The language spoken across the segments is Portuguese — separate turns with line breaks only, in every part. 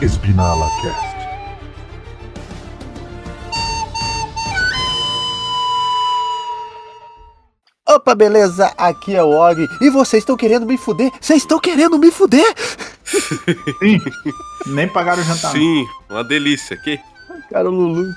Espinala Cast.
Opa, beleza? Aqui é o Og e vocês estão querendo me fuder? Vocês estão querendo me fuder?
Sim, nem pagaram o jantar. né?
Sim, uma delícia. Que?
Cara, o Lulu.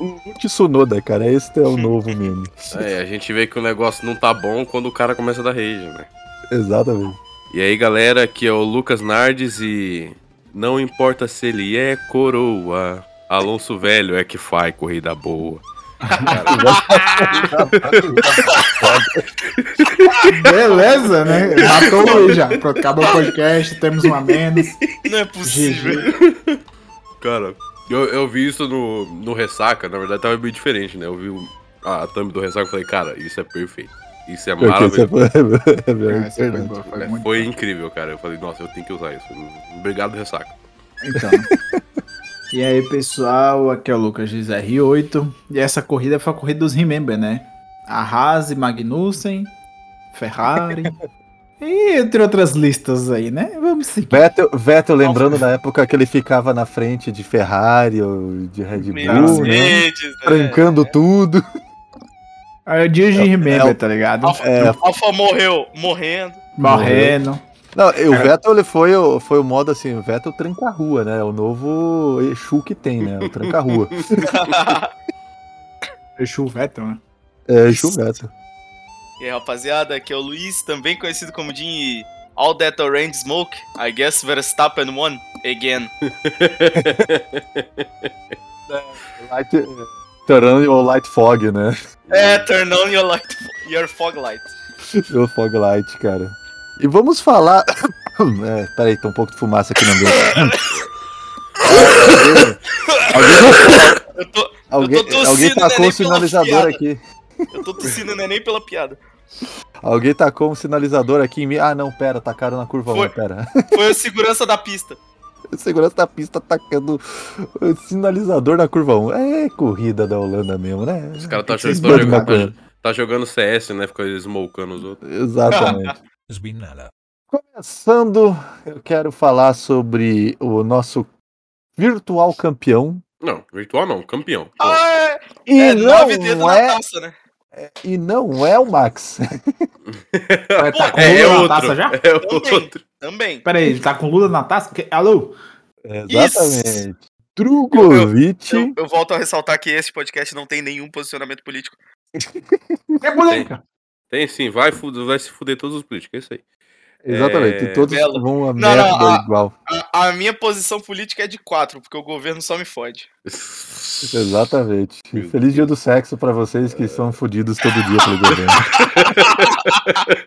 O Lulu Tsunoda, cara, esse é o novo meme.
É, a gente vê que o negócio não tá bom quando o cara começa a dar rage, né?
Exatamente.
E aí, galera, aqui é o Lucas Nardes e não importa se ele é coroa, Alonso Velho é que faz corrida boa.
Beleza, né? Matou o Luiz já. Pronto, Acabou o podcast, temos um a menos.
Não é possível.
Cara, eu, eu vi isso no, no Ressaca, na verdade tava meio diferente, né? Eu vi o- a, a thumb do Ressaca e falei, cara, isso é perfeito. Isso é
é
maravilhoso.
Ah,
é
essa foi
Maravilhoso.
boa, foi
Né?
muito
Foi incrível, cara. Eu falei, nossa, eu tenho que usar isso. Obrigado, Ressaca.
Então,
E aí, pessoal, aqui é o Lucas de R8. E essa corrida foi a corrida dos Remember, né? A Haas, Magnussen, Ferrari. e entre outras listas aí, né? Vamos seguir.
Vettel, Vettel, lembrando da época que ele ficava na frente de Ferrari ou de Red Bull, né?
Mercedes, né?
Trancando tudo.
Aí o dia de
é
Remember,
o-
tá ligado?
Alfa,
É.
Alfa morreu morrendo.
Morrendo.
Não, e o Vettel ele foi, o- foi o modo assim, o Vettel tranca a rua, né? O novo Exu que tem, né? O tranca a rua.
Fechou o Vettel, né?
É, Exu Vettel.
E aí, rapaziada, aqui é o Luiz, também conhecido como Jim e All That Orange Smoke. I guess Verstappen won again.
Light, Torando o Light Fog, né?
É, turn on your, light, your fog light.
O Fog Light, cara. E vamos falar. É, peraí, tem um pouco de fumaça aqui no ambiente.
Eu tô,
alguém,
Eu tô tossindo,
alguém
né, nem
tacou
pela
o sinalizador
piada.
aqui.
eu tô tossindo, não é nem pela piada.
Alguém tacou um sinalizador aqui em mim. Ah, não, pera, tacaram na curva
Foi.
1, pera.
Foi o segurança da pista.
O segurança da pista tacando o sinalizador na curva 1. É corrida da Holanda mesmo, né?
Os caras tá
Tem que
achando
ser
que tão
de uma
jogando,
coisa.
tá, tá jogando CS, né? Ficou smokando os outros.
Exatamente. Começando, eu quero falar sobre o nosso virtual campeão.
Não, virtual não, campeão.
Ah,
E
é,
não
nove dedos na
é,
taça, né?
e não é o Max.
Ele tá com o
É, é
Lula na
outro.
taça já?
É
Também.
outro.
Também.
Pera aí, ele tá com o Lula na taça? Que- Alô?
Exatamente. Drogovic.
Eu, eu volto a ressaltar que esse podcast não tem nenhum posicionamento político.
É polêmica.
Tem sim, vai, fu- vai se fuder todos os políticos, é isso aí.
Exatamente.
É,
Todos
belo.
vão a
não,
merda
a-
igual.
A, a minha posição política é de quatro, porque o governo só me fode.
Exatamente.
Meu
Feliz dia do sexo pra vocês que são fodidos todo dia pelo governo.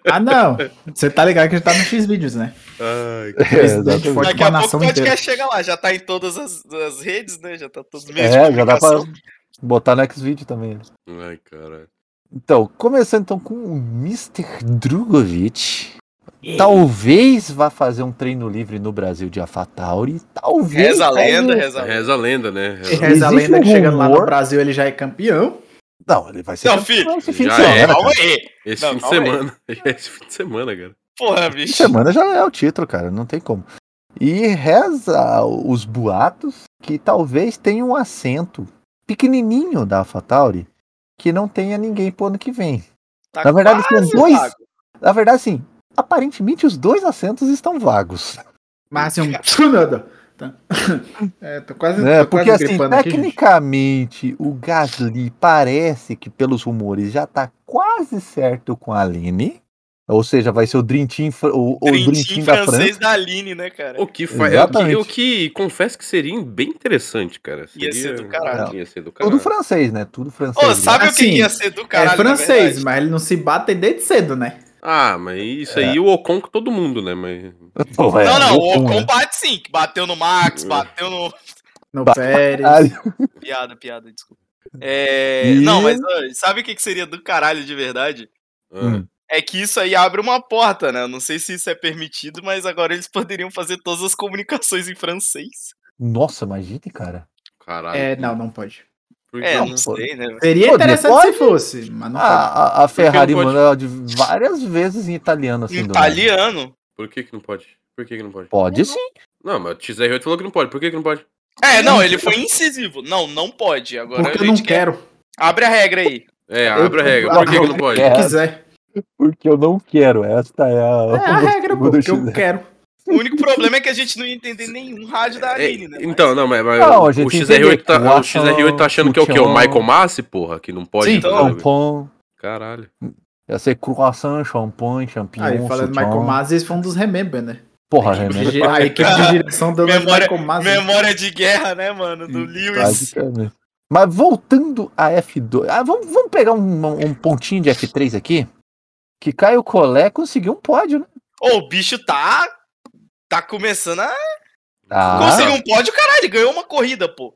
Ah, não. Você tá ligado que a gente tá no X-Vídeos, né?
Ai,
É,
Presidente
exatamente.
Pode
Daqui
pra
a pouco
nação
o podcast
inteira.
chega lá, já tá em todas as, as redes, né? Já tá todos os meios
É, já dá pra
comunicação.
botar no X-Video também.
ai caralho.
Então, começando então com o Mr. Drogovic. Talvez vá fazer um treino livre no Brasil de AlphaTauri. Talvez.
Reza a
faça-
lenda, reza a lenda.
Reza a lenda, né?
E
Reza-
reza a
Existe
lenda
um
que chegando lá
rumor-
no Brasil ele já é campeão.
Não, ele vai ser.
Não,
campeão
filho,
esse fim de
já
semana.
é.
cara.
Calma aí.
Esse
Não,
fim de
calma aí.
semana. Esse fim de semana, cara.
Porra,
Fim de
bicho.
semana já é o título, cara, não tem como. E reza os boatos que talvez tenha um assento pequenininho da AlphaTauri que não tenha ninguém pro ano que vem.
Tá
Na verdade, são
quase
dois.
pago.
Na verdade, assim, aparentemente os dois assentos estão vagos.
Mas assim, um Tsunoda. Tá. É, tô quase,
né?
tô
Porque
quase
assim,
gripando aqui, gente.
tecnicamente, o Gasly parece que pelos rumores já tá quase certo com a Aline. Ou seja, vai ser o Dream Team, fr- o, o Dream
Trintim
Team da França.
francês da Aline, né, cara?
O que faz. O que,
Exatamente.
o que confesso que seria bem interessante, cara.
Ia ser
Seria-
do caralho.
Ia ser do caralho.
Tudo francês, né? Tudo
Ô,
francês. né?
sabe o que
Assim,
que ia ser do caralho?
é
na
francês,
verdade?
mas ele não se bate desde cedo, né?
Ah, mas isso
É.
aí o Ocon com todo mundo, né? Mas.
Pô, é,
não, não, o
loucura, né?
Ocon bate sim. que Bateu no Max, bateu no.
No
Ba-
Pérez.
Caralho.
Piada, piada, desculpa. É,
E-
Não, mas ó, sabe o que que seria do caralho de verdade?
Ah,
Hum.
É que isso aí abre uma porta, né? Eu Não sei se isso é permitido, mas agora eles poderiam fazer todas as comunicações em francês.
Nossa, imagine, cara.
Caralho.
É, não, não pode.
Por
É,
quê?
não,
não pode.
sei, né?
Seria
Pô,
interessante
pode?
se fosse, mas não pode.
Ah, A, a- a
que não
Ferrari
pode?
mandou de
tá
várias vezes em italiano, assim, do nada.
Italiano.
Por que, que não pode? Por que, que não pode?
Pode sim.
Não, Não, mas o XR8 falou que não pode. Por que, que não pode?
É, não, ele foi incisivo. Não, não pode. Agora
Porque
a
eu não
gente quer-
quero.
Abre a regra aí.
É, abre a regra. Por que, que não pode?
É.
Se quiser.
Porque eu não quero. Esta é
É
a.
a regra, pô, que eu quero.
O único problema é que a gente não ia entender nenhum rádio da
É,
Aline, né?
então, não, mas, mas
Não,
o,
a gente
XR8 tá,
entendeu.
o XR8 tá achando que é o quê? O Michael Massi, porra, que não pode.
Sim,
fazer
então.
o-
Tampon.
Caralho.
um Ia ser croissant, champanhe, champignon.
Aí, falando de
sutiã.
Michael Mas, esse foi um dos remember, né?
Porra, é
A
remédio.
equipe de- a equipe de direção dando as
Memória-
Michael Mas.
Memória de guerra, né, mano?
Hum,
Do Lewis.
Basicamente. Mas voltando a F2. Ah, vamos, vamos pegar um, um pontinho de F3 aqui. Que Caio Colé conseguiu um pódio, né?
Ô, o bicho tá. Tá começando a.
Ah,
Conseguiu um pódio, caralho. Ele ganhou uma corrida, pô.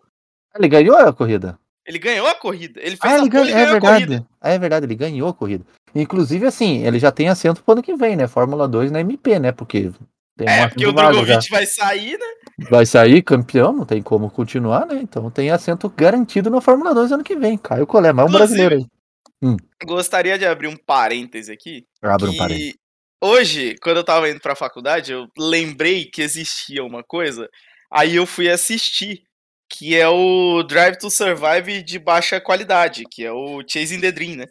ele ganhou a corrida.
Ele ganhou a corrida. Ele fez
Ah,
a
ele
pole
ganhou,
e
é
ganhou a corrida.
verdade. Ah, é verdade, ele ganhou a corrida. Inclusive, assim, ele já tem assento pro ano que vem, né? Fórmula 2 na MP, né? Porque tem um
É,
uma
porque o
vaga já.
Drogovic vai sair, né?
vai sair campeão, não tem como continuar, né? Então tem assento garantido na Fórmula 2 ano que vem. Caio Colé, mais um
Inclusive-
brasileiro aí.
Gostaria de abrir um parêntese aqui.
Abre um
que
parênteses.
Hoje, quando eu tava indo pra faculdade, eu lembrei que existia uma coisa. Aí eu fui assistir, que é o Drive to Survive de baixa qualidade, que é o Chasing the Dream, né?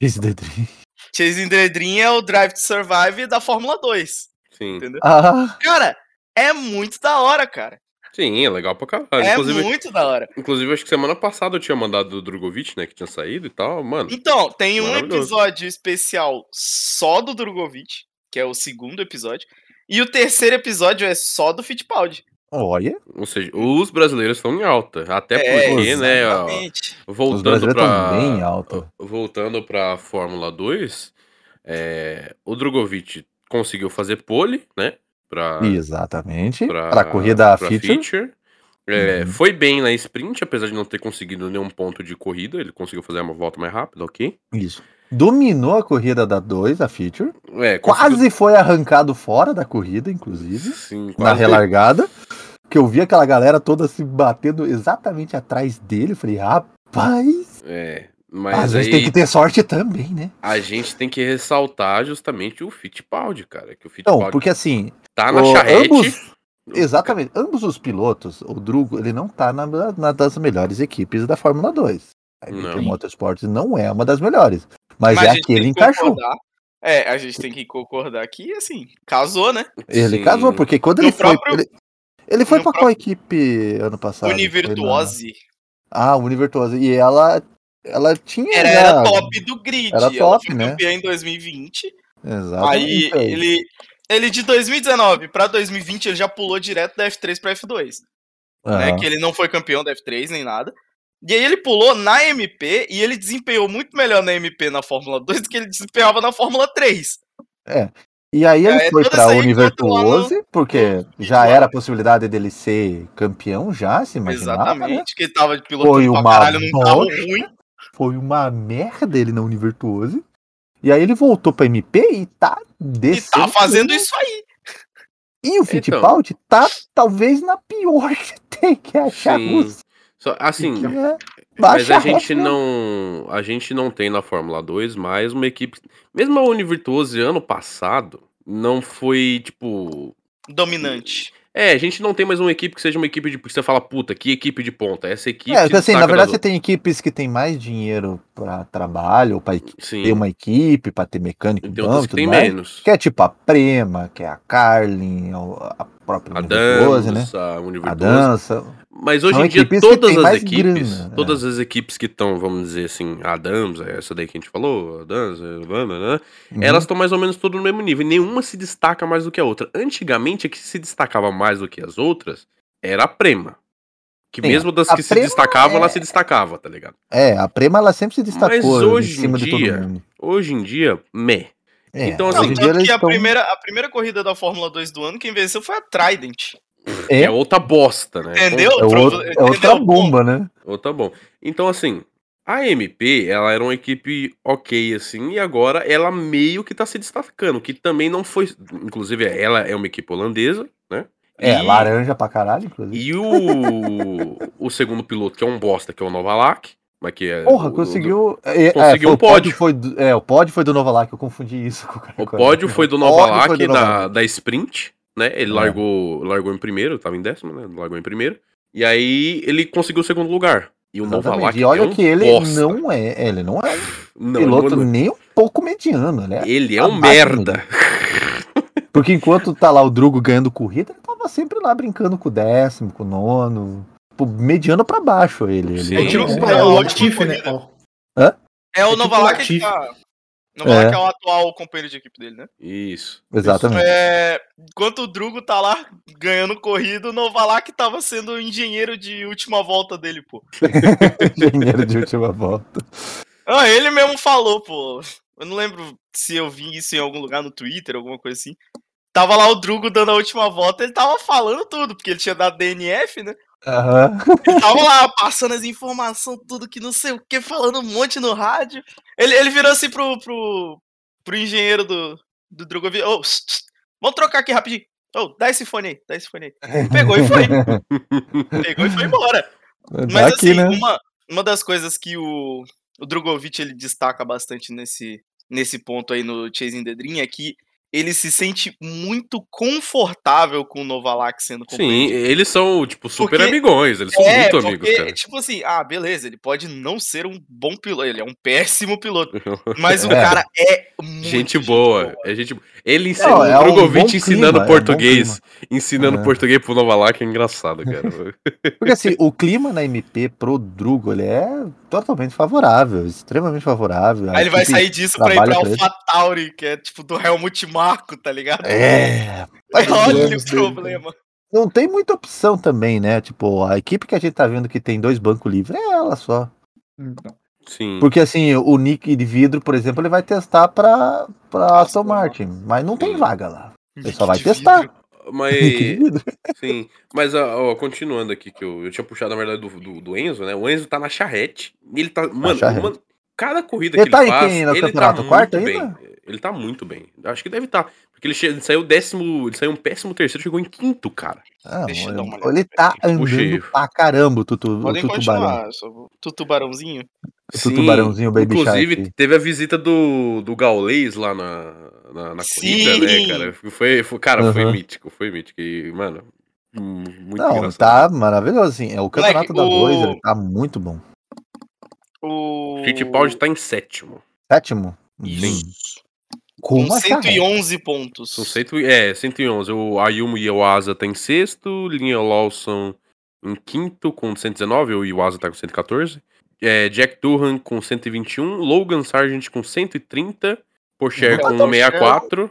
Esse Dedrinho.
Chasing the Dream é o Drive to Survive da Fórmula 2.
Sim.
Ah,
Cara, é muito da hora, cara.
Sim, é legal pra caralho.
É
inclusive,
muito da hora.
inclusive, acho que semana passada eu tinha mandado do Drogovic, né? Que tinha saído e tal. Mano,
Então, tem um
Maravilhoso.
episódio especial só do Drogovic, que é o segundo episódio, e o terceiro episódio é só do Fittipaldi.
olha.
ou seja, os brasileiros estão em alta. Até
É,
porque, né? ó,
exatamente.
Os
voltando
brasileiros
pra.
estão bem alto.
Voltando pra Fórmula 2, é, o Drogovic conseguiu fazer pole, né? Pra,
Exatamente. Para a corrida
pra
feature.
É,
Uhum.
Foi bem na sprint, apesar de não ter conseguido nenhum ponto de corrida. Ele conseguiu fazer uma volta mais rápida, ok?
Isso. Dominou a corrida da 2, a feature.
É, conseguiu-
Quase foi arrancado fora da corrida, inclusive.
Sim,
Na
quase.
relargada. Que eu vi aquela galera toda se batendo exatamente atrás dele. Eu falei, rapaz,
É,
às
mas
vezes
aí
tem que ter sorte também, né?
a gente tem que ressaltar justamente o Fittipaldi, cara. Que o Fittipaldi
Então, porque assim,
tá na
o-
charrete.
ambos- Exatamente. Ambos os pilotos, o Drugo, ele não tá na, na das melhores equipes da Fórmula 2. A equipe
Não.
Motorsport não é uma das melhores. Mas, é
a gente
a que ele
tem que
encaixou.
concordar- É, a gente tem que concordar que, assim, casou, né?
Ele
Sim.
casou, porque quando
No
ele foi.
próprio-
Ele, ele foi
no
pra qual equipe ano passado?
Univirtuose
Foi na- Ah, Univirtuose. E ela. Ela tinha.
era,
já-
era top do grid.
era
ela
top,
foi
né?
campeã em 2020. Aí
Exatamente.
ele. Ele de 2019 pra 2020 ele já pulou direto da F3 pra F2, né?
Aham.
Que ele não foi campeão da F3 nem nada. E aí ele pulou na MP e ele desempenhou muito melhor na MP na Fórmula 2 do que ele desempenhava na Fórmula 3.
E aí ele
É,
foi
toda
pra
essa aí
Univirtuose, porque já era a possibilidade dele ser campeão, já se imaginava.
Exatamente,
Né?
que ele tava de piloto
Foi
pra
uma
caralho num carro
bosta.
ruim.
Foi uma merda ele na Univirtuose. E aí ele voltou pra MP e tá
E
descendo.
tá fazendo isso aí.
Então.
E o Fittipaldi tá talvez na pior que tem, que é a
Sim.
Charrus.
Só, assim,
que é
mas
baixa
a gente
reta, né?
não. A gente não tem na Fórmula 2 mais uma equipe. Mesmo a Univirtuose ano passado, não foi, tipo.
Dominante.
É, a gente não tem mais uma equipe que seja uma equipe de. Que você fala, puta, que equipe de ponta. Essa equipe.
É, assim,
destaca
na verdade
das
você tem equipes que tem mais dinheiro pra trabalho, ou pra equi-
outras. Sim.
ter uma equipe, pra ter mecânico
E
em
tem outras
banco,
que
tudo
tem
mais.
menos.
Que é tipo a Prema, que é a Carlin, a é a própria
A
Univirtuose,
Dança,
né?
a
A
Univirtuose.
dança.
Mas hoje
São
em dia,
equipes que
todas
têm
as
mais
equipes,
grana, né?
todas as equipes que estão, vamos dizer assim, a Dams, essa daí que a gente falou, a Dams, né?
Uhum.
elas estão mais ou menos todas no mesmo nível. E nenhuma se destaca mais do que a outra. Antigamente, a que se destacava mais do que as outras era a Prema. Que
Sim,
mesmo das
É, a
que se
Prema
destacavam, ela
é-
se destacava, tá ligado?
É, a Prema ela sempre se destacou
hoje em
em cima de todo
dia-
mundo.
Hoje em dia, meh.
É,
Então,
Não,
assim,
hoje em dia
Tipo tanto
eles
que a
estão-
primeira, a primeira corrida da Fórmula 2 do ano, quem venceu foi a Trident.
É.
É, outra bosta, né?
Entendeu?
é, outro- é outra
Entendeu?
bomba, né?
Ou tá bom. Então, assim, a MP, ela era uma equipe ok, assim, e agora ela meio que tá se destacando, que também não foi. Inclusive, ela é uma equipe holandesa, né?
É,
e,
laranja pra caralho, inclusive.
E o, o segundo piloto, que é um bosta, que é o Novalak, mas que é.
Porra,
o-
conseguiu. É,
conseguiu
é, foi-
um
o pódio.
pódio.
foi do, é, o pódio foi do Novalak, eu confundi isso com
O pódio foi do
O pódio
Novalak
foi do
da,
Novalak.
da Sprint, né? Ele
É.
largou, largou em primeiro, tava em décimo, né? Largou em primeiro. E aí ele conseguiu o segundo lugar. E o Novalak
Exatamente. E olha
é um
que ele
bosta.
não é, ele não é um
Não, ele
piloto
não-
nem um pouco mediano, né?
ele é um
abaixo
merda.
Porque enquanto tá lá o Drugo ganhando corrida, ele tava sempre lá brincando com o décimo, com o nono. Tipo, mediano pra baixo ele. ele
Sim,
não
O Drugo
é-
tá
é-
lá.
é-
Latifi, né? É
É
o
tipo
Novalak que
Latifi.
tá. Novalak
É.
é. o atual companheiro de equipe dele, né?
Isso.
Exatamente.
É, enquanto o Drugo tá lá ganhando corrida, o Novalak tava sendo o engenheiro de última volta dele, pô. né?
Engenheiro de última volta.
Ah, ele mesmo falou, pô. Eu não lembro se eu vi isso em algum lugar no Twitter, alguma coisa assim. Tava lá o Drugo dando a última volta, ele tava falando tudo, porque ele tinha dado DNF, né?
Aham.
Ele tava lá passando as informações, tudo que não sei o que, falando um monte no rádio. Ele, ele virou assim pro, pro, pro engenheiro do, do Drugo. vi- Ô, tss, tss, vamos trocar aqui rapidinho. Ô, dá esse fone aí, dá esse fone aí. E Pegou e foi. Pegou e foi embora.
Tá
Mas
aqui,
assim,
né?
uma, uma das coisas que o, o Drogovic ele destaca bastante nesse, nesse ponto aí no Chasing the Dream é que ele se sente muito confortável com o Novalak sendo
Sim,
companheiro.
eles são, tipo, super
Porque-
amigões. Eles são
é,
muito
porque,
amigos, cara.
tipo assim, ah, beleza, ele pode não ser um bom piloto, ele é um péssimo piloto, mas o
É.
cara é muito
Gente boa, é gente boa. Ele ensinou
Não, é um
o Drogovic
bom
ensinando
clima, é um bom
português. ensinando
É.
português pro Novalak é engraçado, cara.
Porque assim, o clima na MP pro Drugo, ele é totalmente favorável, extremamente favorável. A
Aí ele vai
equipe-
sair disso pra ir
É, trabalha
pra
pra ele.
AlphaTauri, que é tipo do Helmut Marco, tá ligado?
É.
Olha
problemas
o
dele, né?
problema.
Não tem muita opção também, né? Tipo, a equipe que a gente tá vendo que tem dois bancos livres é ela só.
Sim.
Porque assim, o nick de vidro, por exemplo, ele vai testar pra, pra Aston
Aston
Martin, mas não tem
Hum.
vaga lá. Ele só
Nick
vai
de
testar.
vidro.
Nick de
Mas.
vidro.
Sim, mas ó, ó, continuando aqui, que eu, eu tinha puxado, na verdade, do, do, do Enzo, né? O Enzo tá na charrete. e Ele tá. Mano,
charrete.
mano, cada corrida
Ele
que
tá
ele
em
faz.
quem no
ele
campeonato?
tá muito
Quarto
bem.
ainda?
Ele tá muito bem. Acho que deve estar. Tá, porque ele, che- ele saiu décimo. Ele saiu um péssimo terceiro, chegou em quinto, cara.
Ah,
Deixa eu dar uma
ele,
olhada,
ele tá andando
Puxei.
pra caramba, o tutu, o
Podem
tutu barão.
continuar, eu só vou- tu tubarãozinho.
O tubarãozinho, o Baby
Inclusive,
Shark.
teve a visita do, do Gaulês lá na, na, na corrida, né,
Sim!
cara? Foi, foi, cara, foi
Aham.
mítico, foi mítico. E, mano, hum, muito
Não, tá
engraçado.
maravilhoso, assim. É, o campeonato da
o-
2, ele tá muito bom.
O
Fittipaldi tá em sétimo.
Sétimo? Hum,
Isso.
Com
Com
uma charrete.
111 pontos.
São cento, é, 111. O Ayumu Iwasa tá em sexto, Linha Lawson em quinto com 119, o Iwasa tá com 114. É, Jack Durham com 121, Logan Sargent com 130, Pocher
Uhum.
Tá
com
tão
64,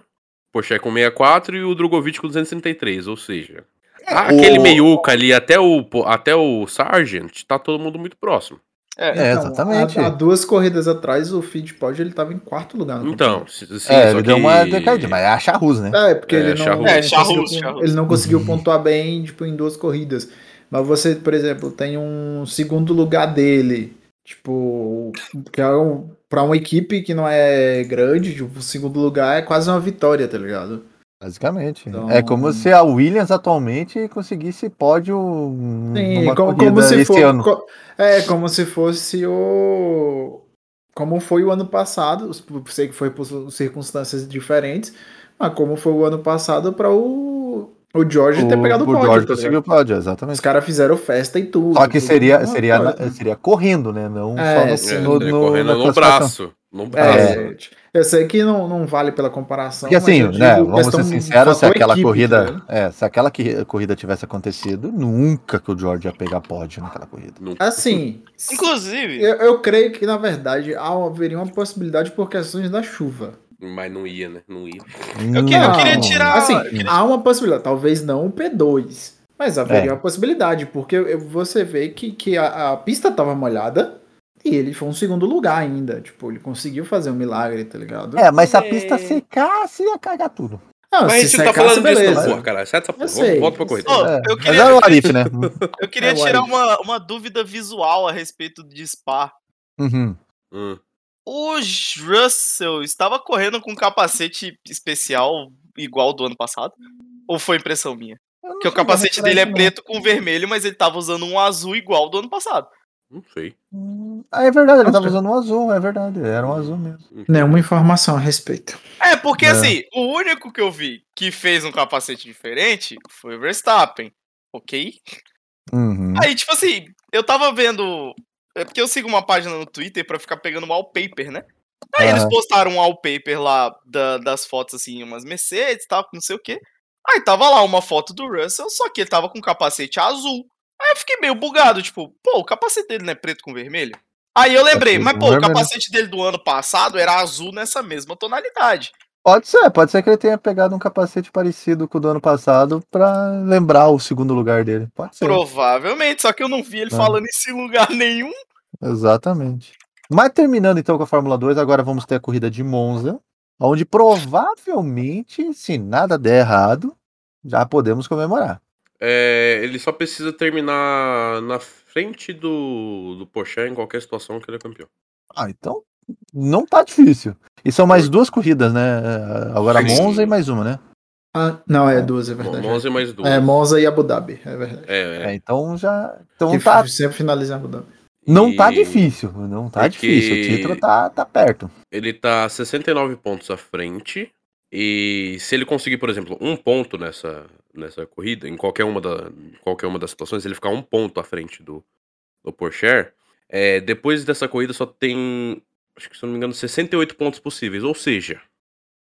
Pocher com 64 e o Drogovic com 263, ou seja... ah,
o-
Aquele meiuca ali, até o, po- até o Sargent, tá todo mundo muito próximo.
É, exatamente.
Então, Há, há duas corridas atrás, o Fittipaldi ele tava em quarto lugar. no
Então, se-
Ah,
sim,
é,
só
ele
que...
deu uma decaída, mas é a Charruz, né?
É, porque
É,
ele, não,
Charrus.
É, Charrus,
conseguiu,
Charrus.
ele não conseguiu
Uhum.
pontuar bem tipo, em duas corridas. Mas você, por exemplo, tem um segundo lugar dele, tipo, que é um, pra uma equipe que não é grande, tipo, o segundo lugar é quase uma vitória, tá ligado?
Basicamente.
Então-
É como se a Williams atualmente conseguisse pódio hum,
Sim,
numa
como,
corrida
como se
esse
for,
ano.
co- é, como se fosse o. Como foi o ano passado, sei que foi por circunstâncias diferentes, mas como foi o ano passado para o, o George ter pegado o
o
pódio.
George
tá
conseguiu
ligado?
o pódio, exatamente.
Os caras fizeram festa e tudo.
Só que
tudo.
seria,
Uma
seria,
coisa.
na- seria correndo, né? Não
É, sim.
só
É,
no, no,
ele
no, na
correndo no
classificação.
braço. No braço.
É, gente, eu sei que não, não vale pela comparação.
Porque
mas
assim,
eu digo
né, vamos
questão
ser
do
sinceros, se
fator
aquela
equipe, tá
corrida.
ligado?
É, se aquela que- corrida tivesse acontecido, nunca que o George ia pegar pódio naquela corrida.
Assim,
Inclusive,
É.
eu, eu creio que na verdade haveria uma possibilidade por questões da chuva.
Mas não ia, né? Não ia.
eu, que- eu
Não,
queria tirar.
Assim,
eu queria-
há uma possibilidade, talvez não o P2, mas haveria uma possibilidade, porque eu- você vê que, que a, a pista tava molhada e ele foi um segundo lugar ainda. Tipo, ele conseguiu fazer um milagre, tá ligado?
É, mas se a
É.
pista secasse, ia cagar tudo.
Não,
Mas a gente não tá
Ah, secasse,
falando disso, não,
beleza.
porra, cara. Sai dessa porra.
sei,
Vamos- Volta pra
eu
corrida. Ah,
sei.
Ó,
É,
eu
Mas
queria,
é o Arif, né?
eu queria
É o
tirar
Arif.
uma, uma dúvida visual a respeito de Spa.
Uhum.
Hum.
O Russell estava correndo com um capacete especial igual do ano passado? Ou foi impressão minha?
Eu não
Porque o
cheguei a
capacete
reparar
dele é
isso, não.
um preto com vermelho, mas ele tava usando um azul igual do ano passado.
Não sei.
Hum, Ah, é verdade, ele
Nossa.
tava usando um azul, é verdade, era um azul mesmo.
Nenhuma informação a respeito.
É, porque
É.
assim, o único que eu vi que fez um capacete diferente foi o Verstappen, ok?
Uhum.
Aí, tipo assim, eu tava vendo. É porque eu sigo uma página no Twitter pra ficar pegando wallpaper, né? Aí eles
Aham.
postaram um wallpaper lá da- das fotos, assim, umas Mercedes e tal, não sei o quê. Aí tava lá uma foto do Russell, só que ele tava com um capacete azul. Aí eu fiquei meio bugado, tipo, pô, o capacete dele não é preto com vermelho? Aí eu lembrei,
preto
mas
com
pô, o
vermelho.
capacete dele do ano passado era azul nessa mesma tonalidade.
Pode ser, pode ser que ele tenha pegado um capacete parecido com o do ano passado pra lembrar o segundo lugar dele. Pode ser.
Provavelmente, só que eu não vi ele
Ah.
falando isso em lugar nenhum.
Exatamente. Mas terminando então com a Fórmula 2, agora vamos ter a corrida de Monza, onde provavelmente, se nada der errado, já podemos comemorar.
É, ele só precisa terminar na frente do, do Porsche em qualquer situação que ele é campeão.
Ah, então não tá difícil. E são mais duas corridas, né? Agora
Sim.
Monza e mais uma, né?
Ah, não, é duas, é
Bom,
verdade.
11 mais duas.
É Monza e Abu Dhabi, é verdade.
É, é.
É, então já. Então
Que
tá,
Sempre finaliza em Abu Dhabi.
não tá
E é
difícil. Não tá
porque-
difícil. O título tá, tá perto.
Ele tá 69 pontos à frente. E se ele conseguir, por exemplo, um ponto nessa, nessa corrida, em qualquer uma, da, em qualquer uma das situações, ele ficar um ponto à frente do, do Porsche, é, depois dessa corrida só tem, acho que se eu não me engano, 68 pontos possíveis. Ou seja,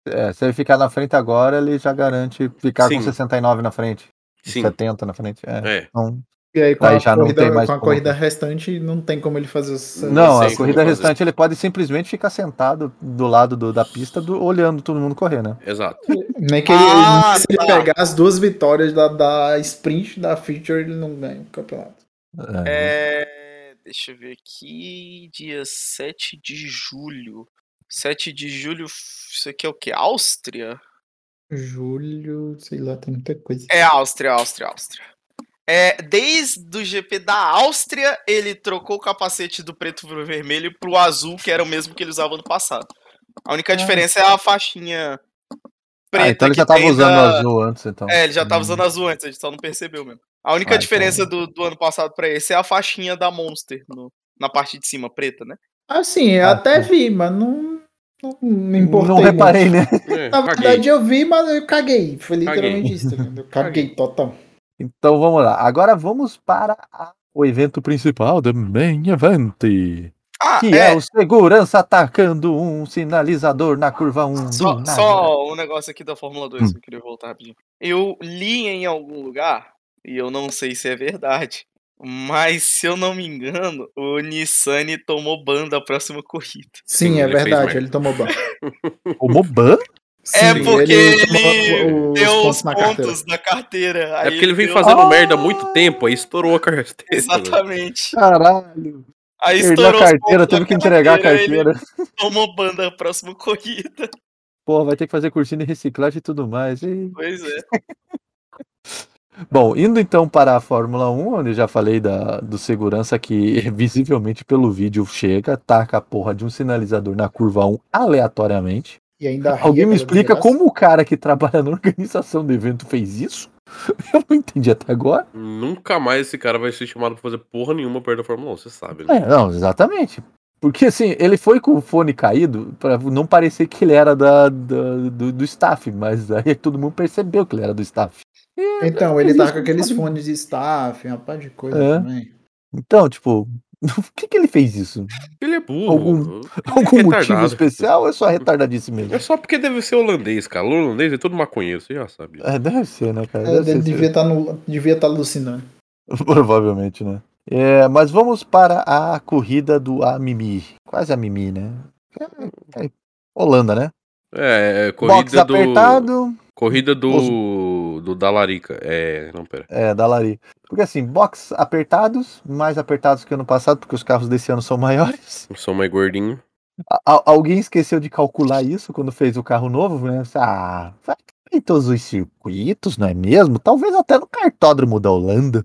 É, se ele ficar na frente agora, ele já garante ficar
Sim.
com 69 na frente.
sim.
70 na frente. É.
É,
Então,
E aí com,
Aí
a,
já não
corrida,
tem mais
com a
ponto.
corrida restante, não tem como ele fazer essa-
Não,
sei
a
como
corrida
fazer.
restante ele pode simplesmente ficar sentado do lado do- da pista, do- olhando todo mundo correr, né?
exato.
Nem é que ele,
Ah,
nem se ele
tá.
pegar as duas vitórias da, da sprint da feature, ele não ganha o campeonato.
Uhum.
É, deixa eu ver aqui. Dia 7 de julho. 7 de julho, f- isso aqui é o quê? Áustria?
Julho, sei lá, tem muita coisa.
É Áustria, Áustria, Áustria. É, desde o GP da Áustria, ele trocou o capacete do preto pro vermelho pro azul, que era o mesmo que ele usava ano passado. A única diferença é a faixinha preta.
Ah, então ele
que
já tava
tem
usando
da-
azul antes, então.
É, ele já tava
Hum.
usando azul antes, a gente só não percebeu mesmo. A única
Ah, então-
diferença do, do ano passado pra esse é a faixinha da Monster no- na parte de cima, preta, né?
Assim, eu
Ah,
até vi, mas não, não me importei.
Não reparei, né?
É,
muito. Na
caguei.
verdade, eu vi, mas eu caguei. Foi
Caguei.
literalmente isso. tá ligado? Eu caguei total.
Então vamos lá. Agora vamos para a- o evento principal do Main Event.
Ah,
Que é. o segurança atacando um sinalizador na curva 1.
Só, só um negócio aqui da Fórmula
Hum.
2 que eu queria voltar rapidinho. Eu li em algum lugar, e eu não sei se é verdade, mas se eu não me engano, o Nissan tomou ban da próxima corrida.
Sim,
Sim,
é
ele fez
verdade,
merda.
ele tomou ban.
O Moban?
É
Sim,
porque
tomou
ele
os
Deu os
pontos na carteira.
pontos na carteira.
É
aí
porque ele vem
deu-
fazendo
Ah!
merda há muito tempo, aí estourou a carteira.
Exatamente.
Caralho.
Aí
Perdeu a
estourou os
carteira,
pontos da
teve que entregar a
carteira,
carteira.
Ele tomou ban da próxima corrida.
Pô, vai ter que fazer cursinho de reciclagem e tudo mais. E...
Pois é.
Bom, indo então para a Fórmula 1, onde eu já falei da, do segurança que visivelmente pelo vídeo chega, taca a porra de um sinalizador na curva 1 aleatoriamente.
E ainda ri né,
Alguém me
aquela
explica
desgraça.
como o cara que trabalha na organização do evento fez isso? Eu não entendi até agora.
Nunca mais esse cara vai ser chamado pra fazer porra nenhuma perto da Fórmula 1, você sabe, né?
É, não, exatamente. Porque assim, ele foi com o fone caído para não parecer que ele era da, da- do, do staff, mas aí todo mundo percebeu que ele era do staff.
Então, ele tá com aqueles fones de staff, uma par de coisa
É.
também.
Então, tipo, por que, que ele fez isso?
Ele é burro. é
Algum- Algum motivo
Retardado.
especial ou é só retardadíssimo mesmo?
É só porque deve ser holandês, cara. O holandês é todo maconheiro, você já sabe.
É, deve ser, né, cara? Deve
Ele
ser,
devia estar devia tá alucinando.
Provavelmente, né? É, mas vamos para a corrida do Amimi. Quase a Mimi, né? É, é Holanda, né?
É, é,
Box
corrida do.
apertado,
Corrida do. Do Dalarica. É, não, pera.
é, da Lari. Porque assim, box apertados, mais apertados que ano passado, porque os carros desse ano são maiores.
Sou mais gordinho.
A- a- alguém esqueceu de calcular isso quando fez o carro novo, né? Ah, vai em todos os circuitos, não é mesmo? Talvez até no cartódromo da Holanda.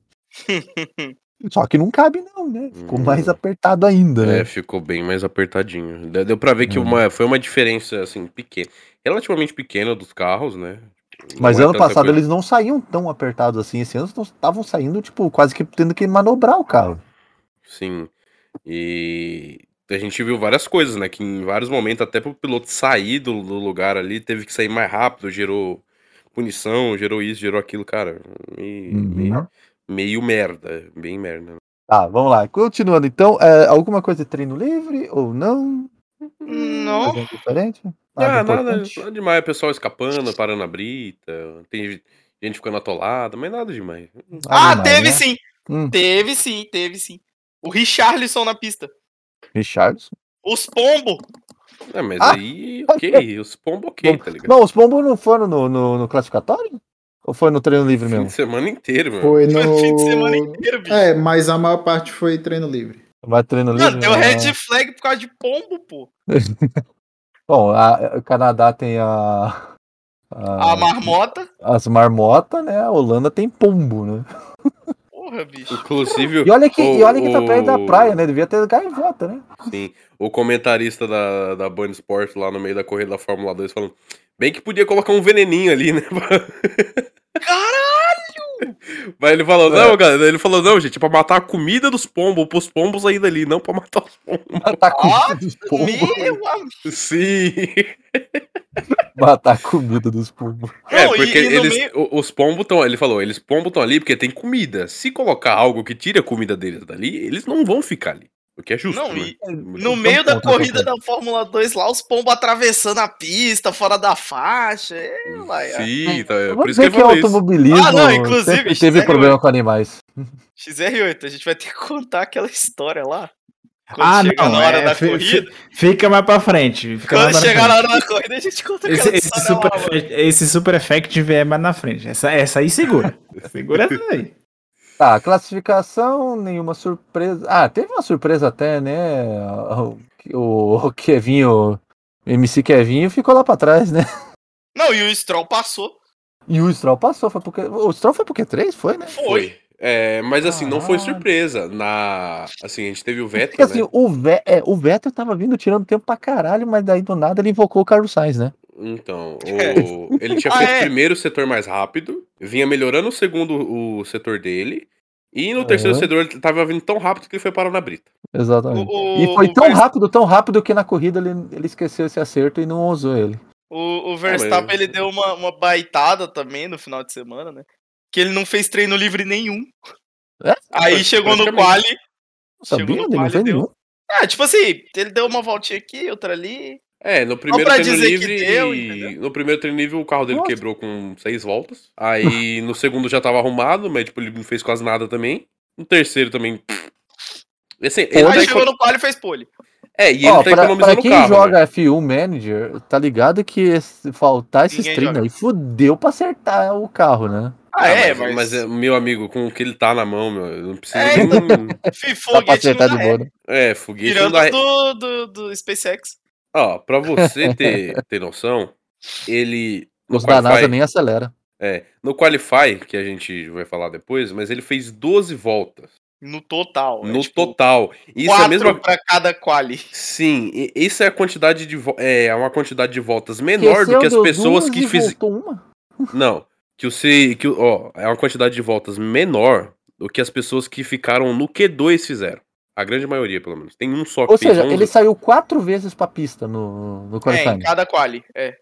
Só que não cabe, não, né? Ficou
Hum.
mais apertado ainda, né?
É, ficou bem mais apertadinho. De- Deu pra ver que
Hum.
uma, foi uma diferença, assim, pequena. Relativamente pequena dos carros, né? Não
Mas
é
ano
tanta
passado
coisa.
eles não saíam tão apertados assim. Esse ano estavam saindo, tipo, quase que tendo que manobrar o carro.
Sim. E a gente viu várias coisas, né? Que em vários momentos, até pro piloto sair do, do lugar ali, teve que sair mais rápido, gerou punição, gerou isso, gerou aquilo, cara. Me- me-
Uhum.
meio merda, bem merda. né?
Tá, vamos lá. Continuando, então, é, alguma coisa de treino livre ou não?
Não.
Coisa diferente?
Ah, nada,
importante?
nada demais, pessoal escapando, parando a brita, tem gente ficando atolada, mas nada demais.
Ah,
demais,
teve
né?
sim!
Hum.
Teve sim, teve sim. O Richarlison na pista.
Richardson.
Os pombo.
É, mas
Ah!
aí, ok, os pombos ok, tá ligado?
Não, os pombos não foram no, no, no classificatório? Ou foi no treino livre
Fim
mesmo?
de semana inteiro, mano.
Foi
Foi o fim de semana
no.
inteiro, bicho.
É, mas a maior parte foi treino livre.
Vai treino livre?
Mano, deu
né?
red flag por causa de pombo, pô.
Bom, a- o Canadá tem a. a-
A marmota.
as marmotas, né? A Holanda tem pombo, né?
Porra, bicho.
Inclusive,
E olha que, e
o-
olha que tá perto da
o-
praia, né? Devia ter gaivota, né?
Sim, o comentarista da, da Band Sport lá no meio da corrida da Fórmula 2 falando, bem que podia colocar um veneninho ali, né?
Caralho!
Mas ele falou, não, galera, ele falou, não, gente, é pra matar a comida dos pombos, pros pombos aí dali, não pra matar os pombos.
Matar
Ah,
comida dos pombos.
Meu amigo.
Sim.
Matar comida dos pombos.
É,
Não, e-
porque
e no
eles,
meio-
o- os pombos estão, ele falou, eles pombos estão ali porque tem comida. Se colocar algo que tire a comida deles dali, eles não vão ficar ali. O que é justo,
Não,
né?
e
Muito-
No meio da
ponto, então,
corrida da Fórmula 2 lá, os pombos atravessando a pista, fora da faixa. É, vai. é.
Sim, tá, é
Eu
por
vou
isso
dizer
que ele
que é
falou isso.
automobilismo.
Ah, não, inclusive,
sempre
isso
teve
é
problema com animais.
XR8, a gente vai ter que contar aquela história lá. Quando
Ah,
chegar
não,
na hora
é,
da
fi- fi-
corrida.
Fica mais pra frente. Fica mais
Quando
pra
chegar na
frente.
hora da corrida, a gente conta aquela
Esse, esse,
história
super,
lá, mano.
effect- esse super effect é mais na frente. Essa, essa aí segura. segura essa aí.
Tá, classificação, nenhuma surpresa. Ah, teve uma surpresa até, né? O, o, o Kevinho, o MC Kevinho ficou lá pra trás, né?
Não, e o Stroll passou.
E o Stroll passou, foi porque. O Stroll foi porque três foi, né?
Foi.
É, mas assim, não foi
Caralho.
surpresa. Na, assim, a gente teve o Vettel,
Ah. Porque assim,
né?
o, Ve- é, o Vettel tava vindo tirando tempo pra caralho, mas daí do nada ele invocou o Carlos Sainz, né?
Então, o- ele tinha
Ah,
feito
é.
primeiro o setor mais rápido, vinha melhorando o segundo o setor dele, e no terceiro
Aham.
setor ele tava vindo tão rápido que ele foi parar na brita.
Exatamente.
O,
E
o-
foi
o
tão
Verst-
rápido, tão rápido que na corrida ele, ele esqueceu esse acerto e não usou ele.
O, o Verstappen
mas-
ele deu uma, uma baitada também no final de semana, né? Que ele não fez treino livre nenhum.
É?
Aí chegou no
Praticamente.
quali.
Não
Chegou
sabia,
no
ele não
quali,
fez
Ah, deu.
nenhum.
Ah, tipo assim, ele deu uma voltinha aqui, outra ali.
É, no primeiro
pra
treino
dizer que
livre.
deu,
e-
entendeu?
no primeiro treino livre o carro dele
Nossa.
quebrou com seis voltas. Aí no segundo já tava arrumado, mas tipo, ele não fez quase nada também. No terceiro também. Assim, ele
Aí
tá
chegou
eco-
no quali e fez pole.
É, e ele
Ó,
tá
pra, pra
economizando o
quem
carro. né?
joga F1 Manager, tá ligado que esse- faltar esses
Ninguém
treinos
joga.
aí fudeu pra acertar o carro, né?
Ah, é,
mas,
mas.
mas, é, meu amigo, com o que ele tá na mão, meu, eu não precisa
É,
nem.
Dá pra
Foguete não
acertar de
dá ré.
boa. né?
É, foguete não
Tirando
dá.
do, do, do SpaceX.
Ó, pra você ter, ter noção, ele. No
é
Os da NASA
Qualify-
nem acelera.
É, no Qualify, que a gente vai falar depois, mas ele fez 12 voltas.
No total. é
no
tipo,
total. Isso é
quatro
a mesma.
pra cada quali.
Sim, e- isso é a quantidade de vo- é uma quantidade de voltas menor do que as
Esqueceu, deu
pessoas
duas
que
e
fizeram.
voltou uma?
Não. Que o se. Que, o- ó, é uma quantidade de voltas menor do que as pessoas que ficaram no Q2 fizeram. A grande maioria, pelo menos. Tem um só que
Ou
fez
seja,
11.
ele saiu quatro vezes pra pista no, no
É, em
qualifying.
cada quali. É.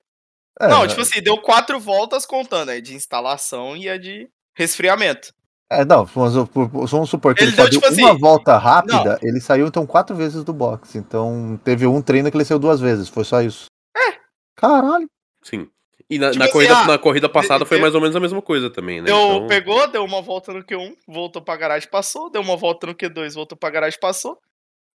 É,
Não, tipo assim, deu quatro voltas contando, né? De instalação e a de resfriamento.
é, não, vamos, vamos supor que
Ele
ele,
deu,
só deu
tipo assim,
uma volta rápida, ele saiu então quatro vezes do box. Então teve um treino que ele saiu duas vezes, foi só isso. É. Caralho.
Sim. E na,
Tipo
na
assim,
corrida,
ah,
na corrida passada foi
deu-
mais ou menos a mesma coisa também, né?
Deu,
Então,
Pegou, deu uma volta no Q1, voltou pra garagem, passou. Deu uma volta no Q2, voltou pra garagem, passou.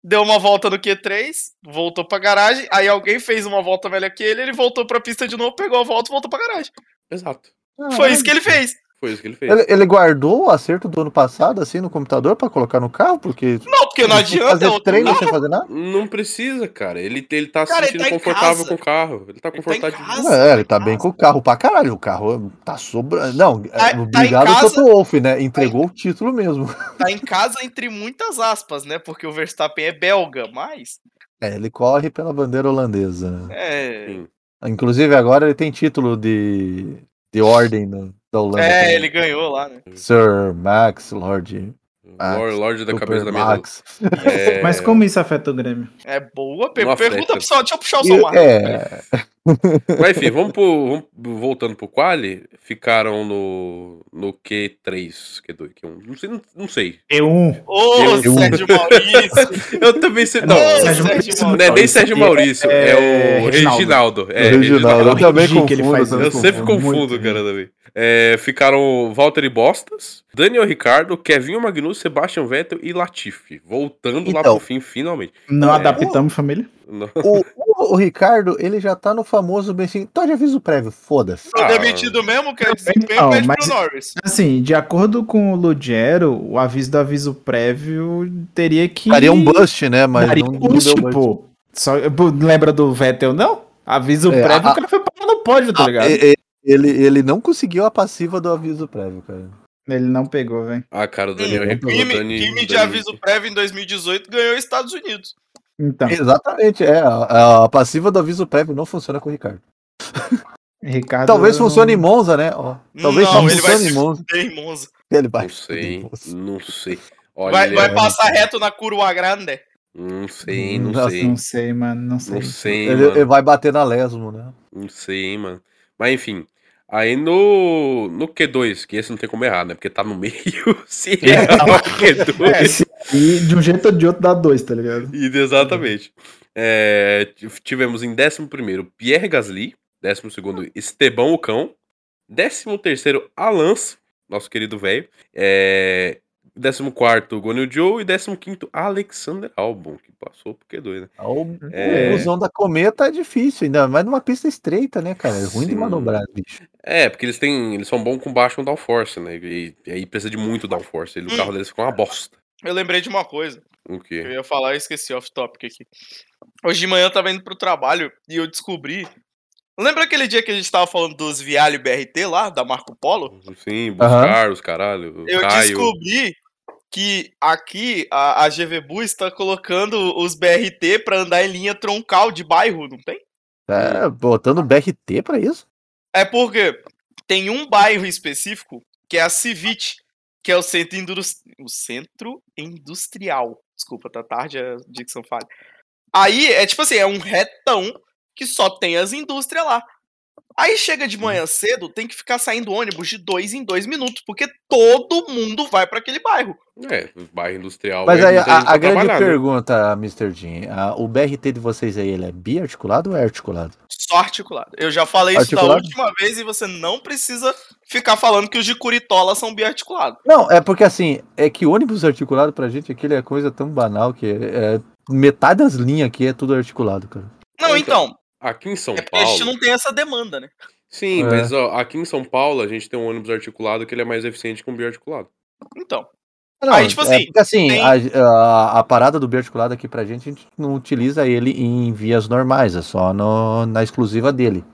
Deu uma volta no Q3, voltou pra garagem. Aí alguém fez uma volta melhor que ele, ele voltou pra pista de novo, pegou a volta e voltou pra garagem.
Exato.
Foi isso que ele fez.
Foi isso que ele fez.
Ele, ele guardou o acerto do ano passado, assim, no computador pra colocar no carro, porque.
Não, porque não adianta.
Fazer
é outro
treino
carro.
sem fazer nada?
Não precisa, cara. Ele, ele tá se
Cara, ele
sentindo
tá em
confortável
casa.
com o carro. Ele tá
Ele tá em
confortável.
casa.
É, ele tá bem com o carro pra caralho. O carro tá sobrando. Não,
Tá- tá em
obrigado
casa.
Toto Wolff, né? Entregou o título mesmo.
Tá em casa entre muitas aspas, né? Porque o Verstappen é belga, mas.
É, ele corre pela bandeira holandesa. né?
É,
Sim.
Inclusive, agora ele tem título de, de ordem no- da Holanda.
é
também.
ele ganhou lá, né?
Sir Max Lord Ah,
Lorde, Lorde da
Super
cabeça da minha
Max.
É,
Mas como isso afeta o Grêmio?
É boa,
Uma
Pepe. Pergunta
festa.
pro pessoal, deixa eu puxar o
E-
Somar.
é,
Mas enfim, vamos, pro, vamos- voltando pro quali, ficaram no, no Q3, Q2, Q1, não sei, não, não sei.
P1.
Ô,
Eu-
Sérgio Maurício!
Eu também sei, não,
Não,
não,
Sérgio Maurício.
é nem Sérgio Maurício, é,
é
o
Reginaldo.
Reginaldo. É,
o Reginaldo, eu
Reginaldo.
também
Henrique, ele
confundo.
faz
eu
Eu
isso.
também
sempre
confundo
confundo,
muito,
cara, também. É, ficaram Walter e Bostas, Daniel Ricardo, Kevinho Magnus, Sebastian Vettel e Latifi. Voltando lá
Então.
pro fim, finalmente.
Não
É.
adaptamos, família?
Não-
né?
O, o- o Ricardo, ele já tá no famoso bem assim, então já aviso prévio, foda-se.
Tô
Ah.
demitido mesmo, que é desempenho
Então,
Não,
pede
mas-
pro Norris.
Assim, de acordo com o Lugero, o aviso do aviso prévio teria que.
Daria um bust, né? Mas
Daria
não, não
um
deu
boost,
bust.
pô. Só, pô, lembra do Vettel, não? Aviso
É,
prévio,
a- Ah, é.
o cara foi parar no pódio, tá ligado?
E- e- Ele, ele não conseguiu a passiva do aviso prévio, cara.
Ele não pegou, velho.
Ah, cara, o Daniel
Hum,
Ricardo.
Time,
Dani-
time de
Dani-
aviso prévio em 2018 ganhou os Estados Unidos.
Então,
Exatamente, é. A, a passiva do aviso prévio não funciona com o Ricardo.
Ricardo.
Talvez
não-
funcione em Monza, né? Ó, talvez
Não,
ele
funcione
vai
em
se-
Monza.
Bem, Monza.
Ele vai.
Não sei,
Nossa.
não sei.
Vai,
Olha,
vai passar reto na curva grande.
não sei, não
Nossa,
sei.
Não sei, mano, não sei.
Não sei,
Ele, é,
mano.
ele vai bater na Lesmo, né?
Não sei, hein, mano. Mas enfim. Aí no, no Q2, que esse não tem como errar, né? Porque tá no meio. Se
É.
errar o Q2.
Esse aí, de um jeito ou de outro, dá dois, tá ligado?
E- Exatamente. É, t- tivemos em 11 Pierre Gasly, 12 Estebão Ocão, 13 Alonso, nosso querido velho, é, 14 Gonil Joe e 15 Alexander Albon, que passou porque doido, né?
O
É.
o busão da cometa é difícil, ainda mais numa pista estreita, né, cara? É ruim de
Sim.
manobrar, bicho.
É, porque eles têm. Eles são bons com baixo downforce, né? E, e aí precisa de muito downforce.
Hum.
E o carro deles ficou uma bosta.
Eu lembrei de uma coisa.
O
Eu
quê?
ia falar e esqueci off-topic aqui. Hoje de manhã eu tava indo pro trabalho e eu descobri. Lembra aquele dia que a gente tava falando dos Vialho BRT lá, da Marco Polo?
Sim, buscar os caralho.
Eu
Caio.
descobri que aqui a, a GVBU está tá colocando os BRT pra andar em linha troncal de bairro, não tem?
Tá botando BRT pra isso?
É porque tem um bairro específico que é a Civit, que é o centro, indus- o centro industrial. Desculpa, tá tarde a dicção falha. Aí é tipo assim, é um retão que só tem as indústrias lá. Aí chega de manhã cedo, tem que ficar saindo ônibus de dois em dois minutos, porque todo mundo vai pra aquele bairro.
É, bairro industrial.
Mas aí
não
a,
tem gente pra
a grande
trabalhar, né?
pergunta, Mr. Jim, a- o BRT de vocês aí, ele é biarticulado ou é articulado?
Só articulado. Eu já falei
Articulado?
isso da última vez e você não precisa ficar falando que os de Curitola são biarticulados.
Não, é porque assim, é que ônibus articulado pra gente aqui ele é coisa tão banal que é, metade das linhas aqui é tudo articulado, cara.
Não,
Então,
então,
Aqui em São
é porque a gente
Paulo.
não tem essa demanda, né?
Sim,
É.
mas ó, aqui em São Paulo a gente tem um ônibus articulado que ele é mais eficiente que um biarticulado.
Então.
Não,
Aí, tipo
é
assim,
porque, assim
tem-
a, a- a parada do biarticulado aqui pra gente, a gente não utiliza ele em vias normais, é só no- na exclusiva dele.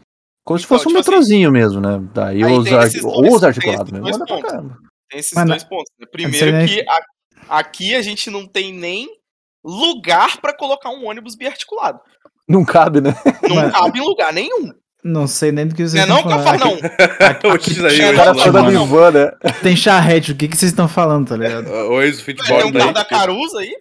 Como se
Então,
fosse um
tipo assim,
metrozinho mesmo, né? Daí
aí
os,
tem
ar-
esses dois-
ou os
tem
articulados
esses
mesmo.
dois
olha pra
pontos.
caramba.
Tem esses
Mas é
dois pontos. Né? Primeiro
nem-
que a- aqui a gente não tem nem lugar pra colocar um ônibus biarticulado.
Não cabe, né?
Não
Mas-
cabe em lugar nenhum.
Não sei nem do que
Não
vocês
é não,
estão falando.
Cafá, não.
Aqui-
Hoje
aqui-
daí,
tinha
hoje
cara
lá,
toda
mano.
mano.
van, né?
Tem charrete, o que, que vocês estão falando, tá ligado?
Ah, Hoje o
Tem
futebol
um carro da
daí.
Caruso aí.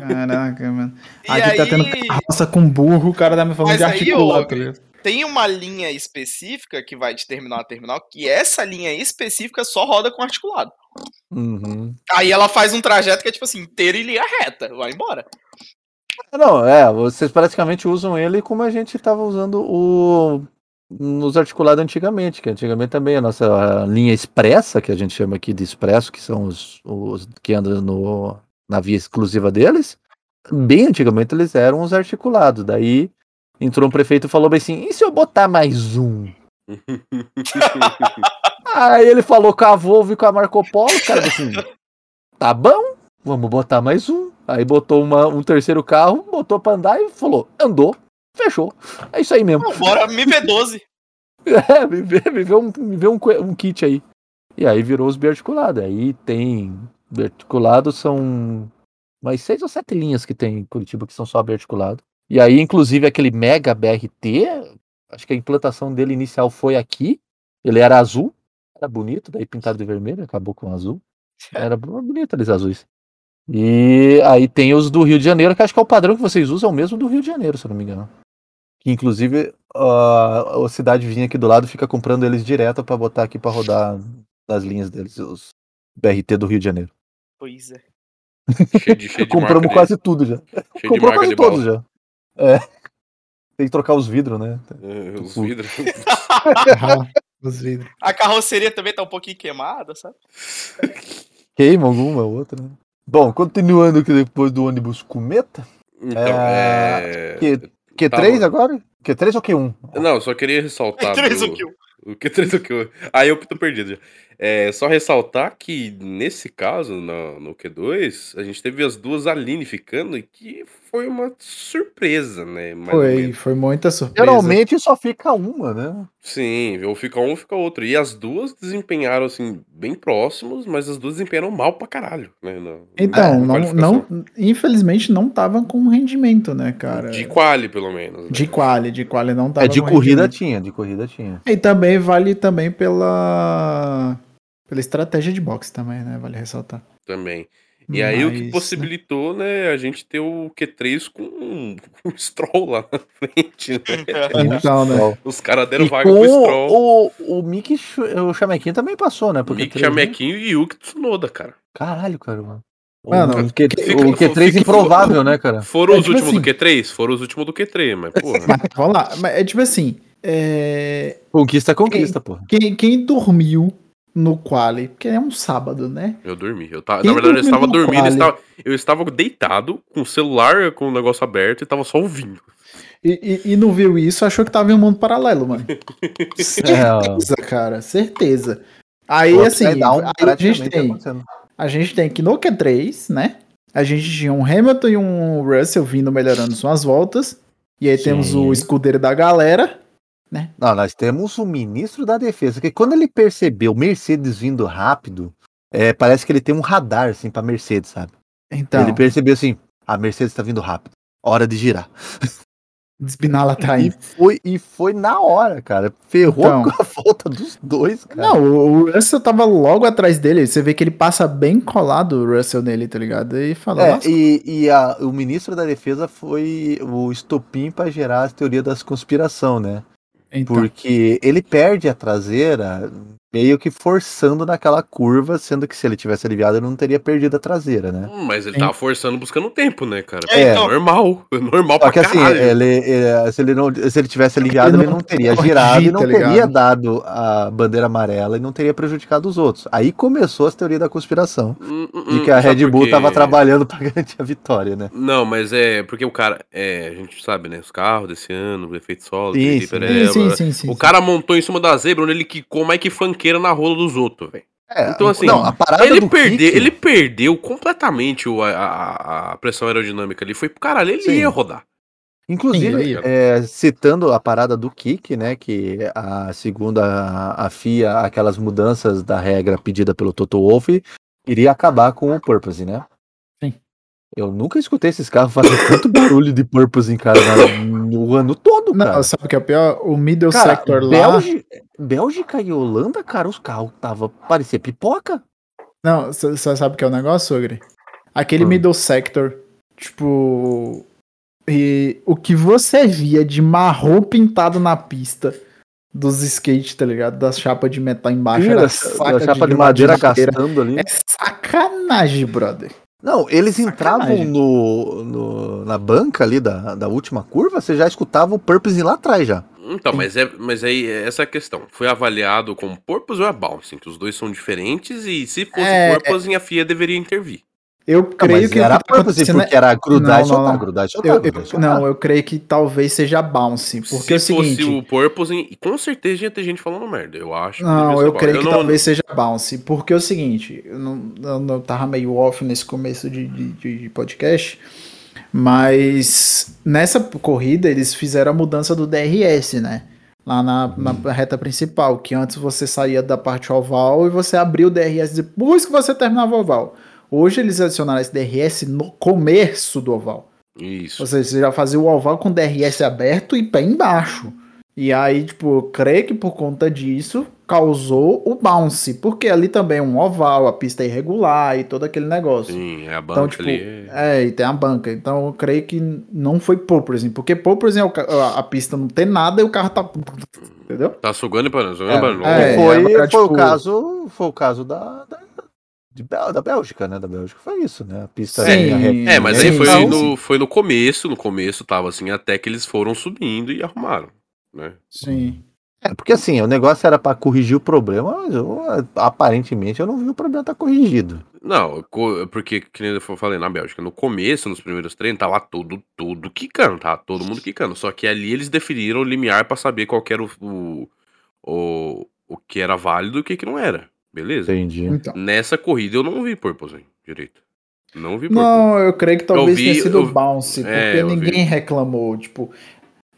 Caraca, mano.
E
Aqui
aí
tá tendo carroça com burro, o cara tá me falando
Mas
de
aí,
articular,
ô,
tá ligado?
tem uma linha específica que vai de terminal a terminal, que essa linha específica só roda com articulado.
Uhum.
Aí ela faz um trajeto que é tipo assim, inteiro em linha reta. Vai embora.
Não, é, vocês praticamente usam ele como a gente estava usando o nos articulados antigamente, que antigamente também a nossa linha expressa, que a gente chama aqui de expresso, que são os, os que andam no, na via exclusiva deles, bem antigamente eles eram os articulados. Daí entrou um prefeito e falou bem assim, e se eu botar mais um? Aí ele falou com a Volvo e com a Marco Polo, o cara disse assim, tá bom, vamos botar mais um. Aí botou uma- um terceiro carro, botou pra andar e falou, andou, fechou. É isso aí mesmo.
Bora MV12.
É, me vê, me vê um, me vê um, que- um kit aí. E aí virou os biarticulados. Aí tem. Biarticulado são mais seis ou sete linhas que tem em Curitiba que são só biarticulado. E aí, inclusive, aquele Mega BRT, acho que a implantação dele inicial foi aqui. Ele era azul, era bonito, daí pintado de vermelho, acabou com azul. Era bonito eles azuis. E aí tem os do Rio de Janeiro, que acho que é o padrão que vocês usam, é o mesmo do Rio de Janeiro, se eu não me engano. Que inclusive a a cidade vinha aqui do lado fica comprando eles direto pra botar aqui pra rodar nas linhas deles, os BRT do Rio de Janeiro.
Pois é.
Cheio de, cheio de marca
Compramos
dele.
quase tudo já.
Cheio de
Comprou
marca
quase
de bala.
todos já. É. Tem que trocar os vidros, né?
É, os vidros.
Errar os vidros.
A carroceria também tá um pouquinho queimada, sabe?
Queima alguma outra, né? Bom, continuando aqui depois do ônibus Cometa.
Então,
Ah,
é...
Q, Q3
Tá, né?
agora? Q3 ou Q1?
Não, só queria ressaltar.
Três
Tá do- É,
o kill.
O que três o que eu... Aí eu que tô perdido já. É, só ressaltar que nesse caso, no, no Q2, a gente teve as duas Aline ficando e que foi uma surpresa, né? Mais ou
é
Foi,
menos.
foi muita surpresa.
Geralmente só fica uma, né?
Sim, ou fica um, fica outro. E as duas desempenharam, assim, bem próximos, mas as duas desempenharam mal pra caralho, né? na-
Então,
na
não,
qualificação.
não, infelizmente não tava com rendimento, né, cara?
De quali, pelo menos. né?
De quali, de quali não tava
É, de
com
corrida
rendimento.
tinha, de corrida tinha.
E também vale também pela pela estratégia de boxe também, né? Vale ressaltar.
Também. E aí o que
Mas,
possibilitou, né, a gente ter o Q3 com um, com um Stroll lá na frente, né?
né? Então, né?
Ó,
Os caras deram
E
vaga pro Stroll.
com o, o Mick Sch- o Chamequinho também passou, né? Porque
Mick
três, né?
Chamequinho e Yuki Tsunoda, cara.
Caralho, cara, mano.
Mano,
o, Q,
fica-
o Q3
fica-
improvável, né, cara?
Foram
É,
os
tipo
últimos do
assim.
Q3? Foram os últimos do Q3, mas porra.
Mas vamos lá. Mas é tipo assim, é,
Conquista é conquista, porra.
quem, quem dormiu no quali, porque é um sábado, né?
eu dormi. Eu tava, na
Quem
verdade, eu
dormiu
estava
no
dormindo. Eu
quali?
estava, eu estava deitado com o celular, com o negócio aberto e tava só ouvindo.
E, e- e não viu isso, achou que tava em um mundo paralelo, mano.
É,
certeza, cara, certeza. Aí,
o
assim,
upside down
aí a gente
é, um praticamente
tem
acontecendo.
A gente tem que no Q3, né? A gente tinha um Hamilton e um Russell vindo melhorando suas voltas. E aí
Sim.
temos o escudeiro da galera.
Não, nós temos o ministro da defesa, que quando ele percebeu Mercedes vindo rápido, é, parece que ele tem um radar, assim, pra Mercedes, sabe?
Então,
Ele percebeu assim, a Mercedes tá vindo rápido, hora de girar.
desbinala tá
E
aí.
foi, e foi na hora, cara. Ferrou
Então.
com a volta dos dois, cara.
Não, o o Russell tava logo atrás dele. Você vê que ele passa bem colado o Russell nele, tá ligado? E fala,
É,
"Nossa,
e, e a- o ministro da defesa foi o estopim pra gerar as teorias das conspiração, né?
então,
Porque ele perde a traseira meio que forçando naquela curva, sendo que se ele tivesse aliviado, ele não teria perdido a traseira, né?
Hum, Mas ele
Sim.
tava forçando, buscando tempo, né, cara?
É,
É,
então.
normal. É normal
Só
pra
que assim,
caralho.
ele, é, se, ele não, se ele tivesse aliviado,
Ele
ele
não
não, teria
corrigir,
girado e não
tá
teria
ligado?
dado a bandeira amarela e não teria prejudicado os outros. Aí começou as teorias da conspiração.
Hum, hum,
De
hum,
que a
sabe
Red
por
Bull
quê?
tava trabalhando pra garantir a vitória, né?
Não, mas é porque o cara. É, a gente sabe, né? Os carros desse ano, o efeito solo,
Sim,
piriri,
sim.
pereré, blá,
sim, sim,
blá.
sim, sim.
O cara montou em cima da zebra onde ele quicou mais que fanqueira na rola dos outros, velho.
É,
Então, assim,
não, a parada
Ele,
do
perde,
kick-
ele perdeu completamente o- a, a- a pressão aerodinâmica ali. Foi pro caralho, ele
Sim.
ia rodar.
Inclusive,
Sim, aí, ó.
é, citando a parada do kick, né? Que a, segundo a, a FIA, aquelas mudanças da regra pedida pelo Toto Wolff iria acabar com o purpose, né?
Sim.
Eu nunca escutei esses carros fazer tanto barulho de purpose, cara, na- no ano todo,
Não,
cara.
sabe o que é o pior? O middle
Cara,
sector lá.
Bélgica, Bélgica e Holanda, cara, os carros tava parecia pipoca.
Não, você sabe o que é o negócio, Ogre? Aquele
Hum.
middle sector, tipo. E o que você via de marrom pintado na pista dos skates, tá ligado? Das chapas de metal embaixo.
Tira,
era
a
faca
chapa de,
grama
madeira
de madeira.
gastando ali.
É sacanagem, brother.
Não, eles entravam
Sacanagem.
no, no- na banca ali da, da última curva, você já escutava o Purpose lá atrás já.
Então, mas, é, mas aí é essa a questão. Foi avaliado como purpose ou é bouncing? Que os dois são diferentes e se fosse
É,
purpose, a FIA deveria intervir.
Eu
Não,
creio
mas
que. o
era
que tá
Purpose
acontecendo
porque era grudar
Não,
e soltar,
não.
grudar e soltar.
Eu,
grudar e
eu,
soltar.
não, é, eu creio que talvez seja bounce. Porque
se
é o seguinte.
fosse o purpose, e com certeza ia ter gente falando merda. Eu acho. que devia
Não,
ser
eu
bouncing.
creio que
não-
talvez seja bounce, porque é o seguinte, eu não, eu não tava meio off nesse começo de, de- de- de podcast, mas nessa corrida eles fizeram a mudança do DRS, né? Lá na,
Hum.
na reta principal, que antes você saía da parte oval e você abria o DRS depois que você terminava o oval. Hoje eles adicionaram esse DRS no começo do oval.
Isso.
Ou seja, você já fazia o oval com o DRS aberto e pé embaixo. E aí, tipo, eu creio que por conta disso causou o bounce, porque ali também é um oval, a pista é irregular e todo aquele negócio.
Sim, é a banca
Então, tipo,
ali. é-
É, e tem a banca. Então eu creio que não foi porpoising, porque porpoising é o ca- a, a pista não tem nada e o carro tá. Entendeu?
Tá sugando e parando, sugando
É,
e parando.
é.
E foi
agora,
foi
tipo-
o caso, foi o caso da, da, de Bel- da Bélgica, né? Da Bélgica foi isso, né? A pista
Sim.
era-
É, mas
Sim,
aí foi
sim.
no, foi no começo, no começo tava assim, até que eles foram subindo e arrumaram, né?
Sim.
É, porque assim, o negócio era pra corrigir o problema, mas eu, aparentemente eu não vi o problema tá corrigido.
Não, co- porque, que nem eu falei, na Bélgica, no começo, nos primeiros treinos, tava todo, todo quicando, tá? Todo mundo quicando. Só que ali eles definiram o limiar pra saber qual que era o, o, o, o que era válido e o que, que não era. Beleza?
Entendi.
Então.
Nessa corrida eu não vi porpozinho direito. Não vi porpozinho.
Não, eu creio que talvez
vi-
tenha sido
eu-
o bounce, porque
é, eu vi.
ninguém reclamou. Tipo,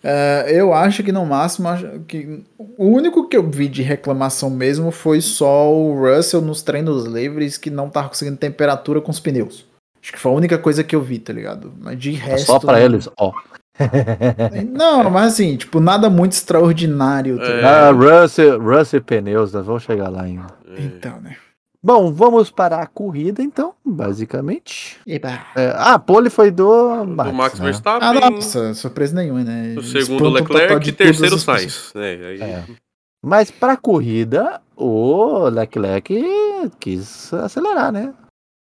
é, eu acho que no máximo acho que o único que eu vi de reclamação mesmo foi só o Russell nos treinos livres que não tava conseguindo temperatura com os pneus. Acho que foi a única coisa que eu vi, tá ligado? Mas de
É
resto.
só pra
não-
eles, né? ó.
É. Não, mas assim, tipo, nada muito extraordinário. Tá
É.
ligado?
Ah, Russell, Russell Pneus, nós vamos chegar lá ainda.
É.
Então, né?
Bom, vamos para a corrida então, basicamente.
Eba.
É, ah, a pole foi do Max.
É, do Max
né?
Verstappen,
Ah, nossa, surpresa nenhuma, né?
o
Espanto
segundo
um totó
Leclerc
de
e terceiro
todas as pessoas.
Sainz. né? Aí-
É. Mas pra corrida, o Leclerc quis acelerar, né?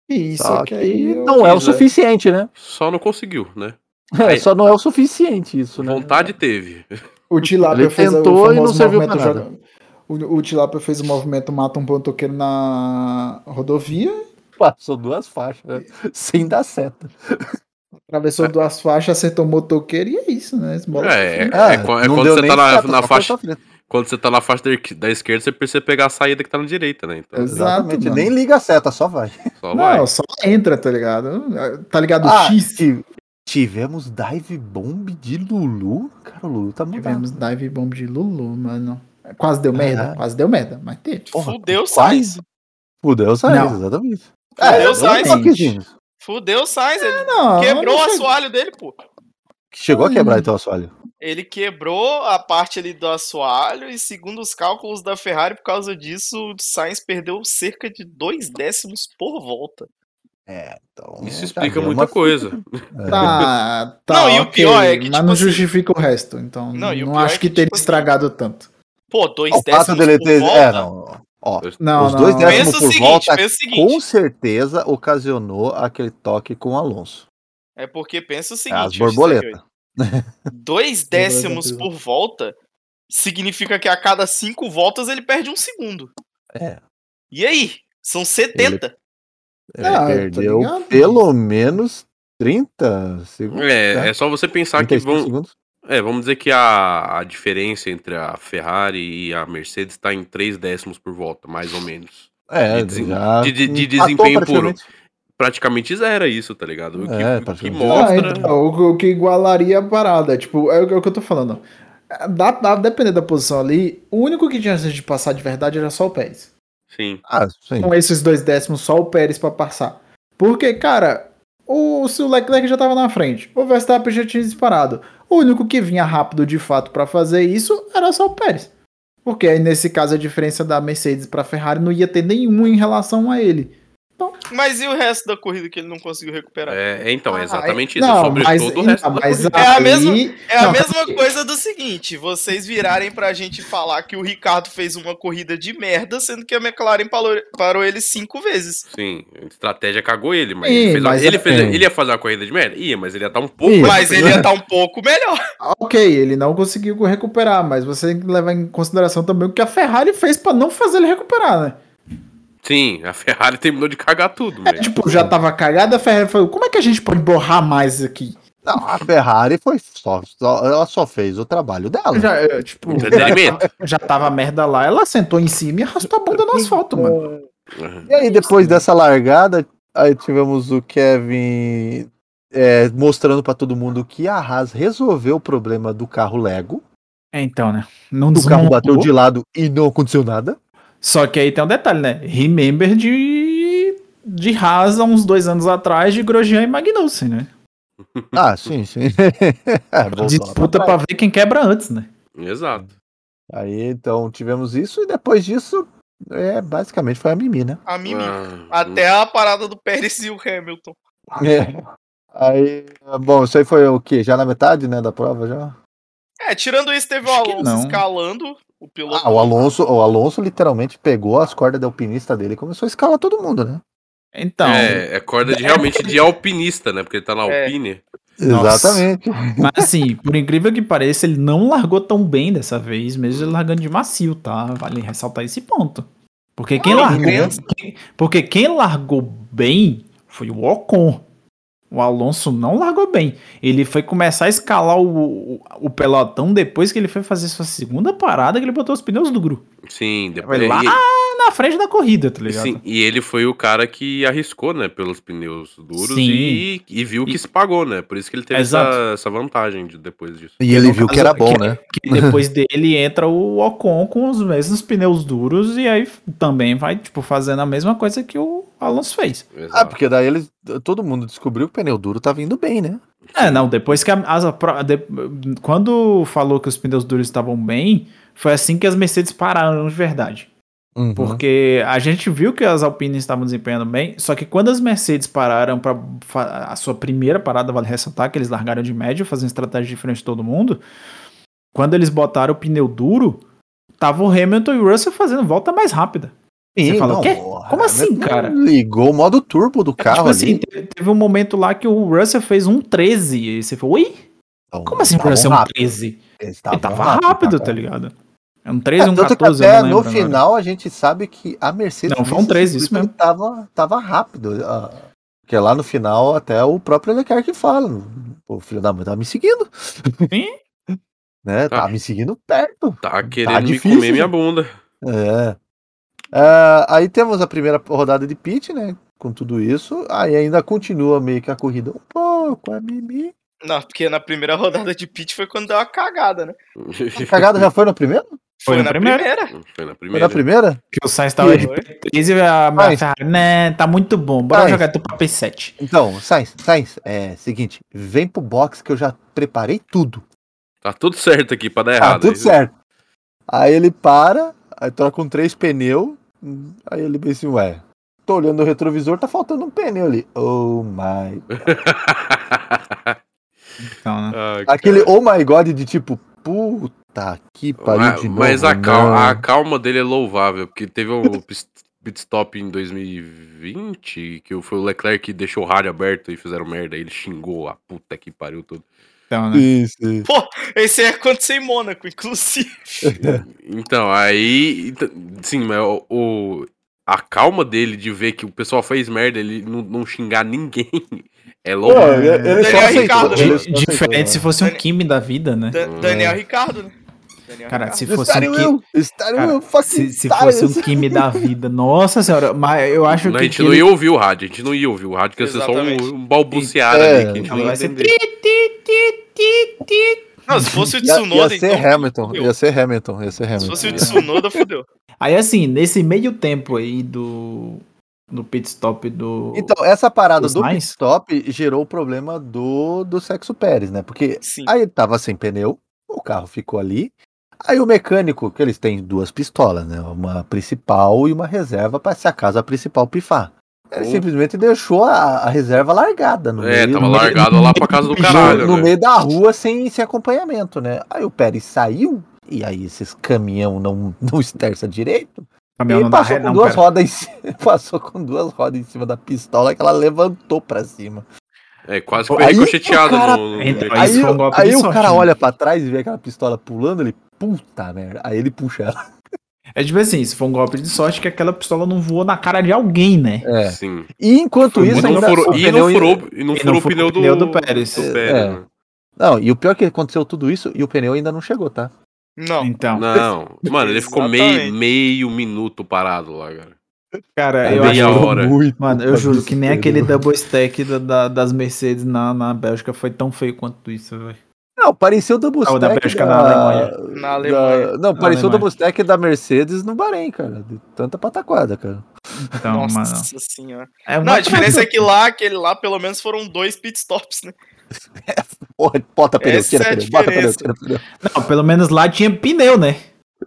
Isso,
Só
que
que
aí eu-
não é o
quis, né?
suficiente, né?
Só não conseguiu, né?
É,
Aí-
só não é o suficiente isso, né?
Vontade teve.
O Tilapia
Ele
fez
tentou
o
e não
famoso
serviu
movimento
pra nada.
joga- O, o Tilapia fez o movimento mata um pontoqueiro na rodovia,
Passou duas faixas né? sem dar seta.
atravessou
É.
duas faixas, acertou o motoqueiro e é isso, né? Esse bola
É,
pra frente.
é quan- é
Ah, não
quando
deu
você
nem
tá na,
seta,
na
só
faixa.
foi pra frente.
Quando você tá na faixa da, ir- da esquerda, você precisa pegar a saída que tá na direita, né? Então,
Exato,
Exatamente,
mano.
nem liga a seta, só vai.
é,
só vai.
Não, só entra, tá ligado? Tá ligado o
Ah,
X?
ti- Tivemos dive bomb de Lulu. Cara, o Lulu tá mudando.
Tivemos dive bomb de Lulu, mano. Quase deu merda,
Ah.
quase deu merda, mas teve.
Porra,
Fudeu o
quase.
Sainz.
Fudeu o Sainz,
Não.
exatamente.
Fudeu o
deu
Sainz.
um toquezinho.
Fudeu o Sainz, ele
Ah,
Não,
quebrou
não
é
o
chegou.
assoalho dele, pô.
Chegou a quebrar então o assoalho.
Ele quebrou a parte ali do assoalho e, segundo os cálculos da Ferrari, por causa disso, o Sainz perdeu cerca de dois décimos por volta.
É, então.
Isso
já
explica
deu
muita
uma-
coisa.
É.
Tá, tá.
Não, e o
ok,
pior é que,
Mas
tipo
não
assim-
justifica o resto, então.
Não,
Não,
e o pior
acho
é
que,
que,
teria
tipo assim,
estragado tanto.
Pô, dois
O fato
décimos
dele
por
ter.
volta.
É, não. Ó,
Não,
os
não,
dois
não.
décimos
Pensa o
por
seguinte,
volta
pensa o seguinte.
com certeza ocasionou aquele toque com o Alonso.
É porque pensa o seguinte:
As
XZ8.
borboletas.
dois décimos por volta significa que a cada cinco voltas ele perde um segundo.
É.
E aí? São 70.
Ele
Ah, eu tô
perdeu
ligado,
pelo menos 30 segundos.
Tá.
É, é só você pensar que
35
vão.
segundos.
É, vamos dizer que a, a diferença entre a Ferrari e a Mercedes tá em 3 décimos por volta, mais ou menos.
É,
de desen-
já
de- de- de
empatou
desempenho puro.
praticamente.
Praticamente zero é isso, tá ligado? O que,
É,
o que
praticamente.
Ah,
mostra.
então, o, o que igualaria a parada. Tipo, é o, que- é o que eu tô falando. Da, da, dependendo da posição ali, o único que tinha chance de passar de verdade era só o Pérez.
Sim.
Ah, sim.
Com esses dois décimos, só o Pérez pra passar. Porque, cara, o, se o Leclerc já tava na frente, o Verstappen já tinha disparado. O único que vinha rápido de fato pra fazer isso era só o Pérez. Porque aí, nesse caso, a diferença da Mercedes pra Ferrari não ia ter nenhuma em relação a ele.
Mas e o resto da corrida que ele não conseguiu recuperar? É,
É, é, então, é
Ah,
exatamente
é-
isso.
não,
é sobre
mas- então,
todo o resto. da
mas
corrida.
É a
aí-
mesma- a
não, tá
mesma
mas-
coisa do seguinte: vocês virarem pra gente falar que o Ricardo fez uma corrida de merda, sendo que a McLaren parou, parou ele cinco vezes.
Sim, a estratégia cagou ele, mas,
Sim,
ele, fez a-
mas-
ele, fez-
é.
ele ia fazer uma corrida de merda? Ia, mas ele ia estar um pouco
é
Ia.
mais
Mas ele ia estar um pouco melhor.
Ok, ele não conseguiu recuperar, mas você tem que levar em consideração também o que a Ferrari fez pra não fazer ele recuperar, né?
Sim, a Ferrari terminou de cagar tudo, velho.
Tipo, já tava cagada, a Ferrari falou: como é que a gente pode borrar mais aqui?
Não, a Ferrari foi só, só- ela só fez o trabalho dela.
Já, é, tipo,
Entretenimento.
já tava merda lá, ela sentou em cima e arrastou a bunda no asfalto, mano.
E aí, depois dessa largada, aí tivemos o Kevin é, mostrando pra todo mundo que a Haas resolveu o problema do carro Lego.
É, então, né? Não
O carro
desmontou.
bateu de lado e não aconteceu nada.
Só que aí tem um detalhe, né? Remember de. de Haas há uns dois anos atrás de Grosjean e Magnussen, né?
Ah, sim, sim. É, voltou lá pra
Disputa
trás.
pra ver quem quebra antes, né?
Exato.
Aí então tivemos isso e depois disso é basicamente foi a Mimi, né?
A mim,
Ah,
até a parada do Pérez e o Hamilton.
É. Aí, bom, isso aí foi o quê? Já na metade, né, da prova já?
É, tirando isso, teve o
Acho que
Alonso
não.
escalando o piloto.
Ah, o Alonso, o Alonso literalmente pegou as cordas da alpinista dele e começou a escalar todo mundo, né?
Então,
É, é corda de realmente de alpinista, né? Porque ele tá na
É.
Alpine.
Nossa.
Exatamente.
mas assim, por incrível que pareça, ele não largou tão bem dessa vez, mesmo ele largando de macio, tá? Vale ressaltar esse ponto. Porque quem
Ah,
largou,
criança.
quem- porque quem largou bem foi o Ocon. O Alonso não largou bem. Ele foi começar a escalar o, o, o pelotão depois que ele foi fazer sua segunda parada, que ele botou os pneus do grupo.
Sim, depois.
Vai lá
E,
Na frente da corrida, tá ligado?
sim, e ele foi o cara que arriscou, né? Pelos pneus duros
Sim.
e, e viu que
E-
se pagou, né? Por isso que ele teve
Exato.
essa, essa vantagem de, depois disso.
E ele
no
viu que
caso,
era bom,
que-
né?
Que depois dele entra o Ocon com os mesmos pneus duros e aí f- também vai, tipo, fazendo a mesma coisa que o Alonso fez.
Ah,
Exato.
porque daí eles, todo mundo descobriu que o pneu duro tava indo bem, né?
É, não, depois que a, as- a pro- de- quando falou que os pneus duros estavam bem, foi assim que as Mercedes pararam de verdade.
Uhum.
Porque a gente viu que as Alpines estavam desempenhando bem, só que quando as Mercedes pararam para a sua primeira parada, vale ressaltar que eles largaram de médio, fazendo estratégia diferente de todo mundo. Quando eles botaram o pneu duro, tava o Hamilton e o Russell fazendo volta mais rápida.
Sim,
você fala,
não,
"O quê?
porra,
Como assim,
mas
cara?"
Ligou o modo turbo do carro
tipo assim,
ali.
te- teve um momento lá que o Russell fez um 13 e você falou, ui,
Então,
como assim o
tava
Russell um
rápido,
13?
eles
Ele
tavam
tava rápido,
tava-
tá ligado? É um
É,
13, um
tanto que
14, eu
até
não
no
lembro agora.
final a gente sabe que a Mercedes
Não, foi um
nesse
13, isso
circuito
mesmo.
tava, tava rápido. ah, Porque lá no final até o próprio Leclerc fala. O filho da mãe tava me seguindo.
Sim.
né?
Tá.
Tava me seguindo perto.
Tá querendo me
difícil,
comer minha
gente.
bunda.
É. Ah, aí temos a primeira rodada de pit, né? Com tudo isso. Aí ainda continua meio que a corrida um pouco, a Mimi.
Não, porque na primeira rodada de pit foi quando deu uma cagada, né?
A cagada já foi na primeira?
Foi,
Foi na
na
primeira.
primeira.
Foi na
Foi
primeira.
na primeira?
Que o Sainz tava de
Foi.
13 e a, a
Sainz.
Ferrari, né, tá muito bom, bora
Sainz.
jogar tu pra P7.
Então, Sainz, Sainz, é seguinte, vem pro box que eu já preparei tudo.
Tá tudo certo aqui pra dar
Tá
errado. é
tudo
Aí-
certo. Aí ele para, aí troca um três pneu, aí ele pensa assim, ué, tô olhando o retrovisor, tá faltando um pneu ali. Oh my.
Então, né?
Ah,
Aquele
cara.
oh my god de tipo, puta que pariu
Mas,
de novo.
mas a,
não.
calma, a calma dele é louvável, porque teve um pit pit stop em 2020, que foi o Leclerc que deixou o rádio aberto e fizeram merda. Ele xingou a puta que pariu tudo.
Então, né?
Sim, sim.
Esse aí é aconteceu em Mônaco, inclusive.
Então, aí. ent- Sim, mas o, o- a calma dele de ver que o pessoal fez merda, ele não, não xingar ninguém, é
Pô,
louvável.
ele, ele só
Daniel
aceitou.
Ricciardo,
ele
né?
só
Di-
aceitou,
Diferente se
né?
fosse um
Dani-
Kimi da vida, né?
Da- Daniel Ricardo, né? Daniel
Cara,
Ricardo.
se fosse
Starry
um Kimi...
Will, Starry
Cara,
Will, fucking
Se, se
Starry
fosse um
Will.
time da vida, nossa senhora, mas eu acho
Não,
que.
a gente
que
não
ele-
ia ouvir o rádio, a gente não ia ouvir o rádio, que ia ser só
Exatamente.
um, um balbuciar ali que a gente
Não,
não ia
vai ser
entender.
Não, se fosse o
Ia, ia
Tsunoda,
ser
então.
Hamilton,
fudeu.
ia ser Hamilton, ia ser
Se fosse o
Hamilton.
Tsunoda, fudeu.
Aí assim, nesse meio tempo aí do. No pit stop do.
Então, essa parada
Os
do pit
mais?
stop gerou o problema do, do sexo Pérez, né? Porque
Sim.
aí ele tava sem pneu, o carro ficou ali. Aí o mecânico, que eles têm duas pistolas, né? Uma principal e uma reserva para se a casa principal pifar. Ele
Bom.
simplesmente deixou a, a reserva largada. No
É,
meio,
tava
no meio-
largado lá pra casa do caralho.
no, no
né?
meio da rua sem, sem acompanhamento, né? Aí o Pérez saiu, e aí esses caminhão não, não esterça direito.
Caminhão
e
não dá
passou
ré,
com
não,
duas
pera.
rodas em cima, passou com duas rodas em cima da pistola que ela levantou pra cima.
É, quase que
Aí o
foi ricocheteado
cara-
no, no-
Então,
no-
Aí
Aí,
isso foi um golpe
aí
de
o
sorte,
cara
né?
olha pra trás e vê aquela pistola pulando, ele, puta merda. Aí ele puxa ela.
É tipo assim, se foi um golpe de sorte que aquela pistola não voou na cara de alguém, né?
É.
Sim.
E enquanto
Foi
E
isso, é
muito
ainda
não furou,
o
e
pneu
não
ia-
furou, e não
e não
furou o
furou
pneu
o
do,
pneu do Pérez.
do
É.
Pérez, né?
Não, e o pior é que aconteceu tudo isso e o pneu ainda não chegou, tá?
Não.
Então,
Não, mano, ele ficou meio,
Exatamente.
meio minuto parado lá, cara.
cara, É, eu
Meia
acho.
demorou
hora.
muito
Mano, eu
pra
juro que nem
desespero.
aquele double stack da- da- das Mercedes na, na Bélgica foi tão feio quanto isso, velho.
Não, parecia o double
Ah, o
stack
da Bélgica na Alemanha.
Na Alemanha.
da- Não,
Na
parecia
Alemanha.
o double stack da Mercedes no Bahrein, cara. De tanta pataquada, cara.
Então,
Nossa
mano.
senhora.
É
Não,
uma
a diferença é que lá, aquele lá, pelo menos foram dois pitstops, né?
Porra, bota pneu,
Essa
tira
é a
pneu, bota pneu,
diferença.
tira pneu.
Não, pelo menos lá tinha pneu, né?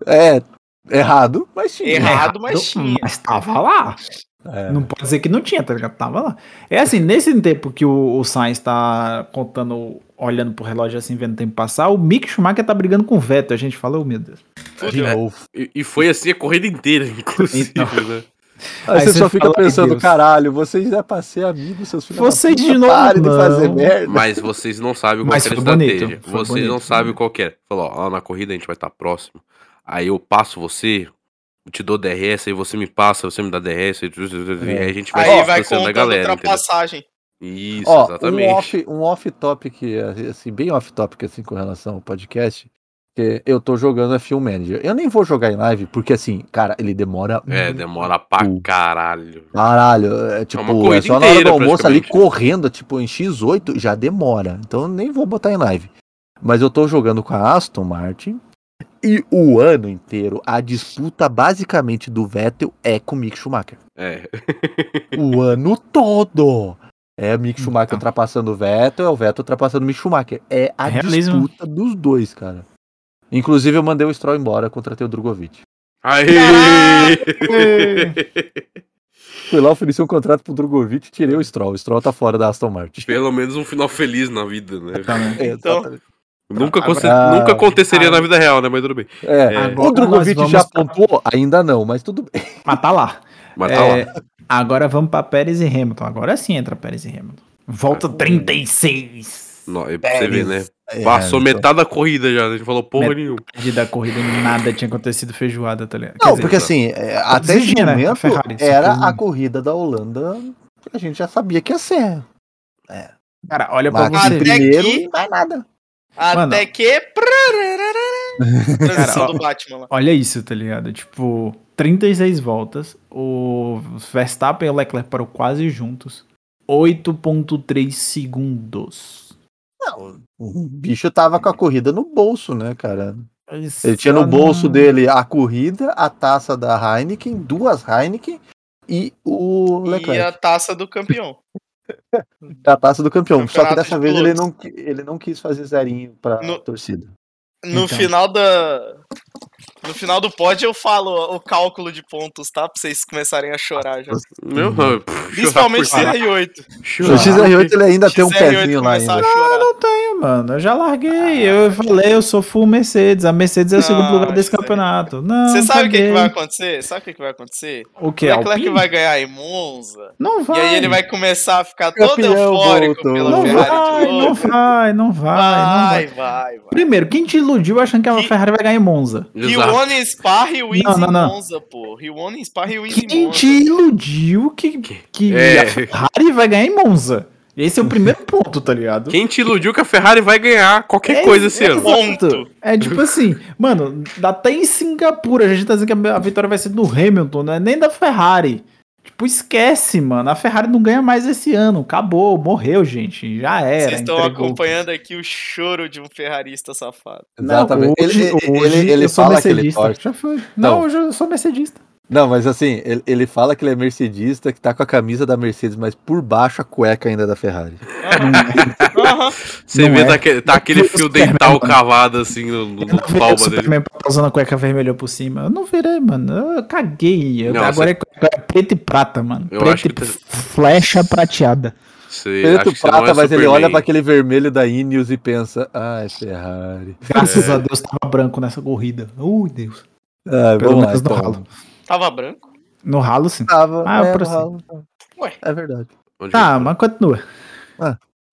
É, errado, mas tinha.
Errado, mas tinha.
Mas tava lá.
É.
Não pode dizer que não tinha, tá ligado? Tava lá. É assim, nesse tempo que o, o Sainz tá contando, olhando pro relógio assim, vendo o tempo passar, o Mick Schumacher tá brigando com o Vettel. A gente fala, oh, meu Deus.
De
Fudeu.
novo.
E, e foi assim a corrida inteira, inclusive,
Então.
né?
Aí,
Aí
você
você
só fica
fala, "Ai,
pensando,
Deus."
caralho, vocês é pra ser amigos, seus filhos. da
Vocês
puta,
de novo,
Parem de
não.
fazer merda.
Mas vocês não sabem qual
Mas
que era a
foi bonito,
estratégia.
foi
vocês
bonito,
não
foi
sabem
bonito.
qual que era. Falou, ó, lá na corrida a gente vai estar próximo. Aí eu passo você, eu te dou DRS, aí você me passa, você me dá DRS, aí
É.
a gente vai
Aí
se
vai
distanciando
contando
da galera, entendeu?
ultrapassagem.
Isso,
Ó, um
exatamente.
off, um off topic, assim, bem off topic assim com relação ao podcast, que eu tô jogando F1 Manager. Eu nem vou jogar em live, porque assim, cara, ele demora
É, demora pra
Hum.
caralho.
Caralho, é tipo,
uma corrida
é só na hora do
inteira,
almoço ali
praticamente.
correndo, tipo, em X8 já demora. Então eu nem vou botar em live. Mas eu tô jogando com a Aston Martin e o ano inteiro a disputa basicamente do Vettel é com o Mick Schumacher.
É.
O ano todo. É o Mick Schumacher
Então.
ultrapassando o Vettel, é o Vettel ultrapassando o Mick Schumacher. É a
Realismo.
disputa dos dois, cara. Inclusive eu mandei o Stroll embora, contratei o Drogovic.
Aí!
Então,
Fui lá, ofereci um contrato pro Drogovic e tirei o Stroll. O Stroll tá fora da Aston Martin.
Pelo menos um final feliz na vida, né?
Tá, né?
Então,
Nunca,
Agora-
aconte-
Ah.
nunca aconteceria
Ah.
na vida real, né? Mas tudo bem.
É,
Agora
o Drogovic
nós
já
vamos pra-
pontuou? Ainda não, mas tudo bem.
Mas tá lá.
Mas tá lá.
É, Agora vamos pra Pérez e Hamilton. Agora sim entra Pérez e Hamilton. Volta 36.
Não, é pra você ver, né?
É,
Passou
não sei.
metade da corrida já, a gente falou porra
Met-
nenhuma.
De da corrida nada tinha acontecido feijoada, tá ligado? Quer
Não,
dizer,
porque assim, é, até esse
exigindo, né, a
momento
Ferrari, isso
era
aqui é um-
a corrida da Holanda que a gente já sabia que ia ser.
cara, olha É pra
Max
você.
em
Até
ver.
primeiro
que-
e mais nada.
Mano.
Até que. Transição
Cara, ó.
do Batman lá.
Olha isso, tá ligado? Tipo, 36 voltas. O Verstappen e o Leclerc parou quase juntos. 8.3 segundos.
Não, o bicho tava com a corrida no bolso, né, cara? Ele
Só
tinha no bolso
não- é,
dele a corrida, a taça da Heineken, duas Heineken e o é
E a
Leclerc,
taça do campeão.
a... taça do campeão. Só que
Campeonato
dessa
de
vez ele
pilotos.
não, qui- ele não quis fazer zerinho pra
No-
torcida.
No
Então.
final da. No final do pod eu falo o cálculo de pontos, tá? Pra vocês começarem a chorar já.
Não,
Uhum.
pff, chorar
Principalmente
por chorar.
CR8.
O XR8 ele ainda tem um
CR8
pezinho lá ainda.
começar a chorar.
Mano, eu já larguei. Eu falei, eu sou full Mercedes. A Mercedes é o
Ah, Não,
segundo lugar desse
isso aí.
campeonato. Não,
Você sabe o que, que
caguei.
vai acontecer? Sabe o que, que vai acontecer?
O
O
que?
Leclerc
Alpine?
vai ganhar em Monza.
Não vai.
E aí ele vai começar a ficar todo
Campeão
eufórico
voltou.
pela
Não
Ferrari
vai,
de
não
novo.
vai, não vai, não vai.
Vai, vai, vai.
Primeiro, quem te iludiu achando que a
Que-
Ferrari vai ganhar em Monza?
Exato.
Rione Spa, Rewins
Não, não,
e
não.
Monza, pô. Rione Spa, Rewins e
Quem te
Monza.
iludiu que, que
É.
a Ferrari vai ganhar em Monza? Esse é o primeiro ponto, tá ligado?
Quem te iludiu que a Ferrari vai ganhar qualquer
É,
coisa assim,
é,
esse ano?
exato.
assim, Ponto.
É tipo assim, mano, até em Singapura a gente tá dizendo que a vitória vai ser do Hamilton, não é nem da Ferrari. Tipo, esquece, mano. A Ferrari não ganha mais esse ano. Acabou, morreu, gente. Já era.
Vocês estão
entregou.
acompanhando aqui o choro de um ferrarista safado.
Exatamente.
Não, hoje,
ele ele,
hoje
ele, ele
eu sou
fala que ele
mercedista.
torce. Então.
Já foi.
Não.
Não, hoje eu sou mercedista.
Não, mas assim, ele, ele fala que ele é mercedista, que tá com a camisa da Mercedes, mas por baixo a cueca ainda é da Ferrari.
Aham.
Você
Não
vê
é.
tá aquele, tá aquele
Eu
fio
Superman,
dental
mano.
cavado assim no, no,
Eu
no
não virei o
palma dele.
Superman pra tá usando a cueca vermelha por cima. Eu não virei, mano. Eu caguei. Eu-
Não,
agora é cueca preta e prata, mano.
Eu
Preta
acho
e
que tá-
flecha prateada.
Você, acho
Preto
que você
prata,
não é
mas ele
Superman.
olha pra aquele vermelho da Ineos e pensa, ai, Ferrari.
Graças
É.
a Deus tava branco nessa corrida. Ui, Deus.
Ai,
Pelo
vamos lá,
menos no
então.
ralo.
Tava branco?
No ralo, sim.
Tá,
Tava,
Ah,
é,
por
no
assim.
ralo.
Ué.
É verdade.
Onde
Tá,
eu-
mas continua.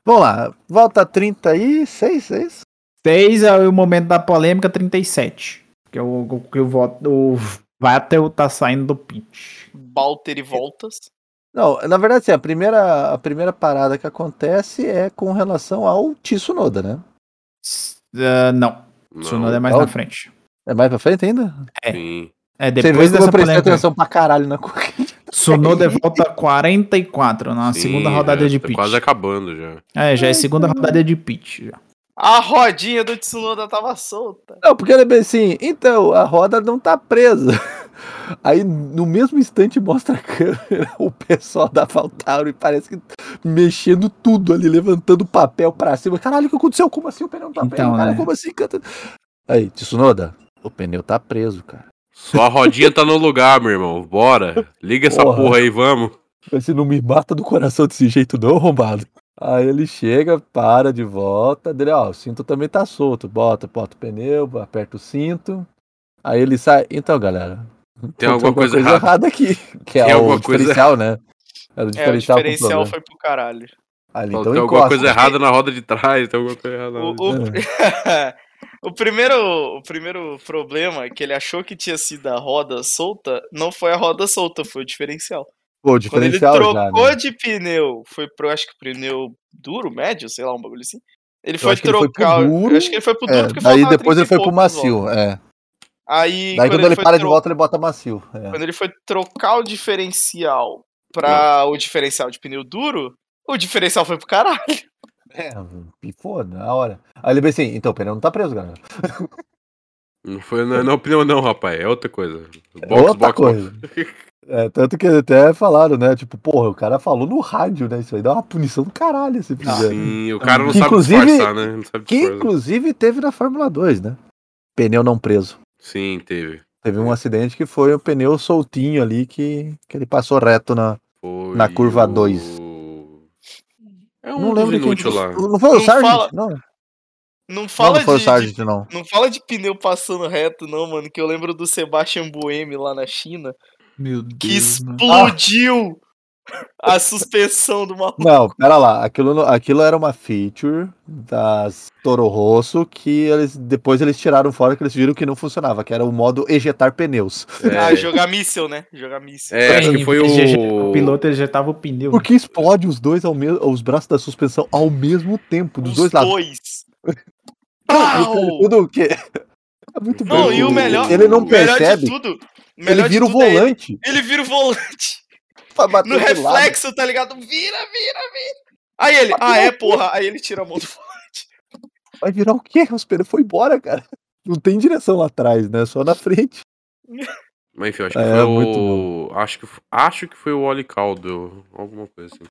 Vamos lá, volta 36, é isso?
6 é o momento da polêmica 37. Que eu, que eu voto. O Vettel tá saindo do pit.
Balter e voltas.
Não, na verdade, assim, a primeira, a primeira parada que acontece é com relação ao Tsunoda, né?
Ah, não, o
Não,
Tsunoda é mais
Não.
na frente.
É mais pra frente ainda?
sim.
É,
Você
depois
vê como
dessa
eu prestei
polêmica.
atenção pra caralho na corrida.
Sonoda volta 44 na
Sim,
segunda
já
rodada
é
de
tá
pitch.
Quase acabando já.
É, já é segunda rodada de pitch. já.
A rodinha do Tsunoda tava solta.
Não, porque ele é bem assim, então, a roda não tá presa. Aí, no mesmo instante, mostra a câmera, o pessoal da Valtauro e parece que mexendo tudo ali, levantando o papel pra cima. Caralho, o que aconteceu? Como assim o pneu tá preso?
Então,
Cara,
né?
como assim? Canta- Aí, Tsunoda, o pneu tá preso, cara.
Sua rodinha tá no lugar, meu irmão. Bora. Liga essa
Porra.
porra aí, vamos.
Você não me mata do coração desse jeito, não, arrombado. Aí ele chega, para de volta, dele, ó, o cinto também tá solto. Bota, bota o pneu, aperta o cinto. Aí ele sai. Então, galera.
Tem
aconteceu
alguma coisa errada.
errada aqui. Que é
Tem
o
alguma coisa
diferencial, né? Era o
É, o
diferencial. com
diferencial
problema.
foi pro caralho.
Ali,
Então,
então
tem alguma
encosta. É.
coisa errada na roda de trás, tem alguma coisa errada. na
O,
roda de-
o-
É.
o primeiro, o primeiro problema que ele achou que tinha sido a roda solta não foi a roda solta, foi o diferencial.
Pô, o
Quando ele
diferencial
trocou
já, né?
de pneu, foi pro, acho que pneu duro, médio, sei lá, um bagulho assim. Ele
Eu
foi
acho que ele foi pro
trocar.
duro,
eu acho que ele foi pro duro
É,
porque
daí
faltava
depois
30
ele
e
foi pro
poucos voltas.
macio, é.
Aí
Daí quando ele
foi
para de
tro-
volta, ele bota macio. é.
Quando ele foi assim. trocar o diferencial
É.
pra o diferencial de pneu duro, o diferencial foi pro caralho.
É, pifou na hora. Aí ele vem assim, então o pneu não tá preso, galera.
Não foi na, na opinião, não, rapaz. É outra coisa.
É outra coisa. É, tanto que até falaram, né? Tipo, porra, o cara falou no rádio, né? Isso aí dá uma punição do caralho se fizer.
Sim, o cara não
Que,
sabe
Ah. inclusive-
disfarçar, né? Não sabe
que
disfarçar.
inclusive teve na Fórmula 2, né? Pneu não preso.
Sim, teve.
Teve um acidente que foi o pneu soltinho ali que, que ele passou reto na.
Foi
Na curva
o-
dois.
É
não
um dos
lembro quem.
inútil lá.
Não foi o
Não
Sargent?
fala-
Não,
Não
não,
fala
não foi o
de, de-
Sargent, não.
não fala de pneu passando reto, não, mano. Que eu lembro do Sebastian Buemi lá na China,
Meu
que
Deus. mano.
explodiu a suspensão do maluco.
Não, pera lá. Aquilo, não- aquilo era uma feature das Toro Rosso que eles, depois eles tiraram fora que eles viram que não funcionava, que era o modo ejetar pneus.
Ah,
É,
jogar míssil, né? Jogar míssil.
é, acho que foi
Ele eje-
o.
piloto ejetava o pneu.
Porque explode os dois ao mesmo, os braços da suspensão ao mesmo tempo, Tipo, dos
Os
dois lados.
Pau!
Então, Tudo o quê? É muito
Não,
bom.
e o melhor-
Ele não
Melhor de
percebe,
tudo.
ele
Melhor de
vira o
tudo é ele-
volante
ele vira o volante.
pra bater
No
do lado.
reflexo, tá ligado? Vira, vira, vira. Aí
Tá
ele, ah é, porra. Aí ele tira a mão do
Vai virar o quê? Os pneus foi embora, cara. Não tem direção lá atrás, né? Só na frente.
Mas enfim, acho que
É,
foi
muito
o. Acho que, f- acho que foi o Oli Caldo, alguma coisa assim.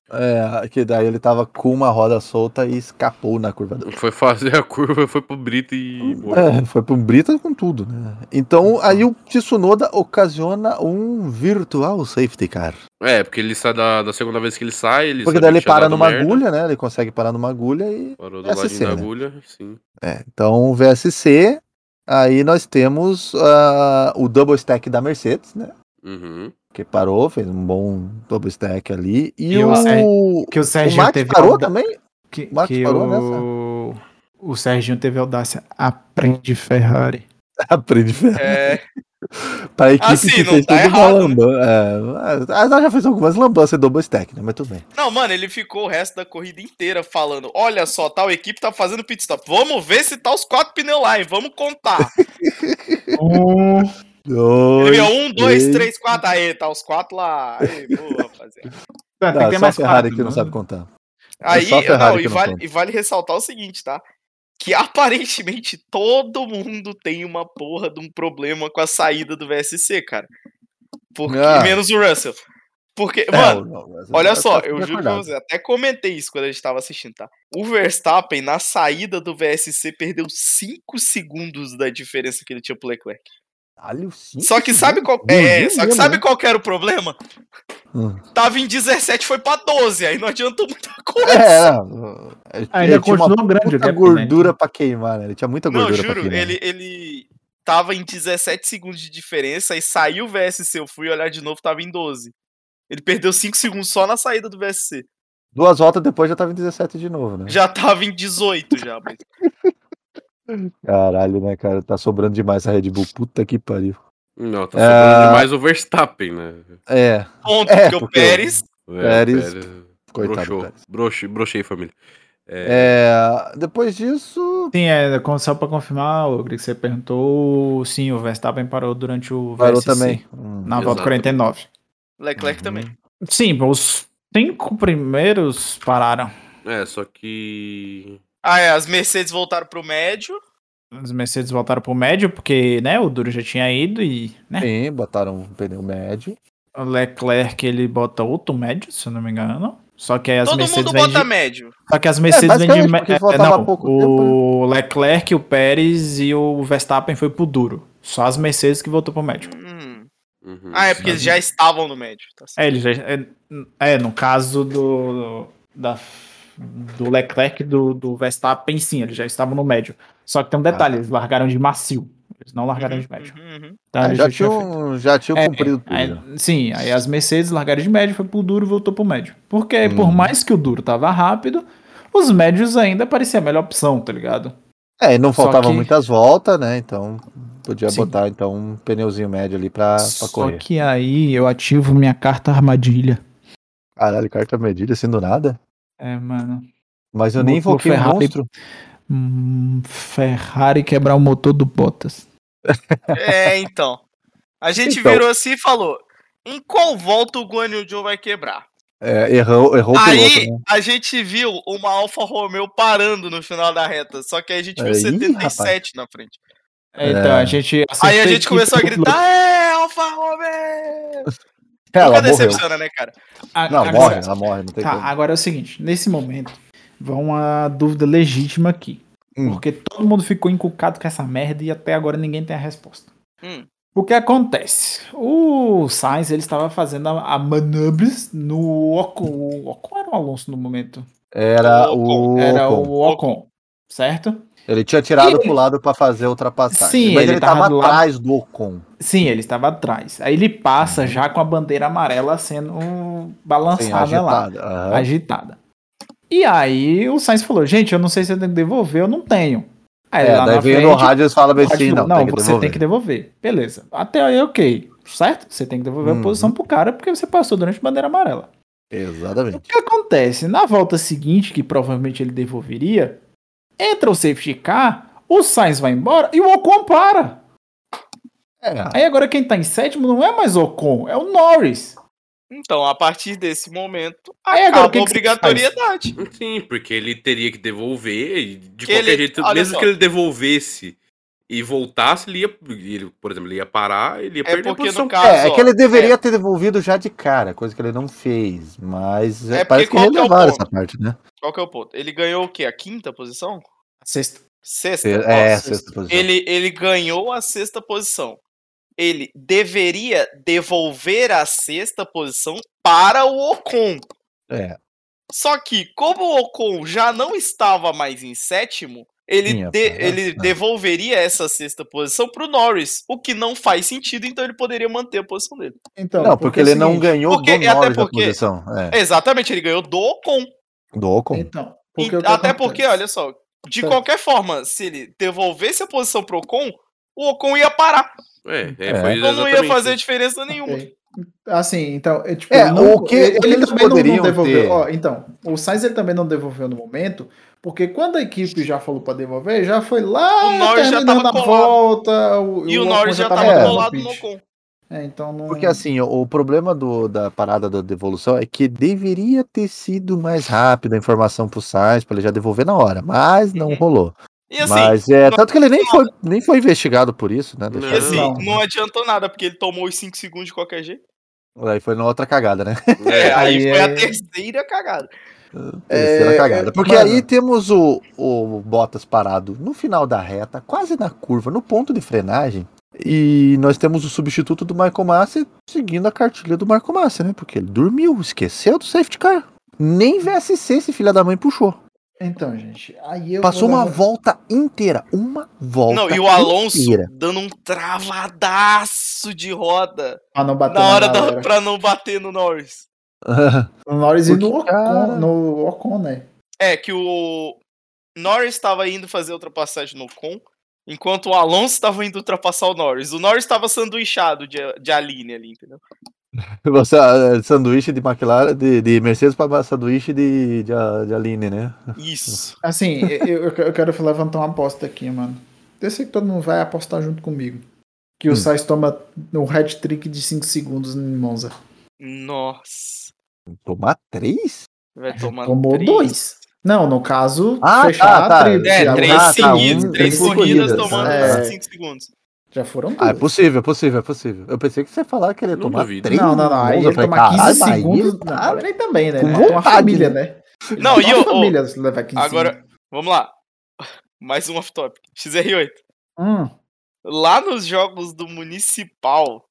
É, que daí ele tava com uma roda solta e escapou na curva do.
Foi fazer a curva, foi pro Brito e. morreu.
É, foi pro Brita com tudo, né? Então aí o Tsunoda ocasiona um virtual safety car.
É, porque ele sai da, da segunda vez que ele sai, ele.
Porque
sabia
daí ele
que tinha
para
dado
numa
merda,
agulha, né? Ele consegue parar numa agulha e
Parou do
Essa
ladinho
cena.
da agulha, sim.
É, então o VSC, aí nós temos ah, o double stack da Mercedes, né?
Uhum.
Que parou, fez um bom double stack ali. E,
E
o,
o Sérgio-
o,
Que o Sérgio
Max
teve
parou
auda-
também?
que,
o Max
que
parou
o... o Serginho teve audácia. Aprende Ferrari.
Aprende ferro.
É,
Pra equipe
Assim,
que
não
fez
tá
toda uma
errado, né?
lambança. É, ela já fez algumas lambanças em double stack, né? Mas tudo bem.
não, mano, ele ficou o resto da corrida inteira falando: Olha só, tal equipe tá fazendo pit stop. Vamos ver se tá os quatro pneus lá, hein? Vamos contar.
Um...
Ele
Dois,
veio um, dois,
três.
três, quatro. Aí, tá os quatro lá. Aí, boa, rapaziada.
Ah,
Tá,
tem que ter
só a
mais
Ferrari
quatro,
que não
né?
mano.
sabe contar.
Aí,
É só a Ferrari
não, e
que não
vale,
conta.
e vale ressaltar o seguinte, tá? Que aparentemente todo mundo tem uma porra de um problema com a saída do VSC, cara. Porque,
Ah.
Menos o Russell. Porque, mano,
É, Não, não,
Olha
tá
só,
tudo
eu juro pra
acordado.
você, até comentei isso quando a gente tava assistindo, tá? O Verstappen, na saída do VSC, perdeu 5 segundos da diferença que ele tinha pro Leclerc.
Caralho, cinco
Só que sabe qual,
segundos?
é,
Ninguém
só que
lembra,
sabe
né?
qual que era o problema?
Hum.
Tava em 17, foi pra 12, aí não adiantou muita coisa.
É, é,
Ainda
ele tinha uma
continuou grande o
muita
gap, né?
gordura pra queimar, né? Ele tinha muita
não,
gordura pra
juro,
queimar.
ele, ele tava em 17 segundos de diferença, aí saiu o VSC, eu fui olhar de novo, tava em 12. Ele perdeu 5 segundos só na saída do VSC.
Duas voltas depois já tava em 17 de novo, né?
Já tava em 18 já, mas...
Caralho, né, cara? Tá sobrando demais a Red Bull. Puta que pariu.
Não, tá
É.
sobrando demais o Verstappen, né?
É,
Ponto,
É,
porque o
porque-
Pérez
É,
Pérez, coitado.
Broxou.
cara.
Broxei, broxei, família.
É, depois disso,
Sim, é, com- só pra confirmar, o que você perguntou, sim, o Verstappen parou durante o VSC.
parou também. Hum.
Na volta
Exato.
49.
Leclerc também.
Sim, os cinco primeiros pararam.
É, só que.
Ah, é, as Mercedes voltaram pro médio.
Os Mercedes voltaram pro médio, porque, né, o Duro já tinha ido e, né,
Sim, botaram um pneu médio.
o Leclerc ele bota outro médio, se eu não me engano. Só que aí as
Todo
Mercedes
mundo
vêm de-
bota médio.
Só que as Mercedes vêm de...
basicamente,
me-
porque
é, é,
faltava
não,
pouco né?
o Leclerc, o Pérez e o Verstappen foi pro Duro. Só as Mercedes que voltou pro médio.
Hum.
Uhum.
Ah, é porque eles já estavam no médio. Tá certo.
É, ele já, é, é, no caso do, da, do Leclerc e do, do Verstappen, sim, eles já estavam no médio. Só que tem um detalhe, eles largaram de macio. Eles não largaram de médio.
Uhum, uhum.
Então,
Ah,
eles
já,
tinham feito.
tinham, já tinham
É,
cumprido tudo.
Aí- sim, aí as Mercedes largaram de médio, foi pro duro e voltou pro médio. Porque por
Uhum.
mais que o duro tava rápido, os médios ainda parecia a melhor opção, tá ligado?
É, e não
Só
faltavam
que-
muitas voltas, né? Então podia
Sim.
botar então um pneuzinho médio ali Ah, pra, pra
Só
correr.
que aí eu ativo minha carta armadilha.
Caralho, carta medida assim do nada.
É, mano.
Mas eu nem
Motor
invoquei o
Ferrari.
monstro.
Hum, Ferrari quebrar o motor do Bottas.
É, então. A gente
Então.
virou assim e falou: em qual volta o Guan Yu Zhou vai quebrar?
É, errou, errou o
aí
piloto, né?
a gente viu uma Alfa Romeo parando no final da reta, só que aí a gente viu
Aí,
77 na frente.
É, Então,
É.
a gente.
Aí
acertou
a
e
gente começou a
tudo.
gritar: é, Alfa Romeo!
É, Ela
Nunca
morreu.
decepciona, né, cara?
A-
Não,
agora-
morre, ela morre, não tem
Tá,
como.
agora é o seguinte: nesse momento, vai uma dúvida legítima aqui.
Hum.
Porque todo mundo ficou encucado com essa merda e até agora ninguém tem a resposta.
Hum.
O que acontece? O Sainz ele estava fazendo a, a manobras no Ocon. O Ocon era o Alonso no momento.
Era
Ocon,
o.
Era
Ocon.
o Ocon, certo?
Ele tinha tirado
Ele-
pro lado pra fazer a ultrapassagem.
Sim,
mas
ele
ele,
tava
tava,
do lado-
atrás do Ocon.
Sim, ele estava atrás. Aí ele passa
Uhum.
já com a bandeira amarela sendo hum,
Sim,
balançada lá.
agitado. Aham.
agitada. E aí o Sainz falou, gente, eu não sei se eu tenho que devolver, eu não tenho. Aí
É,
lá
daí
na
veio
frente,
no rádio e eles falam
o rádio
assim,
falou,
não, tem que
você
devolver.
tem que devolver. Beleza. Até aí, ok. Certo? Você tem que devolver a
Uhum.
posição pro cara porque você passou durante a bandeira amarela. O
Exatamente.
que acontece? Na volta seguinte, que provavelmente ele devolveria, entra o safety car, o Sainz vai embora e o Ocon para.
É,
Aí agora quem tá em sétimo não é mais o Ocon, é o Norris.
Então, a partir desse momento,
Aí
É,
agora
acaba
o que que
a
você faz?
obrigatoriedade.
Sim, porque ele teria que devolver. e de
Que
qualquer
ele-
jeito,
olha
mesmo
só.
que ele devolvesse e voltasse, ele ia. Ele, por exemplo, ele ia parar, ele ia
É
perder a
porque, no
posição.
caso.
é, é que ele
ó,
deveria ter devolvido já de cara, coisa que ele não fez. Mas
É
é, parece que
porque qual que é o
relevaram
ponto?
essa parte, né?
Qual que é o ponto? Ele ganhou o quê? A quinta posição?
Sexta.
Sexta?
É,
Nossa.
a sexta posição.
ele, ele ganhou a sexta posição. Ele deveria devolver a sexta posição para o Ocon.
É.
Só que, como o Ocon já não estava mais em sétimo, ele,
Tinha
de-
é,
parado,
ele
né?
devolveria essa sexta posição para o Norris, o que não faz sentido, então ele poderia manter a posição dele.
Então,
não, porque, é ele não ganhou
porque-
do
até
Norris da
porque-
posição. É,
Exatamente, ele ganhou do Ocon.
do Ocon.
Então,
E-
porque o que
até
acontece?
porque, olha só, de
Tá.
qualquer forma, se ele devolvesse a posição para o Ocon, o Ocon ia parar.
É, é,
É.
foi
Então não ia
exatamente
fazer
isso.
diferença nenhuma.
Ok. Assim, então, é tipo,
É,
não-
o que-
ele,
o que
ele
eles
também não, não
poderiam
devolveu.
ter?
Ó, então, o Sainz ele também não devolveu no momento, porque quando a equipe já falou pra devolver, já foi lá
O Norris já
terminando
tava
a
colado.
volta,
E o
Ocon
Norris já
tava
tava
tava
no
colado no
pit.
Ocon.
É, então não...
Porque assim, o, o problema do- da parada da devolução é que deveria ter sido mais rápida a informação pro Sainz, pra ele já devolver na hora, mas não
Uhum.
rolou.
E assim,
mas é,
não-
tanto que ele nem foi, nem foi investigado por isso, né?
e assim,
Não.
não. adiantou nada, porque ele tomou os 5 segundos de qualquer jeito.
Aí foi na outra cagada, né?
É, aí,
Aí
foi
é-
a terceira cagada.
Terceira
É,
cagada.
é,
Porque
mano.
aí temos o, o Bottas parado no final da reta, quase na curva, no ponto de frenagem. E nós temos o substituto do Michael Massa seguindo a cartilha do Marco Massa, né? Porque ele dormiu, esqueceu do safety car. Nem VSC esse filho da mãe puxou.
Então, gente, aí eu
Passou
vou
uma
dar- um-
volta inteira. Uma volta.
não, e o Alonso
Inteira.
dando um travadaço de roda
pra não bater
na hora da-
galera.
pra não bater no Norris.
O Norris e no Ocon,
Porque, cara-
no Ocon, né?
É, que o Norris estava indo fazer ultrapassagem no Ocon, enquanto o Alonso estava indo ultrapassar o Norris. O Norris estava sanduichado de, de Aline ali, entendeu?
Você, ah, sanduíche de McLaren, de, de Mercedes para sanduíche de, de, A- de Aline, né?
Isso.
Assim, eu, eu- eu quero levantar uma aposta aqui, mano. Eu sei que todo mundo vai apostar junto comigo. Que o
Hum.
Sainz toma o hat-trick de 5 segundos em Monza.
Nossa.
Tomar três?
Vai tomar
Tomou
três.
dois. Não, no caso,
Ah,
fechar
tá, tá.
a tríplice.
É,
Ah,
três
tá,
seguidas,
um, três
três corridas,
corridas,
tomando
é.
5 segundos.
Já foram duas.
Ah, é possível, é possível, é possível. Eu pensei que você falava que ele ia
Não
tomar
duvido.
três.
não, não, não. Aí
segundos,
ele
eu falei,
toma 15
"Caralho, aí
segundos.
ele
Não,
tá-
ele também, né?
com
Ele matou uma
vontade,
família, né? Ele
Não,
matou
e
uma
eu-
família se levar 15
Agora, vamos lá. Mais um off-topic. XR8.
segundos. Hum,
Lá nos jogos do Municipal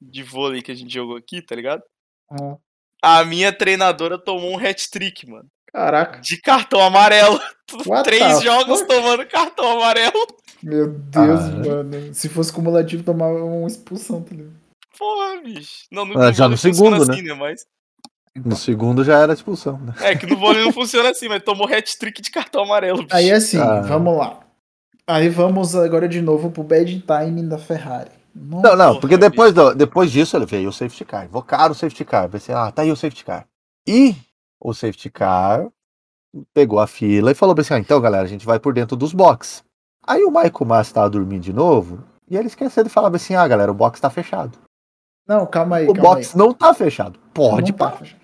de vôlei que a gente jogou aqui, tá ligado?
Ah.
A minha treinadora tomou um hat-trick, mano.
caraca.
De cartão amarelo.
What
Três
the
jogos
fuck?
tomando cartão amarelo.
Meu Deus,
Ah.
mano. Se fosse cumulativo, tomava uma expulsão, tá ligado?
Porra, bicho. Não,
Ah, já no
vôlei funciona
segundo,
assim, né? Mas...
No segundo já era expulsão, né?
É que no vôlei não funciona assim, mas tomou hat-trick de cartão amarelo, bicho.
Aí assim,
Ah.
vamos lá. Aí vamos agora de novo pro bad time da Ferrari.
Não, não,
Porra,
porque depois, do- depois disso ele veio o safety car. Invocaram o safety car. Pensei, ah, tá aí o safety car. E o safety car pegou a fila e falou pra assim: ah, então galera, a gente vai por dentro dos boxes. Aí o Michael Massa tava dormindo de novo e ele esqueceu de falar assim: ah, galera, o box tá fechado.
Não, calma aí,
o
calma
box não tá fechado.
aí.
Pode
Não tá,
parar.
fecha.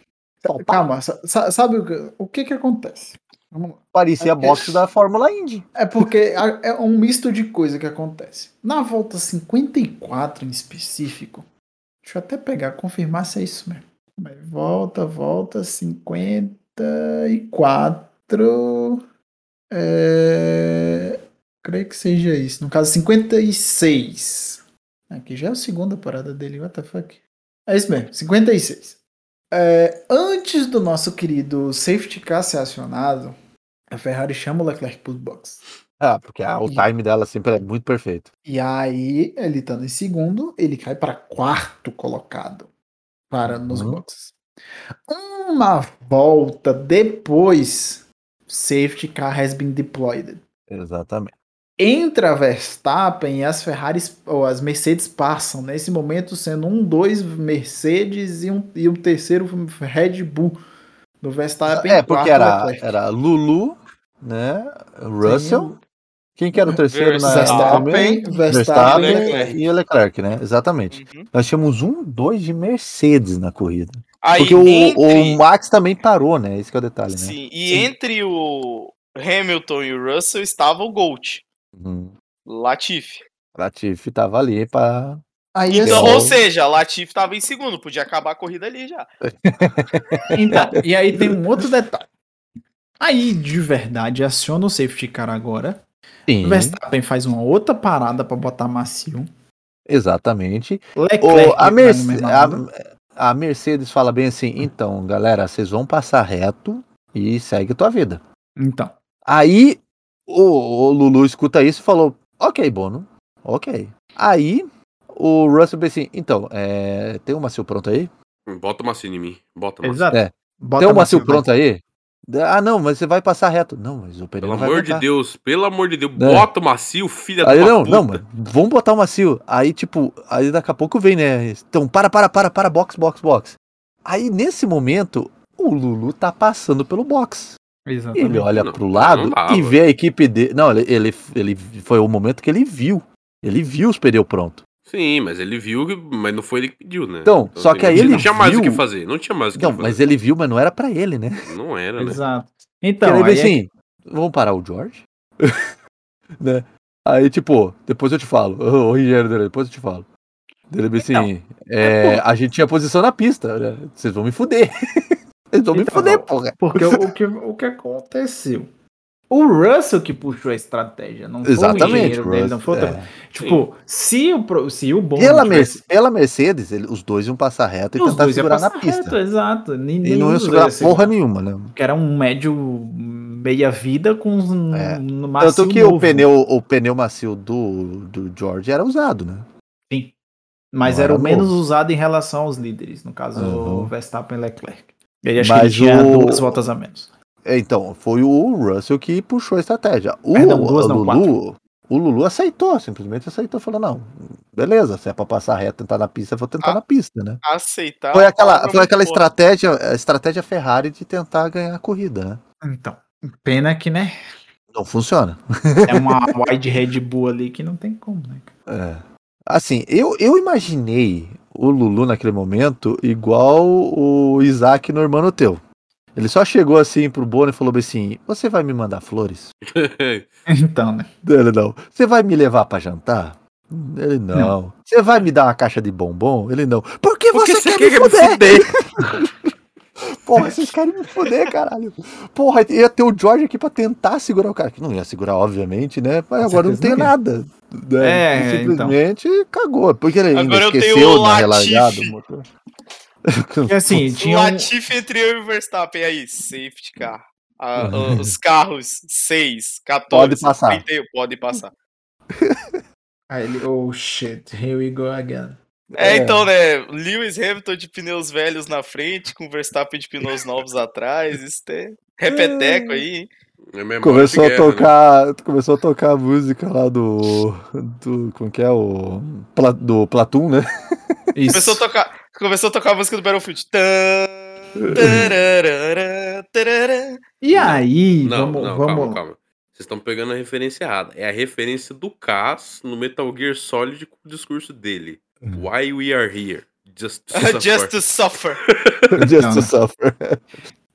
Só pa-
Calma, sa- sa- sabe o que, o que que acontece? Vamos lá.
Parecia
Ok.
box da Fórmula Indy.
É porque a- é um misto de coisa que acontece. Na volta 54 em específico, deixa eu até pegar, confirmar se é isso mesmo. Mas Volta, volta 54. É... Creio que seja isso. No caso, 56. Aqui já é a segunda parada dele, what the fuck? É isso mesmo, 56. É, antes do nosso querido safety car ser acionado, a Ferrari chama o Leclerc para os box.
Ah, porque ah, o
E-
time dela sempre é muito perfeito.
E aí, ele estando em segundo, ele cai para quarto colocado para nos
Uhum.
boxes. Uma volta depois, safety car has been deployed.
Exatamente.
Entra Verstappen e as Ferraris ou as Mercedes passam nesse momento sendo um, dois Mercedes e um, e um terceiro Red Bull do Verstappen.
É, porque
Então quarto
era,
Leclerc.
era Lulu, né? Russell.
Sim. Uhum.
Quem que era o terceiro na
Verstappen,
Verstappen
Verstappen,
Leclerc.
e o Leclerc, né? Exatamente.
Uhum.
Nós tínhamos um, dois de Mercedes na corrida.
Aí
Porque o,
entre-
o Max também parou, né? Esse que é o detalhe, né?
Sim, e
Sim.
entre o Hamilton e o Russell estava o Gold,
Uhum.
Latifi.
Latifi tava ali pra.
Aí,
Então,
assim,
ou seja, Latifi estava em segundo, podia acabar a corrida ali já.
Então, e aí tem um outro detalhe. Aí, de verdade, aciona o safety car agora.
Sim,
Verstappen faz uma outra parada pra botar macio.
exatamente.
É Leclerc
O, a,
vai
Merce-
no mesmo lado. né?
a- a Mercedes fala bem assim: então, galera, vocês vão passar reto e segue tua vida.
Então,
Aí o, o Lulu escuta isso e falou: Ok, Bono, ok. Aí o Russell pensa assim: Então, é, tem um macio pronto aí?
Bota uma cena em mim. Bota uma
exato.
É.
Bota
tem um
macio,
macio pronto aí? Ah, não, mas você vai passar reto. Não, mas o
Pelo
Pereira vai
amor de
botar.
Deus, pelo amor de Deus,
Não.
bota o macio, filha
Aí
da
não,
puta.
não, mas vamos botar o macio. Aí tipo, aí daqui a pouco vem, né? Então, para, para, para, para, box, box, box. Aí nesse momento, o Lulu tá passando pelo box.
vai. Exatamente.
Ele olha
Não,
pro
não
lado
dá,
e
mano.
vê a equipe dele. Não, ele, ele, ele foi o momento que ele viu. Ele viu os pneus pronto.
Sim, mas ele viu, que- mas não foi ele que pediu, né?
Então, só
assim,
que aí
não
ele
tinha mais o que
viu-
fazer, não tinha mais o que
Não, mas
fazer.
ele viu, mas não era pra ele, né?
Não era, né?
Exato.
Então,
Então,
ele
aí
veio assim, vamos parar o George? né? Aí, tipo, depois eu te falo. Ô, ô, engenheiro dele, depois eu te falo. Ele veio
Então,
assim, é, a gente tinha posição na pista, né? Vocês vão me fuder. Vocês vão me
Então,
fuder, porra.
Porque o, o que, o que aconteceu? O Russell que puxou a estratégia, não foi o
Exatamente.
engenheiro dele, não foi o
Russell,
outro-
é.
Tipo, se o, pro- se o bom
pela, Merce- pela Mercedes, ele- os dois iam passar reto e
os
tentar
dois iam
segurar na
passar
pista.
reto, exato. Ni-
E
nenhum
não ia
dos
segurar
dois assim. ia
porra nenhuma, né?
que era um médio meia vida com um,
É.
um macio
Tanto que
novo.
o pneu, o pneu macio do, do George era usado, né?
Sim. Mas
Não
era o
era
menos
novo.
usado em relação aos líderes, no caso
Uhum.
o Verstappen e Leclerc. E aí acho
Mas
que ele tinha
o-
duas voltas a menos.
É, Então, foi o Russell que puxou a estratégia. O,
Perdão, duas
o
É, não,
Lulu, o Lulu aceitou, simplesmente aceitou, falou: não, beleza, se é pra passar reto tentar na pista, eu vou tentar
Ah.
na pista, né?
Aceitar.
Foi aquela,
palavra
foi aquela
muito forte.
estratégia, a estratégia Ferrari de tentar ganhar a corrida, né?
Então, pena que, né?
Não funciona.
É uma wide Red Bull ali que não tem como, né? cara?
É. Assim, eu, eu imaginei o Lulu naquele momento igual o Isaac no Irmão Teu. Ele só chegou assim pro Bono e falou bem assim: Você vai me mandar flores?
Então, né?
Ele não. Você vai me levar pra jantar? Ele não. Você vai me dar uma caixa de bombom? Ele não. Por que
Por que
você
você
quer,
quer
me fuder? Porra, vocês querem me fuder, caralho. Porra, ia ter o George aqui pra tentar segurar o cara. Que não ia segurar, obviamente, né? Mas agora não
certeza
tem
não ia.
nada. né?
É,
Ele
então.
simplesmente cagou. Porque ele ainda
Agora eu tenho
esqueceu né,
o
na
Latifi.
relajada. o motor.
E assim, tinha um...
Latifi entre eu e o Verstappen aí, safety car. Ah, o- os carros 6, 14,
Uhum. Pode passar.
31, pode passar.
Aí ele, oh shit, here we go again.
É,
É.
então, né? Lewis Hamilton de pneus velhos na frente, com Verstappen de pneus novos atrás. Isso tem repeteco aí. hein?
É memória
Começou
de
a
guerra, né?
tocar, começou a tocar a música lá do, do como que é o Pla- do Platum, né?
Isso.
Começou a tá- tocar, começou a tocar a música do Battlefield. Tã, tararara, tarará.
E aí,
Não,
vamos,
não,
vamos...
calma, calma. Vocês estão pegando a referência errada. É a referência do Cass no Metal Gear Solid com o discurso dele. Why we are here. Just to suffer.
Just to suffer.
Just
Não,
to
não.
suffer.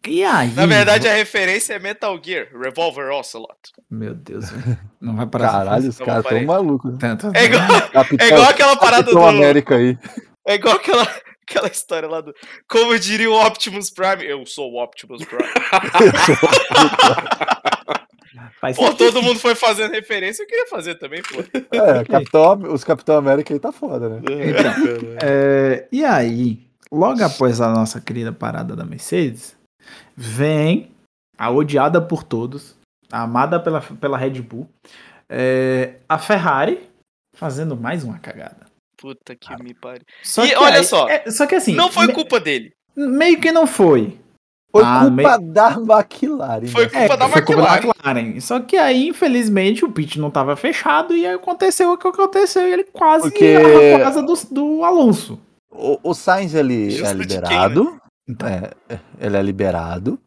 E aí?
Na verdade, é- a referência é Metal Gear, Revolver Ocelot.
Meu Deus, velho. não vai parar.
Caralho, os
Então,
caras
parei.
tão malucos. né?
Tanto,
É igual,
Capitão,
é igual aquela parada
Capitão
do.
América aí.
É igual aquela, aquela história lá do. Como diria o Optimus Prime? Eu sou o Optimus Prime.
Faz
Pô,
sentido.
todo mundo foi fazendo referência, eu queria fazer também, pô.
É, Capitão, os Capitão América aí tá foda, né?
É, e aí, logo após a nossa querida parada da Mercedes, vem a odiada por todos, a amada pela, pela Red Bull, é, a Ferrari fazendo mais uma cagada.
Puta que me pariu.
Só
E olha
aí-
só,
é, só que assim,
Não foi
me-
culpa dele.
meio que não foi.
Foi
Ah,
culpa da McLaren.
Foi
né?
culpa da
foi culpa
McLaren.
McLaren. Só que aí, infelizmente, o pit não tava fechado e aí aconteceu o que aconteceu e ele quase
Porque-
arrancou a casa do, do Alonso.
O, o Sainz ele
Justo
é
de
liberado. É, ele é liberado.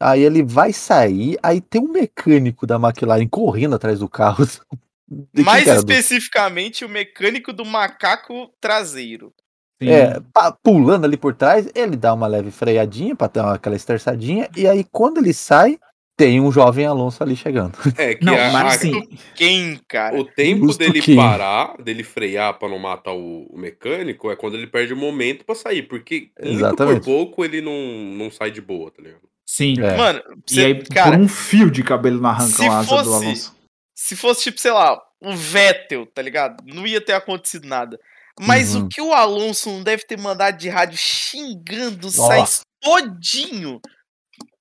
Aí ele vai sair, aí tem um mecânico da McLaren correndo atrás do carro. De quem
Mais
que era? Do-
especificamente, o mecânico do macaco traseiro.
É, pa- pulando ali por trás, ele dá uma leve freadinha pra ter uma- aquela esterçadinha, e aí quando ele sai, tem um jovem Alonso ali chegando.
É que
Não,
a-
mas
a-
assim,
Quem, cara?
o tempo
Justo
dele
que-
parar, dele frear pra não matar o, o mecânico, é quando ele perde o momento pra sair. Porque muito por
Exatamente.
pouco ele não, não sai de boa, tá ligado?
sim.
É.
Mano,
E
cê-
aí,
cara,
por um fio de cabelo na arranca
se
a asa do
fosse-
Alonso.
se fosse tipo, sei lá, o Vettel, tá ligado? Não ia ter acontecido nada. Mas
Uhum.
o que o Alonso não deve ter mandado de rádio xingando o
Nossa.
Sainz todinho.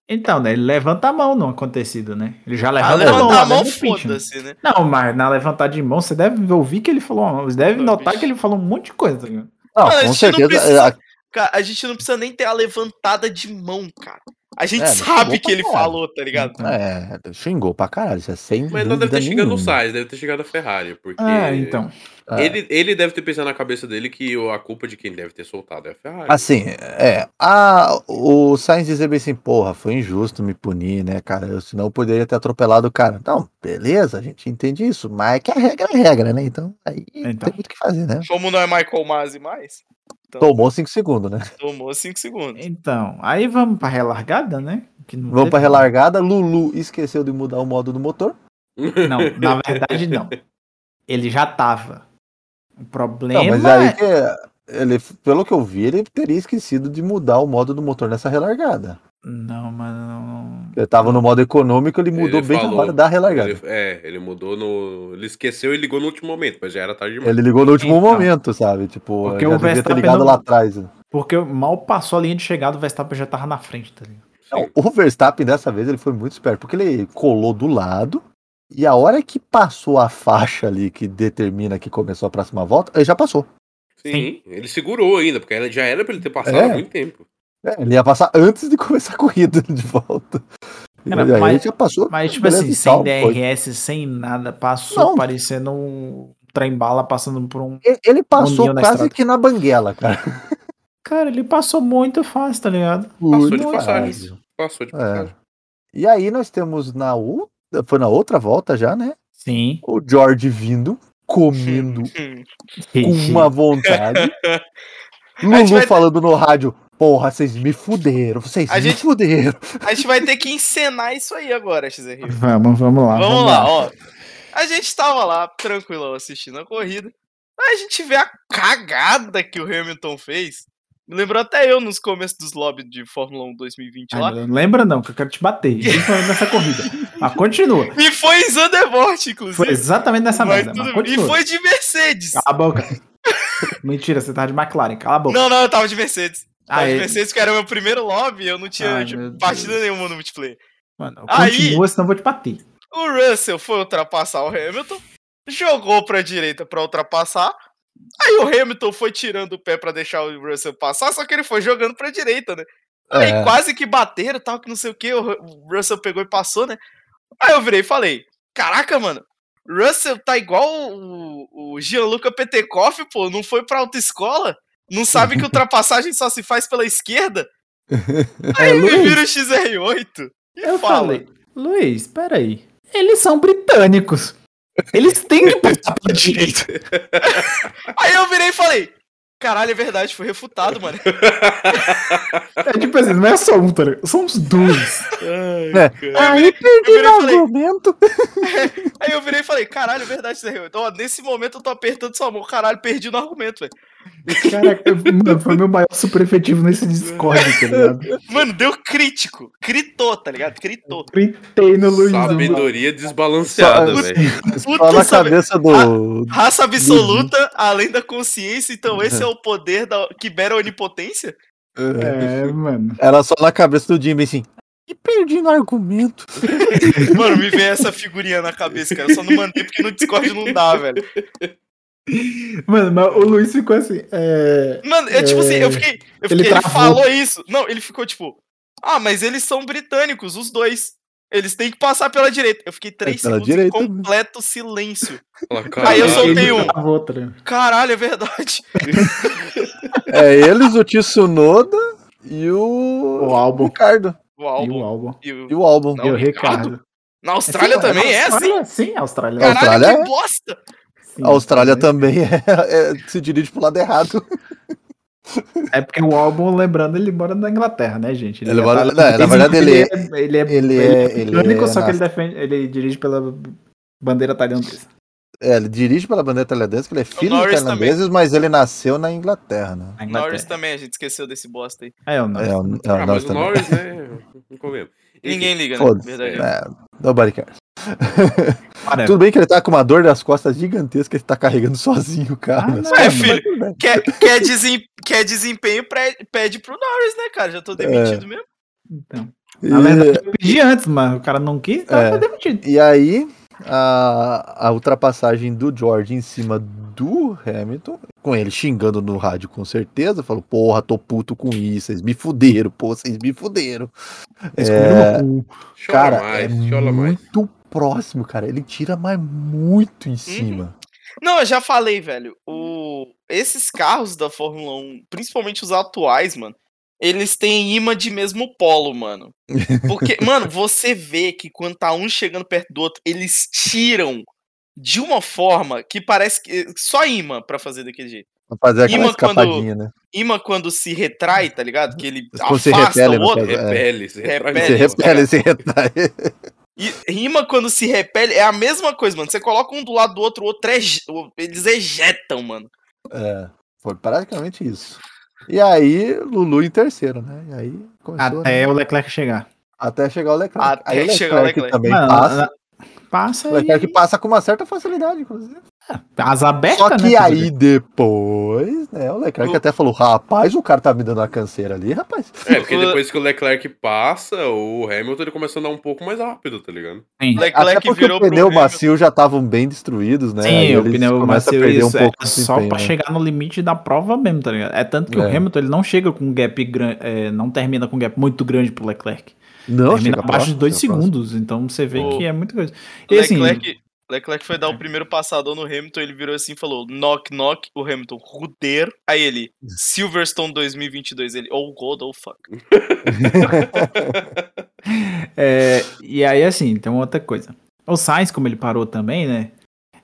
Então, né? Ele levanta a mão no acontecido, né? Ele
É
já
Ah,
levanta a mão.
levantar
lá
a mão,
dentro do pit, né?
foda-se, né?
Não, mas na levantada de mão, você deve ouvir que ele falou. Você deve
Ah,
notar
bicho.
que ele falou um monte de coisa. tá ligado?
Não,
Mano, a gente
com
não
certeza.
precisa-
é, a-
Cara, a gente não precisa nem ter a levantada de mão, cara. A gente
É, mas
sabe
falou
que ele
pra caralho.
falou, tá ligado?
é, xingou pra caralho, isso é sem
Mas não
dúvida
deve ter chegado o
nenhuma.
Sainz, deve ter chegado a Ferrari. Porque
É, então.
É.
ele, ele deve ter pensado na cabeça dele que o- a culpa de quem deve ter soltado é a Ferrari.
Assim, é. A, o Sainz dizer bem assim, porra, foi injusto me punir, né, cara? Eu, senão eu poderia ter atropelado o cara. Não, beleza, a gente entende isso, mas é que a regra é regra, né? Então, aí não
Então.
tem muito o que fazer, né?
Como não é Michael Masi mais,
Tomou 5 segundos, né?
tomou 5 segundos.
Então, aí vamos pra relargada, né? Que não
Vamos
teve-
pra relargada. Lulu esqueceu de mudar o modo do motor.
Não, na verdade, não. Ele já tava. O problema.
Não, mas aí
é-
que ele, pelo que eu vi, ele teria esquecido de mudar o modo do motor nessa relargada.
Não, mano. não-
Ele tava no modo econômico, ele mudou
Ele
bem
falou.
na hora da relargada.
Ele,
Ele,
é, ele mudou no. Ele esqueceu e ligou no último momento, mas já era tarde demais.
ligou no último
Então.
momento, sabe? Tipo,
Porque
ele
o
já devia ter
Verstappen
ligado
não-
lá atrás. né?
Porque mal passou a linha de chegada, o Verstappen já tava na frente, tá ligado?
Não, o Verstappen dessa vez ele foi muito esperto, porque ele colou do lado e a hora que passou a faixa ali que determina que começou a próxima volta, ele já passou.
Sim, ele segurou ainda, porque ela- já era pra ele ter passado
É.
há muito tempo.
É, ele ia passar antes de começar a corrida de volta.
Cara,
e aí
É, mas-
ele já passou.
Mas, tipo
beleza,
assim,
e
sem
tal, foi.
DRS, sem nada, passou
Não.
parecendo um trem-bala passando por um.
Ele- Ele passou
Boninho na
quase
estrada.
que na banguela, cara.
Cara, ele passou muito fácil, tá ligado?
Passou de
Muito
passagem.
fácil.
Passou de
É.
passagem.
E aí nós temos na outra, foi na outra volta já, né?
Sim.
O George vindo, comendo
Hum.
com uma vontade.
A gente
Lulu
vai-
falando no rádio, Porra, vocês me fuderam, vocês
A
me
gente-
fuderam.
A gente vai ter que encenar isso aí agora, XRI.
Vamos, Ah, vamos lá.
Vamos lá, ó. A gente tava lá, tranquilo, assistindo a corrida. Aí a gente vê a cagada que o Hamilton fez. Me lembrou até eu nos começos dos lobbies de Fórmula 1 2020
Ai,
lá.
meu, não lembra não, que eu quero te bater. Nem foi nessa corrida. Mas continua.
E foi em Zanderboort, inclusive.
Foi exatamente nessa
Mas
merda.
tudo-
Mas
E
continua. Ah,
foi de Mercedes.
Cala a boca. Mentira, você tá de McLaren. Cala a boca.
Não, não, eu tava de Mercedes. Tava
Aí-
de Mercedes, que era o meu primeiro lobby, eu não tinha
Ah, Ai,
tipo,
meu Deus.
partida nenhuma no multiplayer.
Mano,
Aí-
continua, senão eu vou te bater.
O Russell foi ultrapassar o Hamilton, jogou pra direita pra ultrapassar. Aí o Hamilton foi tirando o pé pra deixar o Russell passar, só que ele foi jogando pra direita, né? Aí
É.
quase que bateram, tal, que não sei o que, o Ru- o Russell pegou e passou, né? Aí eu virei e falei: Caraca, mano, Russell tá igual o, o Gianluca Petekoff, pô, não foi pra autoescola? Não sabe que ultrapassagem só se faz pela esquerda?
É,
Ele
Luiz,
vira o XR8 e
eu
fala.
falei. Luiz, peraí. Eles são britânicos. Eles têm que passar pra direita.
Aí eu virei e falei: Caralho, é verdade, foi refutado, mano.
É tipo assim, não é só um, tá ligado? São os dois.
É. Aí perdi
virei e
no
falei-
argumento.
Aí eu virei e falei: Caralho, é verdade, Zé Ó, nesse momento eu tô apertando sua mão. Caralho, perdi no argumento, velho.
Caraca, mano, foi meu maior super efetivo nesse Discord, tá ligado?
Mano, deu crítico. Critou, tá ligado? Critou.
Gritei no Luiz.
Sabedoria desbalanceada,
Só-
velho.
Só na
sabe-
cabeça Uhum. do.
Raça absoluta, além da consciência,
Uhum.
então esse é o poder da que bera a onipotência?
É, mano.
Era só na cabeça do Jimmy assim. E perdi no argumento.
Mano, me vem essa figurinha na cabeça, cara. Eu só não mandei porque no Discord não dá, velho.
Mano, mas o Luiz ficou assim. É.
Mano, é tipo assim, eu
É,
fiquei. eu
ele
fiquei- ele
travou.
falou isso. Não, ele ficou tipo. Ah, mas eles são britânicos, os dois. Eles têm que passar pela direita. Eu fiquei três
pela
segundos em
direita, né?
completo silêncio.
Fala,
Aí eu
caralho.
soltei um.
A outra.
Caralho, é verdade.
É eles, o Tsunoda e o.
O álbum.
Ricardo.
O
E o
álbum.
álbum.
E o-
E o álbum.
Não,
E o
Ricardo.
Ricardo.
Na Austrália
Sim,
também é, assim?
Austrália, Sim, Austrália.
Cara,
Caralho,
Austrália
que bosta!
Sim,
A Austrália também é- é- se dirige pro lado errado.
É porque o álbum, lembrando, ele mora na Inglaterra, né, gente?
Ele
é
mora-
catalão,
não, na verdade,
ele
ele
é. Ele é.
Ele
ele é
é. Ele
britânico,
é
só que
na-
ele, defende, ele dirige pela bandeira tailandesa.
é, ele dirige pela bandeira tailandesa, que ele é filho de
Norris
tailandeses, mas ele nasceu na Inglaterra, né?
Na Inglaterra.
Norris também, a gente esqueceu desse bosta aí.
É, o Norris.
É, o, é, o
Ah,
Norris
mas o
também.
Norris, né? Não comemos.
Ninguém liga, né?
Foda-se.
Verdade.
É, nobody cares.
Para.
Tudo bem que ele tá com uma dor nas costas gigantesca, ele tá carregando sozinho o carro.
Ah,
né?
não,
É,
mano.
filho. Quer, quer, desem, quer desempenho, pre- pede pro Norris, né, cara? Já tô demitido mesmo.
Então,
E-
na verdade, eu pedi antes, mas o cara não quis, então
É.
foi demitido.
E aí, a, a ultrapassagem do George em cima do Hamilton, com ele xingando no rádio com certeza, falou, porra, tô puto com isso, vocês me fuderam, pô, vocês me fuderam.
É...
Chora
cara,
mais,
é
chora mais.
muito próximo, cara, ele tira, mas muito
Uhum.
em cima.
Não, eu já falei, velho.
Uhum.
O... Esses carros da Fórmula 1, principalmente os atuais, mano, eles têm imã de mesmo polo, mano. Porque, mano, você vê que quando tá um chegando perto do outro, eles tiram de uma forma que parece que só imã pra fazer daquele jeito.
Pra fazer aquela
Ima quando-
escapadinha, né?
Imã quando se retrai, tá ligado? Que ele
Quando se
afasta
repele,
o
no
outro.
caso. É.
Repele, se
Repele,
repele.
Você
é,
repele, você retrai.
E rima quando se repele é a mesma coisa, mano. Você coloca um do lado do outro, o outro é, eles ejetam, mano.
É, foi praticamente isso. E aí, Lulu em terceiro, né? E aí começou né?
assim. Até o Leclerc chegar.
até chegar o Leclerc.
Até
aí o Leclerc
chegar o Leclerc.
também
Mano, né?
passa.
na- passa
O
aí.
Leclerc passa com uma certa facilidade, inclusive.
Asa aberta,
Só que
né?
aí depois, né? O Leclerc
O-
até falou: rapaz, o cara tá me dando uma canseira ali, rapaz.
É, porque depois que o Leclerc passa, o Hamilton ele começa a andar um pouco mais rápido, tá ligado?
Sim.
Até
Leclerc
porque o
virou pro
pneu
Hamilton.
macio já estavam bem destruídos, né?
Sim,
aí
o
eles
pneu
começam
macio
a perder
isso
um pouco
é
de
só pra
desempenho, né?
chegar no limite da prova mesmo, tá ligado? É tanto que o
É.
Hamilton ele não chega com um gap grande, não termina com um gap muito grande pro Leclerc.
Não,
termina
chega
abaixo de
próximo,
2
chega próximo.
segundos, então você vê
O-
que é muita coisa. E assim,
Leclerc, Leclerc foi dar
né?
o primeiro passador no Hamilton, ele virou assim e falou: knock, knock, o Hamilton, ruder. Aí ele, Silverstone 2022, ele, oh god, oh fuck.
é, e aí assim, tem uma outra coisa. O Sainz, como ele parou também, né?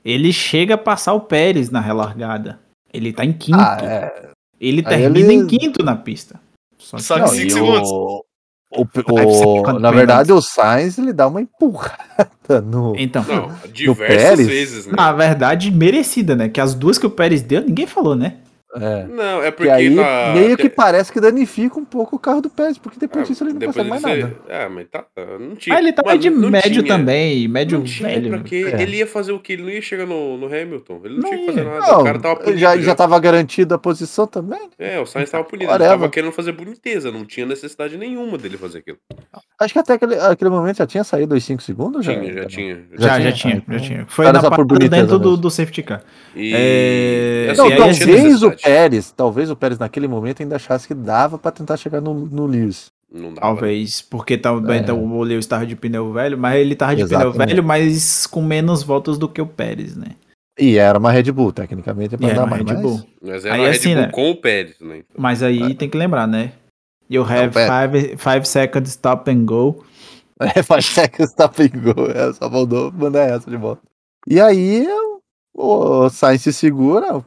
Ele chega a passar o Pérez na relargada. Ele tá em quinto.
Ah, é.
Ele
Aí
termina
ele-
em quinto na pista. Só que
Só que
Não,
cinco
e
segundos.
o- o-
Deve ser
o-
quando
na
vem
verdade, o Sainz ele dá uma empurrada no.
Então,
Não, diversas
Pérez?
vezes, né?
na verdade, merecida, né? Que as duas que o Pérez deu, ninguém falou, né?
É.
Não, é
E
porque
aí,
na- É,
meio que parece que danifica um pouco o carro do Pérez, porque depois disso ele não
depois
consegue mais
disso
nada.
ele- Ah, mas tá. Não tinha.
Ah, ele tava
Mano,
de
não
médio
tinha.
também, médio
não tinha
velho. né?
pra quê?
É.
Ele ia fazer o quê? Ele não ia chegar no, no Hamilton. Ele não,
Não
tinha que
ia.
fazer nada.
Não,
Ah, o cara tava punido.
já,
já.
já tava garantido a posição também. né?
É, o Sainz tava punido. Ele
Whatever.
tava querendo fazer boniteza. Não tinha necessidade nenhuma dele fazer aquilo.
Acho que até aquele, aquele momento já tinha saído os 5 segundos. Já, né?
Tinha, já tinha.
Já
Já, já
tinha? Ah,
tinha, é.
então-
já tinha. Foi
Era
na
só por
parada
boniteza
dentro do,
mesmo.
do safety car.
E...
É, e
Não,
assim, aí não tinha
talvez o
necessidade.
Pérez, talvez o Pérez naquele momento ainda achasse que dava pra tentar chegar no, no Lewis.
Não dava.
Talvez, porque talvez
É.
então, o Lewis estava de pneu velho, mas ele tava de pneu
Exatamente.
velho, mas com menos voltas do que o Pérez, né?
E era uma Red Bull, tecnicamente, é pra
E era
andar
uma
mais.
Red
mas-
Bull.
Mas era
Aí
a Red
assim,
Bull
né?
com o Pérez, né?
Mas aí tem que lembrar, né? You have
pera.
five, five seconds stop and go.
É, faz que está pingou. É, só mandou mandar essa de volta. E aí o Sainz se segura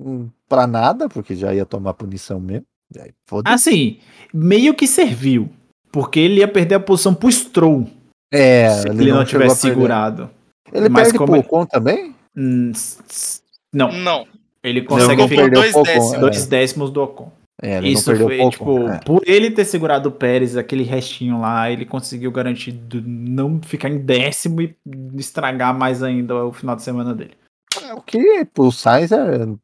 hum, pra nada, porque já ia tomar punição mesmo. E aí, foda-se.
Assim, meio que serviu. Porque ele ia perder a posição pro Stroll
é,
Ah, se ele não,
chegou
tivesse
a perder.
segurado.
Ele
Mas
perde
como
pro
ele-
Ocon também?
Hum, s- s- não,
Não.
ele
Ele
consegue
não
ficar
perdeu dois
pro
décimos.
é.
dois décimos do Ocon.
É, ele
Isso
não perdeu
foi,
pro Ocon,
tipo,
é.
por ele ter segurado o Pérez, aquele restinho lá, ele conseguiu garantir do- não ficar em décimo e estragar mais ainda o final de semana dele.
É, O que pro Sainz é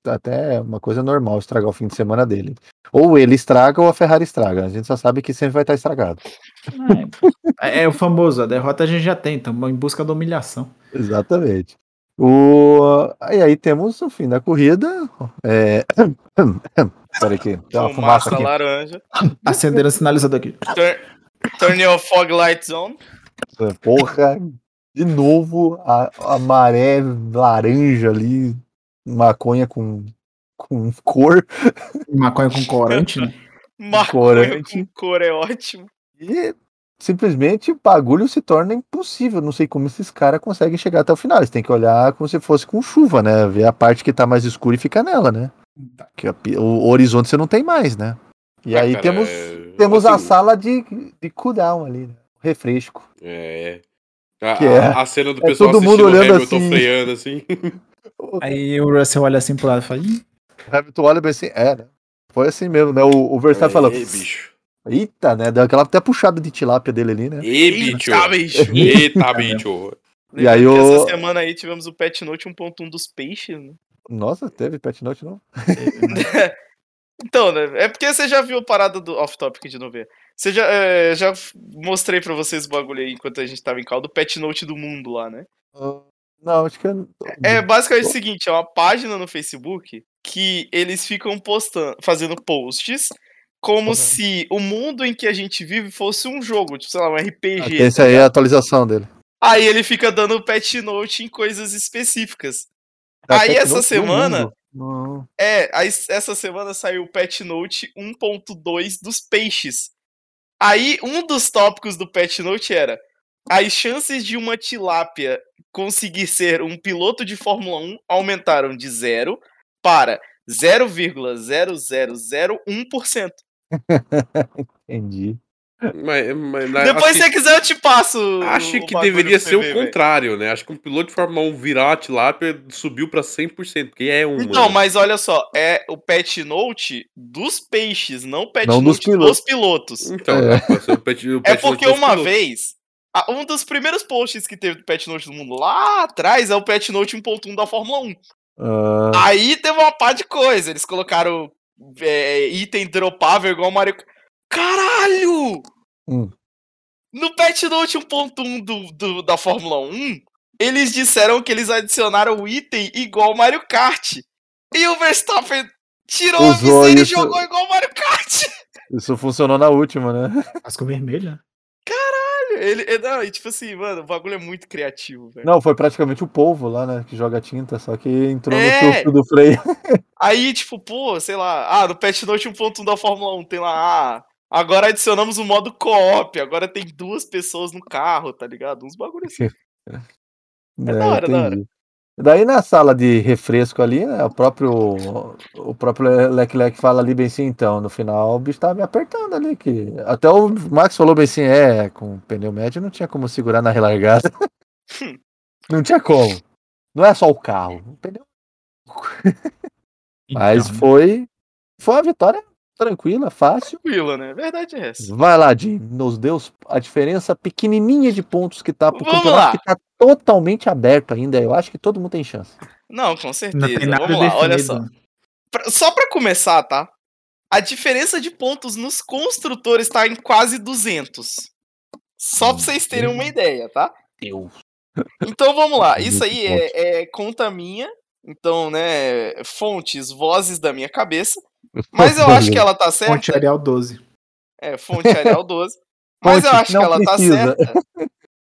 até uma coisa normal estragar o fim de semana dele. Ou ele estraga ou a Ferrari estraga. A gente só sabe que sempre vai estar estragado.
É, é o famoso, a derrota a gente já tem, estamos em busca da humilhação.
Exatamente. O... E aí temos o fim da corrida. É... Peraí que tem uma fumaça
Fumaça
aqui.
laranja.
Acenderam o sinalizador Tá aqui.
Turn, turn your fog lights on.
Porra, de novo a, a maré laranja ali, maconha com, com cor.
Maconha com corante, né?
Maconha
Corante.
com cor é ótimo.
E simplesmente o bagulho se torna impossível. Não sei como esses caras conseguem chegar até o final. Eles têm que olhar como se fosse com chuva, né? Ver a parte que tá mais escura e fica nela, né? Que a pi- o horizonte você não tem mais, né? E
Ah,
aí
cara,
temos,
é-
temos a
assim,
sala de, de cooldown ali, né? refresco.
É. A,
Que é-
a- a cena do
é
pessoal
todo mundo
assistindo o
olhando
Hamilton
assim.
freando, assim.
Aí o Russell olha assim pro lado e fala: Ih,
O Hamilton olha bem assim, é, né? Foi assim mesmo, né? O, o Verstappen fala,
Ei, bicho.
eita, né? Deu aquela até puxada de tilápia dele ali, né?
Ei, bicho.
Eita, bicho.
Eita, bicho.
E aí
Porque
o...
Essa semana aí tivemos o Pet Note 1.1 dos peixes, né?
Nossa, teve pet note não?
Então, né? É porque você já viu a parada do off-topic de novo. é. Você já, é, já f- mostrei pra vocês o bagulho aí enquanto a gente tava em caldo, o Pet Note do mundo lá, né?
Ah, Não, acho que... eu-
É basicamente o seguinte, é uma página no Facebook que eles ficam postando, fazendo posts como
Uhum.
se o mundo em que a gente vive fosse um jogo, tipo, sei lá, um
Ah,
RPG.
Esse
tá
aí é
ligado?
a atualização dele.
Aí ele fica dando pet note em coisas específicas. Aí,
Pet
essa
Note do
semana-
mundo. Não.
É, aí s- essa semana saiu o Pet Note 1.2 dos peixes. Aí um dos tópicos do Pet Note era as chances de uma tilápia conseguir ser um piloto de Fórmula 1 aumentaram de zero para 0,0001%.
Entendi.
Mas, mas, na-
Depois,
É, acho
se você quiser, eu te passo. o-
Acho
o
que
bagulho
deveria
pra
ser
você ver,
o
velho.
contrário, né? Acho que um piloto de Fórmula 1 virar a tilápia subiu pra 100%, porque é uma.
Então,
né?
mas olha só, é o pet note dos peixes, não o pet
Não dos
note dos pilotos.
Então,
É.
dá pra ser o pet- o
É
pet
porque
note dos
uma
pilotos.
vez, a- um dos primeiros posts que teve do pet note do mundo lá atrás é o pet note 1.1 da Fórmula 1.
Ah,
Aí teve uma pá de coisa, eles colocaram é, item dropável igual Mario. Kart. Caralho!
Hum.
No pet note 1.1 do, do- da Fórmula 1, eles disseram que eles adicionaram o item igual Mario Kart. E o Verstappen tirou
Usou
a viseira
isso.
e jogou igual Mario Kart.
isso funcionou na última, né?
Casca vermelha.
Ele, ele- não, e tipo assim, mano, o bagulho é muito criativo, velho.
Não, foi praticamente o polvo lá, né? Que joga tinta, só que entrou no
É.
filtro do freio.
Aí, tipo, pô, sei lá, ah, no Pet Note 1.1 da Fórmula 1 tem lá, ah, agora adicionamos o modo co-op, agora tem duas pessoas no carro, tá ligado? Uns bagulho assim.
É,
da hora, da hora.
entendi. Daí na sala de refresco ali, né, o próprio, o próprio Leclerc fala ali bem assim, então, no final o bicho tava me apertando ali, que até o Max falou bem assim, é, com pneu médio não tinha como segurar na relargada. não tinha como. Não é só o carro, o pneu. Mas
Então,
foi, foi uma vitória tranquila, fácil.
Tranquilo, né? Verdade é essa.
Vai lá, Jim, nos deu a diferença pequenininha de pontos que tá pro
Vamos
campeonato
lá.
que tá totalmente aberto ainda. Eu acho que todo mundo tem chance.
Não, com certeza.
não tem nada
Vamos lá, olha só.
definido.
Pra- só pra começar, tá? A diferença de pontos nos construtores tá em quase 200. Só pra vocês terem
Hum.
uma ideia, tá?
Deus.
Então vamos lá. Isso
Muito
aí é, é conta minha. Então, né? Fontes, vozes da minha cabeça. Mas eu acho que ela tá
Fonte
certa.
Arial 12.
É, fonte Arial 12. Mas eu
Fonte,
acho que
não
ela
precisa.
tá certa.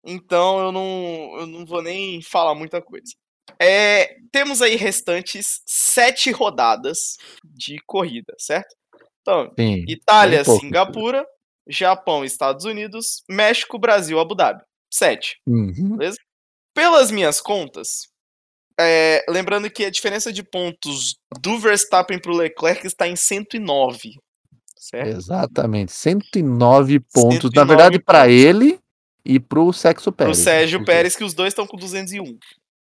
Então eu não, eu não vou nem falar muita coisa. É, temos aí restantes sete rodadas de corrida, certo? Então,
Sim.
Itália,
Hum, Bem pouco.
Singapura, Japão, Estados Unidos, México, Brasil, Abu Dhabi. Sete.
Uhum.
Pelas minhas contas, é, lembrando que a diferença de pontos do Verstappen pro Leclerc está em 109. Certo?
Exatamente. 109 pontos.
109
Na verdade, pra ele e pro Sexo
Pro
Pérez. né?
Sérgio
Porque-
Pérez, que os dois estão com 201.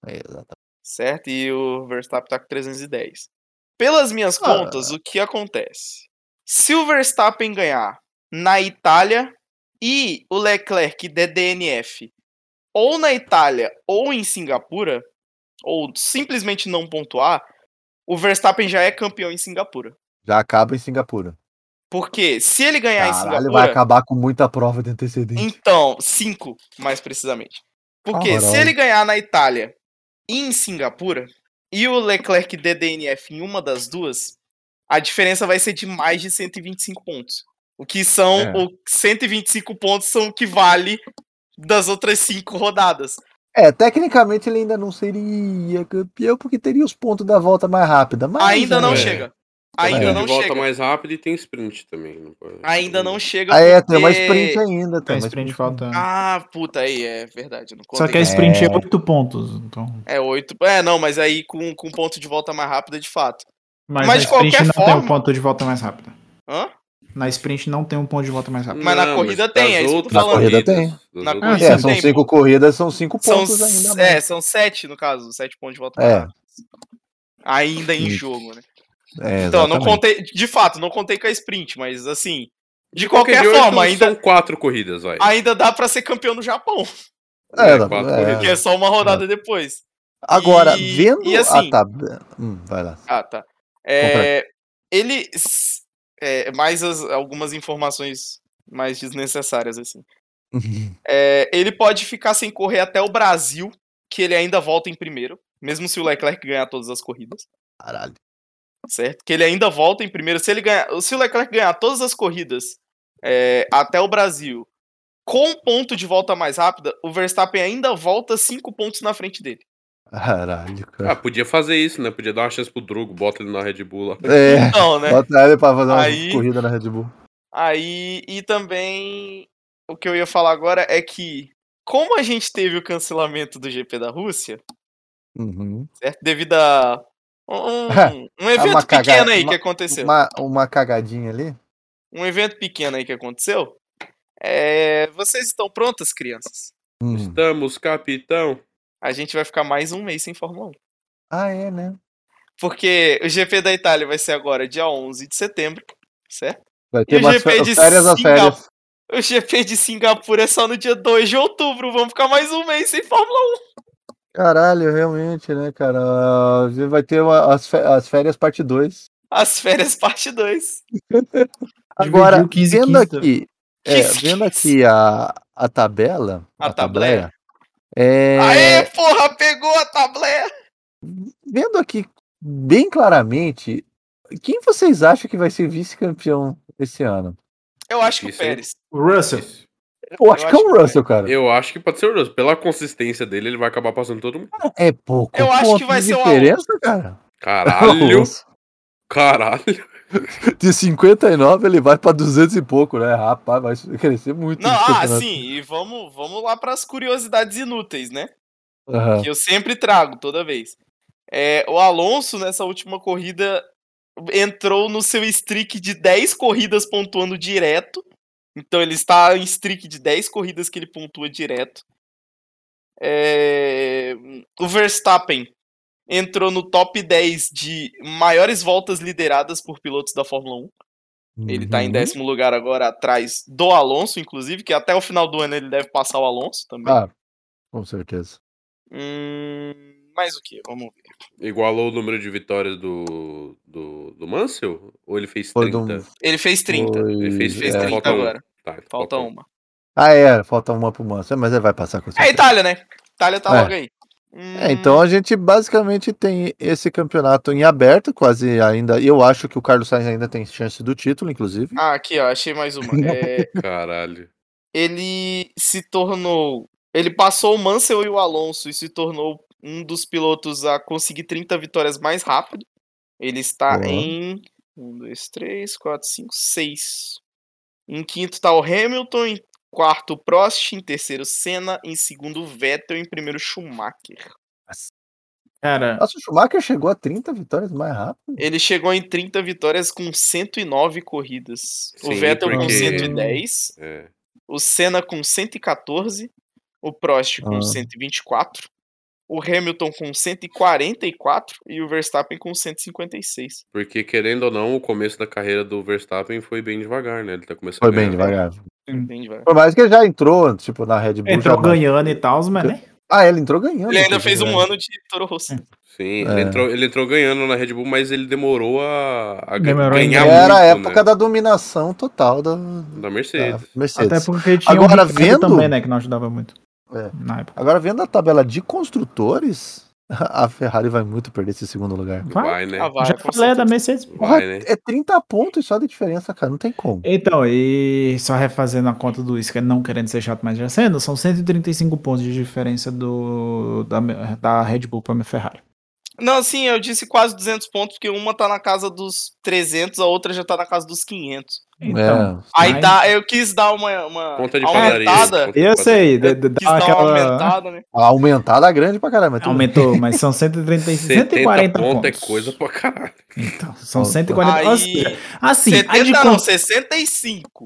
É, exatamente.
certo? E o Verstappen tá com 310. Pelas minhas
Ah.
contas, o que acontece? Se o Verstappen ganhar na Itália e o Leclerc der DNF ou na Itália ou em Singapura, ou simplesmente não pontuar, o Verstappen já é campeão em Singapura.
Já acaba em Singapura.
Porque se ele ganhar É, em
Caralho, vai
Singapura,
acabar com muita prova de antecedente.
então, cinco, mais precisamente. Porque se
Caralho.
ele ganhar na Itália e em Singapura, e o Leclerc der DNF em uma das duas, a diferença vai ser de mais de 125 pontos. O que são
É.
o 125 pontos são o que vale das outras cinco rodadas.
É, tecnicamente ele ainda não seria campeão, porque teria os pontos da volta mais rápida. Mas
Ainda não
é.
chega.
É.
Ainda
Ele
não
volta
chega.
mais rápido e tem sprint também. não pode-
Ainda não chega.
Ah, é, tem uma
porque-
sprint ainda. Tem
Tem
uma
sprint
sprint
faltando.
Ah, puta, aí é verdade. eu Não
Só que a
contei.
sprint é 8 pontos. Então.
É oito. É, não, mas aí com, com ponto de volta mais rápida, de fato.
Mas,
Mas
na
de qualquer
sprint não tem
forma-
um ponto de volta mais rápido.
Hã?
Na sprint não tem um ponto de volta mais rápido.
Mas na corrida
das
tem, é isso que eu tô
outras
falando.
Na corrida tem.
corridas, das
Na
outras-
corrida
É,
Sim,
são
tem,
cinco corridas, são cinco
São,
pontos ainda.
s-
mais.
é, são sete, no caso, sete pontos de volta
É.
pra cá. Ainda em
Hum.
jogo, né?
É,
Então, não
exatamente.
contei. De fato, não contei com a sprint, mas assim. De
Qualquer
qualquer
dia,
forma,
são-
ainda,
São quatro corridas, vai.
ainda dá pra ser campeão no Japão,
É,
É,
dá-
quatro
é.
corridas.
que é só uma rodada depois.
Agora,
E-
vendo
e assim-
a tabela. Hum, vai lá.
Ah, tá. É, ele. s- é, mais as- algumas informações mais desnecessárias, assim. É, ele pode ficar sem correr até o Brasil, que ele ainda volta em primeiro, mesmo se o Leclerc ganhar todas as corridas.
Caralho.
certo? Que ele ainda volta em primeiro. Se ele ganhar, se o Leclerc ganhar todas as corridas é, até o Brasil com um ponto de volta mais rápida, o Verstappen ainda volta cinco pontos na frente dele.
Caralho, cara.
Ah, podia fazer isso, né? Podia dar uma chance pro Drogo, bota ele na Red Bull lá.
É,
Então, né?
bota ele pra fazer uma
Aí-
corrida na Red Bull.
Aí e também o que eu ia falar agora é que como a gente teve o cancelamento do GP da Rússia,
Uhum.
certo? Devido a um, um evento pequeno
cagada,
aí
uma-
que aconteceu.
Uma, uma cagadinha ali.
Um evento pequeno aí que aconteceu. É, vocês estão prontas, crianças?
Uhum.
Estamos, capitão.
a gente vai ficar mais um mês sem Fórmula 1.
Ah, é, né?
Porque o GP da Itália vai ser agora dia 11 de setembro, certo?
Vai
E
ter
o
umas
GP de
fe- férias a férias.
Singapura. O GP de Singapura é só no dia 2 de outubro, vamos ficar mais um mês sem Fórmula
Caralho, realmente, né, cara? Ah, Vai ter uma- as, fe- as férias parte 2.
1. As férias parte 2.
Agora,
Dividiu 15,
vendo
15,
aqui, é,
15,
vendo aqui a, a tabela,
A
a,
tableia.
tabela, é,
Aê, porra, pegou a tablé!
vendo aqui bem claramente, quem vocês acham que vai ser vice-campeão esse ano?
Eu acho que o
Isso aí.
Pérez.
O Russell.
Eu acho que é o Russell, cara.
Eu acho que pode ser o Russell. Pela consistência dele, ele vai acabar passando todo mundo.
É pouco.
Eu acho
ponto
que vai
de
ser o Alonso.
diferença, cara.
Caralho,
Nossa.
caralho.
De 59 ele vai pra 200 e pouco, né? Rapaz, vai crescer muito.
Não,
esse
ah,
campeonato.
sim, e vamos, vamos lá para as curiosidades inúteis, né?
Aham.
que eu sempre trago toda vez. É, o Alonso, nessa última corrida, entrou no seu streak de 10 corridas pontuando direto. Então ele está em streak de 10 corridas que ele pontua direto. É, o Verstappen entrou no top 10 de maiores voltas lideradas por pilotos da Fórmula 1. Ele tá em
Uhum.
décimo lugar agora, atrás do Alonso, inclusive, que até o final do ano ele deve passar o Alonso também.
Ah, com certeza.
Hum, mais o que? Vamos ver.
Igualou o número de vitórias do, do, do Mansell? Ou ele fez
Foi de
30?
um-
Ele fez 30.
foi-
Ele fez,
Ele fez
é,
30
falta um.
agora.
Tá,
Falta uma.
Ah, é, falta uma pro Manso, mas ele vai passar com
É
certeza.
Itália, né? Itália tá
É.
logo aí. Hum,
É, então a gente basicamente tem esse campeonato em aberto, quase ainda. Eu acho que o Carlos Sainz ainda tem chance do título, inclusive.
Ah, aqui, ó, achei mais uma. É,
Caralho.
ele se tornou. Ele passou o Mansell e o Alonso e se tornou um dos pilotos a conseguir 30 vitórias mais rápido. Ele está
Boa.
em. 1, 2, 3, 4, 5, 6. Em quinto tá o Hamilton, em quarto o Prost, em terceiro Senna, em segundo o Vettel, em primeiro Schumacher.
Cara,
Nossa, o Schumacher chegou a 30 vitórias mais rápido.
Ele chegou em 30 vitórias com 109 corridas. o
Sim,
Vettel com
porque-
110.
É.
o Senna com 114, o Prost com
Ah.
124, o Hamilton com 144 e o Verstappen com 156.
Porque, querendo ou não, o começo da carreira do Verstappen foi bem devagar, né? Ele tá começando
Foi
a
bem devagar.
ganhar.
é.
Hum.
Entende, velho?
Por mais que ele já entrou, tipo, na Red Bull.
entrou
já-
ganhando e tal, mas né?
Ah, ele entrou ganhando.
Ele ainda
é
fez um
inclusive, né?
ano de Toro Rosso.
Sim,
É.
ele, entrou, ele entrou ganhando na Red Bull, mas ele demorou a, a ga-
Demorou em
ganhar
ganhar.
muito,
Era a época
né?
da dominação total da, da
da Mercedes.
Mercedes.
Até porque tinha
Agora,
Ricardo
vendo-
também, né, que não ajudava muito.
É.
Na época.
Agora, vendo a tabela de construtores, a Ferrari vai muito perder esse segundo lugar.
Vai.
Vai, né?
Ah, vai,
Já
com
falei
certeza.
da Mercedes. pô.
Vai, né?
É 30 pontos só de diferença, cara. Não tem como.
Então, e só refazendo a conta do Isca, não querendo ser chato, mas já sendo, são 135 pontos de diferença do, da, da Red Bull pra Ferrari.
Não, assim, eu disse quase 200 pontos, porque uma tá na casa dos 300, a outra já tá na casa dos 500.
Então,
É.
Aí
Mas-
dá, eu quis dar uma, uma
Conta de padaria.
aumentada.
conta de
eu
padaria.
sei,
Eu
d- d-
Quis
dá
dar uma
aquela...
aumentada, né?
A aumentada grande pra caramba. tudo bem.
Aumentou, mas são 135,
70
140
pontos
pontos.
é coisa pra caralho.
Então, são
Nossa.
140 Ou seja,
Aí,
Assim, a de,
70
con-
não, 65.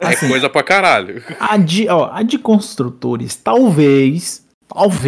Assim.
É coisa pra caralho.
a, de, ó, a de construtores, talvez,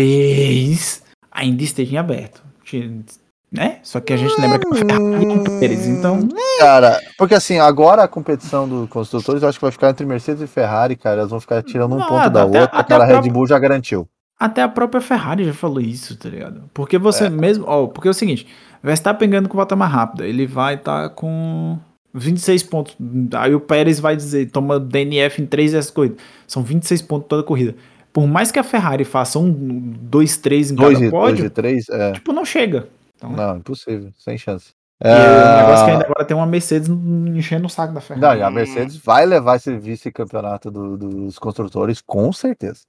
talvez, ainda esteja em aberto. Te- Né? Só que a gente lembra que a
Hum.
Ferrari não Pérez, então...
Cara, porque assim, agora a competição dos construtores eu acho que vai ficar entre Mercedes e Ferrari, cara. Elas vão ficar tirando um
Nada,
ponto da
até-
outra.
até
cara,
a
a
própria-
Red Bull já garantiu.
Até a própria Ferrari já falou isso, tá ligado? Porque você mesmo. Ó, porque é o seguinte: Verstappen ganhando com volta mais rápida. Ele vai estar com 26 pontos. Aí o Pérez vai dizer: toma DNF em 3 dessas corridas. São 26 pontos toda corrida. Por mais que a Ferrari faça um, dois, três em
2
cada
e, dois
pódio,
e 3, é.
tipo, não chega.
Não, impossível, sem chance.
E é
É,
um negócio que ainda agora tem uma Mercedes enchendo o saco da Ferrari.
Não, e a Mercedes vai levar esse vice-campeonato do- dos construtores, com certeza.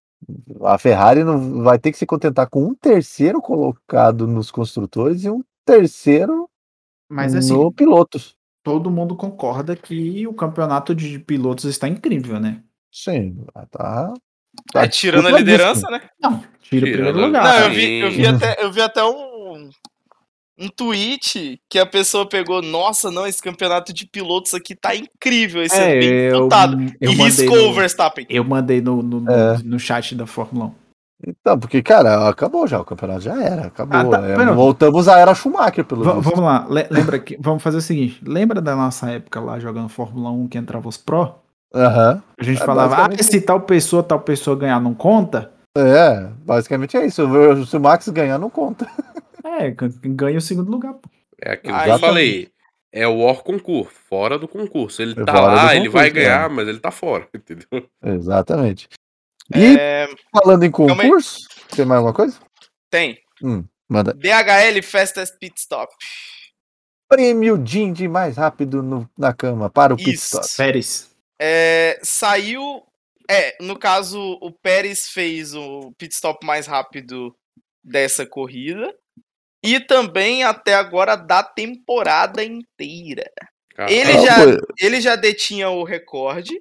A Ferrari não vai ter que se contentar com um terceiro colocado nos construtores e um terceiro
Mas assim,
no pilotos.
todo mundo concorda que o campeonato de pilotos está incrível, né?
Sim, tá. tá
É, tirando a
disputadíssimo.
liderança, né?
Não, tira o
Tirando
primeiro
a-
lugar.
Não,
Ah,
eu vi, eu
sim.
vi até, eu vi até um, um tweet que a pessoa pegou, nossa, não, esse campeonato de pilotos aqui tá incrível, esse é, bem disputado. E riscou o
no,
Verstappen.
eu mandei no, no, no-
É.
no chat da Fórmula 1.
Então, porque, cara, acabou já, o campeonato já era, acabou.
Ah, tá,
é,
pera.
voltamos à era Schumacher, pelo
Va-
visto.
vamos lá, le- lembra que. Vamos fazer o seguinte: lembra da nossa época lá jogando Fórmula 1 que entrava os pró?
Aham.
A gente
É,
falava, ah,
basicamente-
se tal pessoa, tal pessoa ganhar não conta?
É, basicamente é isso. Se o Max ganhar, não conta.
É, gan- ganha o segundo lugar. pô.
É aquilo que eu
Aí-
falei. É o or concurso, fora do concurso. Ele tá
Fora do
lá, ele vai
concurso, é.
ganhar, mas ele tá fora, entendeu?
Exatamente. E
É,
falando em
Calma aí.
concurso, tem mais alguma coisa?
tem.
Manda.
DHL Fastest Pit Stop.
prêmio Jim de mais rápido no- na cama para o pit
Isso.
stop.
Pérez.
É, saiu. É, no caso, o Pérez fez o pit stop mais rápido dessa corrida. E também até agora da temporada inteira.
Cara,
Ele
Ah,
já,
pô.
ele já detinha o recorde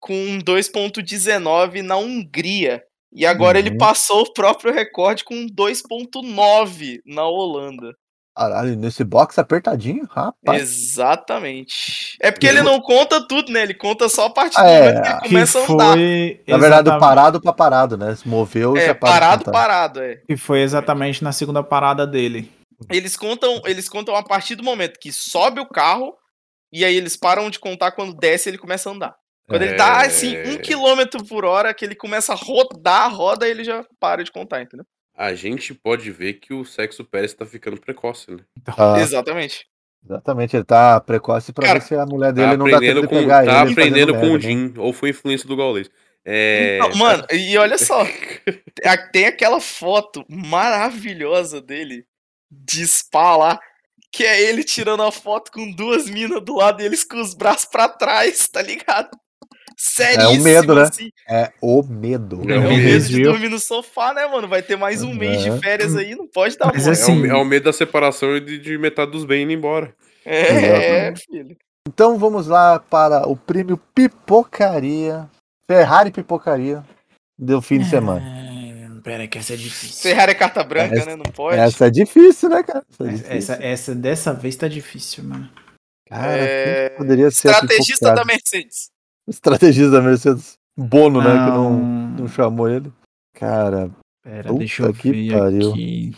com 2.19 na Hungria. E agora
Uhum.
ele passou o próprio recorde com 2.9 na Holanda.
Caralho, nesse box apertadinho, rapaz.
Exatamente. É porque ele não conta tudo, né? Ele conta só a partir do
É,
momento que ele começa a andar.
foi
Na verdade, do
exatamente-
parado pra parado, né? Se moveu,
É,
já para de
parado,
contar.
parado, é.
que foi exatamente na segunda parada dele.
Eles contam, eles contam a partir do momento que sobe o carro e aí eles param de contar quando desce ele começa a andar. Quando ele tá assim, um
É.
quilômetro por hora, que ele começa a rodar a roda, ele já para de contar, entendeu?
A gente pode ver que o sexo Pérez tá ficando precoce, né?
Ah,
Exatamente.
Exatamente, ele tá precoce pra
Cara,
ver se a mulher
Tá
dele não dá tempo
aprendendo
de
com,
pegar
tá
ele. né?
aprendendo com o
Jim.
Jim, ou foi influência do Gaules. É,
Não, Então, mano, e olha só, a- tem aquela foto maravilhosa dele de spa lá, que é ele tirando a foto com duas minas do lado e eles com os braços pra trás, tá ligado? assim. Sério,
medo, né? É o medo.
É
É
o medo
o medo de
desvio.
dormir no sofá, né, mano? Vai ter mais um mês de
Aham.
férias aí, não pode dar
Mas
mole.
é,
assim-
o, é o medo da separação e de, de metade dos bens indo embora.
É, é, filho.
Então vamos lá para o prêmio Pipocaria. Ferrari Pipocaria do fim
É.
de semana.
Pera, que essa é difícil.
Ferrari é carta branca,
Essa-
né? Não pode.
Essa é difícil, né, cara? Essa é difícil.
Essa, essa dessa vez tá difícil, mano.
Cara,
É,
quem que poderia ser a
Estrategista
pipocada?
da Mercedes.
Estrategista da Mercedes. Bono, né? Que não, não
Não,
chamou ele. Cara,
Pera,
Puta
deixa eu
que
ver
pariu.
aqui.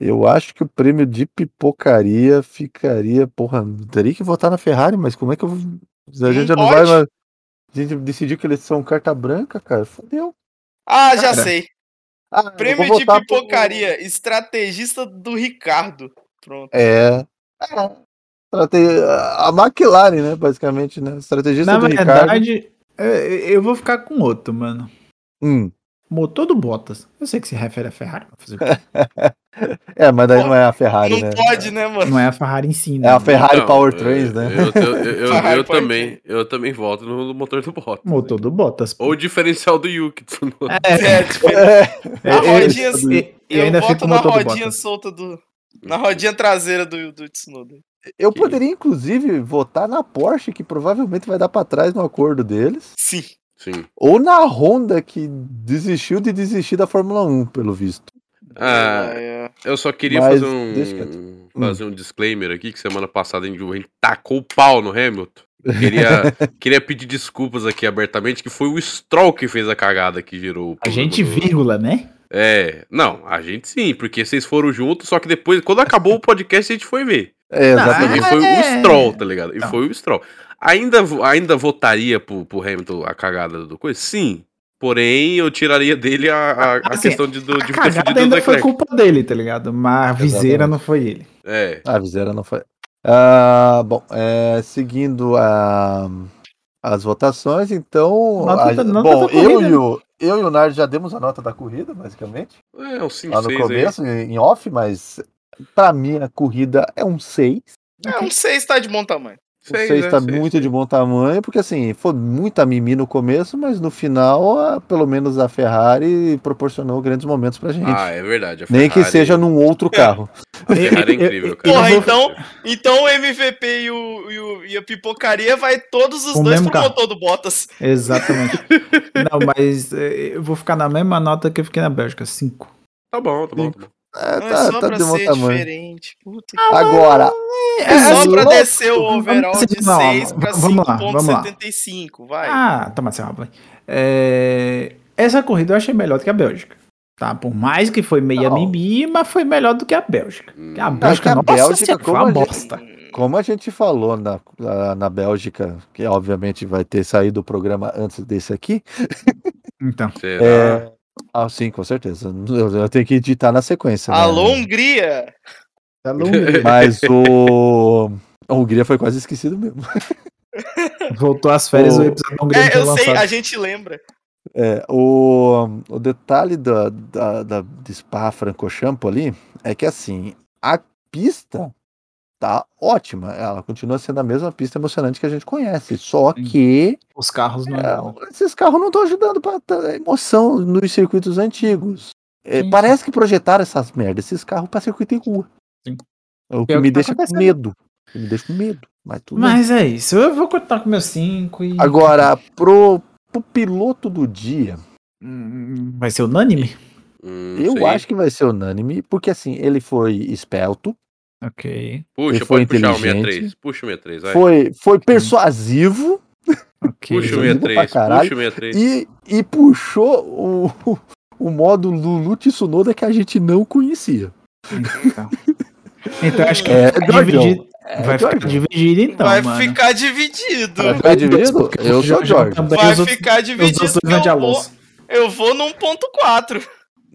eu acho que o prêmio de pipocaria ficaria. Porra, teria que votar na Ferrari, mas como é que eu. vou- A gente já não vai.
pode.
Mas... A gente decidiu que eles são carta branca, cara. Fodeu.
Ah, já
Cara,
sei.
Ah, eu
Prêmio
vou
de
votar pro-
pipocaria. Estrategista do Ricardo. Pronto.
É. é. Estrate- A McLaren, né? Basicamente, né? Estrategista
Na
do Ricardo.
verdade, é, eu vou ficar com outro, mano.
Hum.
Motor do Bottas. Eu sei que se refere a Ferrari. mas fazer o quê?
É, mas daí não é a Ferrari,
não
né?
pode, né, mano?
Não é a Ferrari em si, né?
É a Ferrari
Não,
Powertrains,
eu-
né?
Eu, eu- eu- eu-
Ferrari
eu também,
Powertrains.
eu também voto no motor do Bottas.
Motor do Bottas. pô.
Ou o diferencial do Yuki. Tsunoda.
É, tipo,
É.
É,
a
é,
rodinha-
e- eu,
eu
ainda fico
boto
com o
na
motor do
rodinha assim.
Bottas.
solta do. Na rodinha traseira do, do Tsunoda.
Eu
Que-
poderia, inclusive, votar na Porsche, que provavelmente vai dar pra trás no acordo deles,
Sim.
Sim.
ou na Honda, que desistiu de desistir da Fórmula 1, pelo visto.
Ah,
é.
Eu só queria
Mas
fazer um
deixa quieto.
fazer um disclaimer aqui que semana passada a gente a gente tacou o pau no Hamilton. Queria, queria pedir desculpas aqui abertamente que foi o Stroll que fez a cagada que gerou. o
A
problema
gente
do-
vírgula, né?
É, não, a gente sim, porque vocês foram juntos, só que depois quando acabou o podcast a gente foi ver.
É,
Não,
E
exatamente.
foi
é.
o Stroll, tá ligado? E
Não.
foi o Stroll. Ainda, vo- ainda votaria pro, pro Hamilton a cagada do coisa? Sim. Porém, eu tiraria dele a, a- a
Assim,
questão de, do,
A
de ter
cagada
fudido o
ainda foi
Leclerc.
culpa dele, tá ligado? Mas a viseira
Exatamente.
não foi ele.
É.
A viseira não foi. Ah, bom, é, seguindo a- as votações, então.
Nota
a-
da- nota
bom,
da
eu
corrida, né?
e, o, eu e o Nardo já demos a nota da corrida, basicamente.
É, uns 5,
Lá no
6 aí.
começo, em em off, mas pra mim a corrida é um 6.
É, um 6 tá de bom tamanho.
O 6
né?
tá
Seis.
muito de bom tamanho, porque assim, foi muita mimi no começo, mas no final, ah, pelo menos a Ferrari proporcionou grandes momentos pra gente.
Ah, é verdade. a
Nem que
Ferrari-
seja num outro carro.
A Ferrari é
Eu-
incrível, cara.
Porra,
eu
então, então o MVP e, o, e, o- e a pipocaria vai todos os
Com o
dois
mesmo
pro
carro.
motor do Bottas.
Exatamente. não, mas eh, eu vou ficar na mesma nota que eu fiquei na Bélgica, 5.
Tá bom, tá bom. Tá bom.
É,
Não é
tá
só
tá
pra
de bom
ser
tamanho.
diferente. Puta
Ah,
que...
Agora,
É só pra
louco.
descer o
Vamos
overall
assim,
de
não,
6 pra
vamos lá, vamos lá.
5.75, vai.
Ah, toma seu rabo. aí. É, essa corrida eu achei melhor do que a Bélgica. Tá, por mais que foi meia
Não.
mimi, mas foi melhor do que a Bélgica. Que a
Hum.
Bélgica,
a
nossa,
Bélgica,
senhora, foi
como
uma
a gente-
bosta.
como a gente falou na, na, na Bélgica, que obviamente vai ter saído o programa antes desse aqui,
Então,
Será?
é. Ah, sim, com certeza. Eu, eu tenho que editar na sequência. né?
Alô, Hungria!
tá longe.
Mas o. A Hungria foi quase esquecido mesmo.
voltou às férias
O-
o episódio não grande
É,
foi
eu sei,
lançado.
a gente lembra.
É, o, o detalhe da, da, da de Spa Francochamps ali é que assim, a pista tá ótima. Ela continua sendo a mesma pista emocionante que a gente conhece. Só
Sim.
que
Os carros não.
é, esses carros não estão ajudando para emoção nos circuitos antigos. É,
Sim,
parece que projetaram essas merdas, esses carros para circuito em rua.
Sim.
É O
É
que
o
me
que tá
deixa com
acontecendo.
medo. Me deixa com medo. Mas tudo bem.
Mas é isso, eu vou cortar com meu 5 e.
Agora, pro, pro piloto do dia,
Hum, Vai ser unânime?
Hum, não
Eu
sei.
acho que vai ser unânime, porque assim, ele foi espelto,
Ok,
Puxa,
ele foi
pode puxar o
inteligente.
63. Puxa o 63, vai.
foi, foi persuasivo
ok.
Puxa o
Lindo pra
63,
caralho.
puxa o 63.
e, e puxou o, o modo Lulu Tsunoda que a gente não conhecia.
Então, Então, acho que
É,
vai,
Jorgão,
dividido,
É,
vai ficar
Jorge.
dividido então,
vai
mano.
ficar dividido.
Vai ficar dividido? Eu sou o Jorge.
Também
Vai
os outros-
ficar
os
dividido. então,
dois
porque
vão de
eu, vou,
Alonso.
eu vou num ponto 4.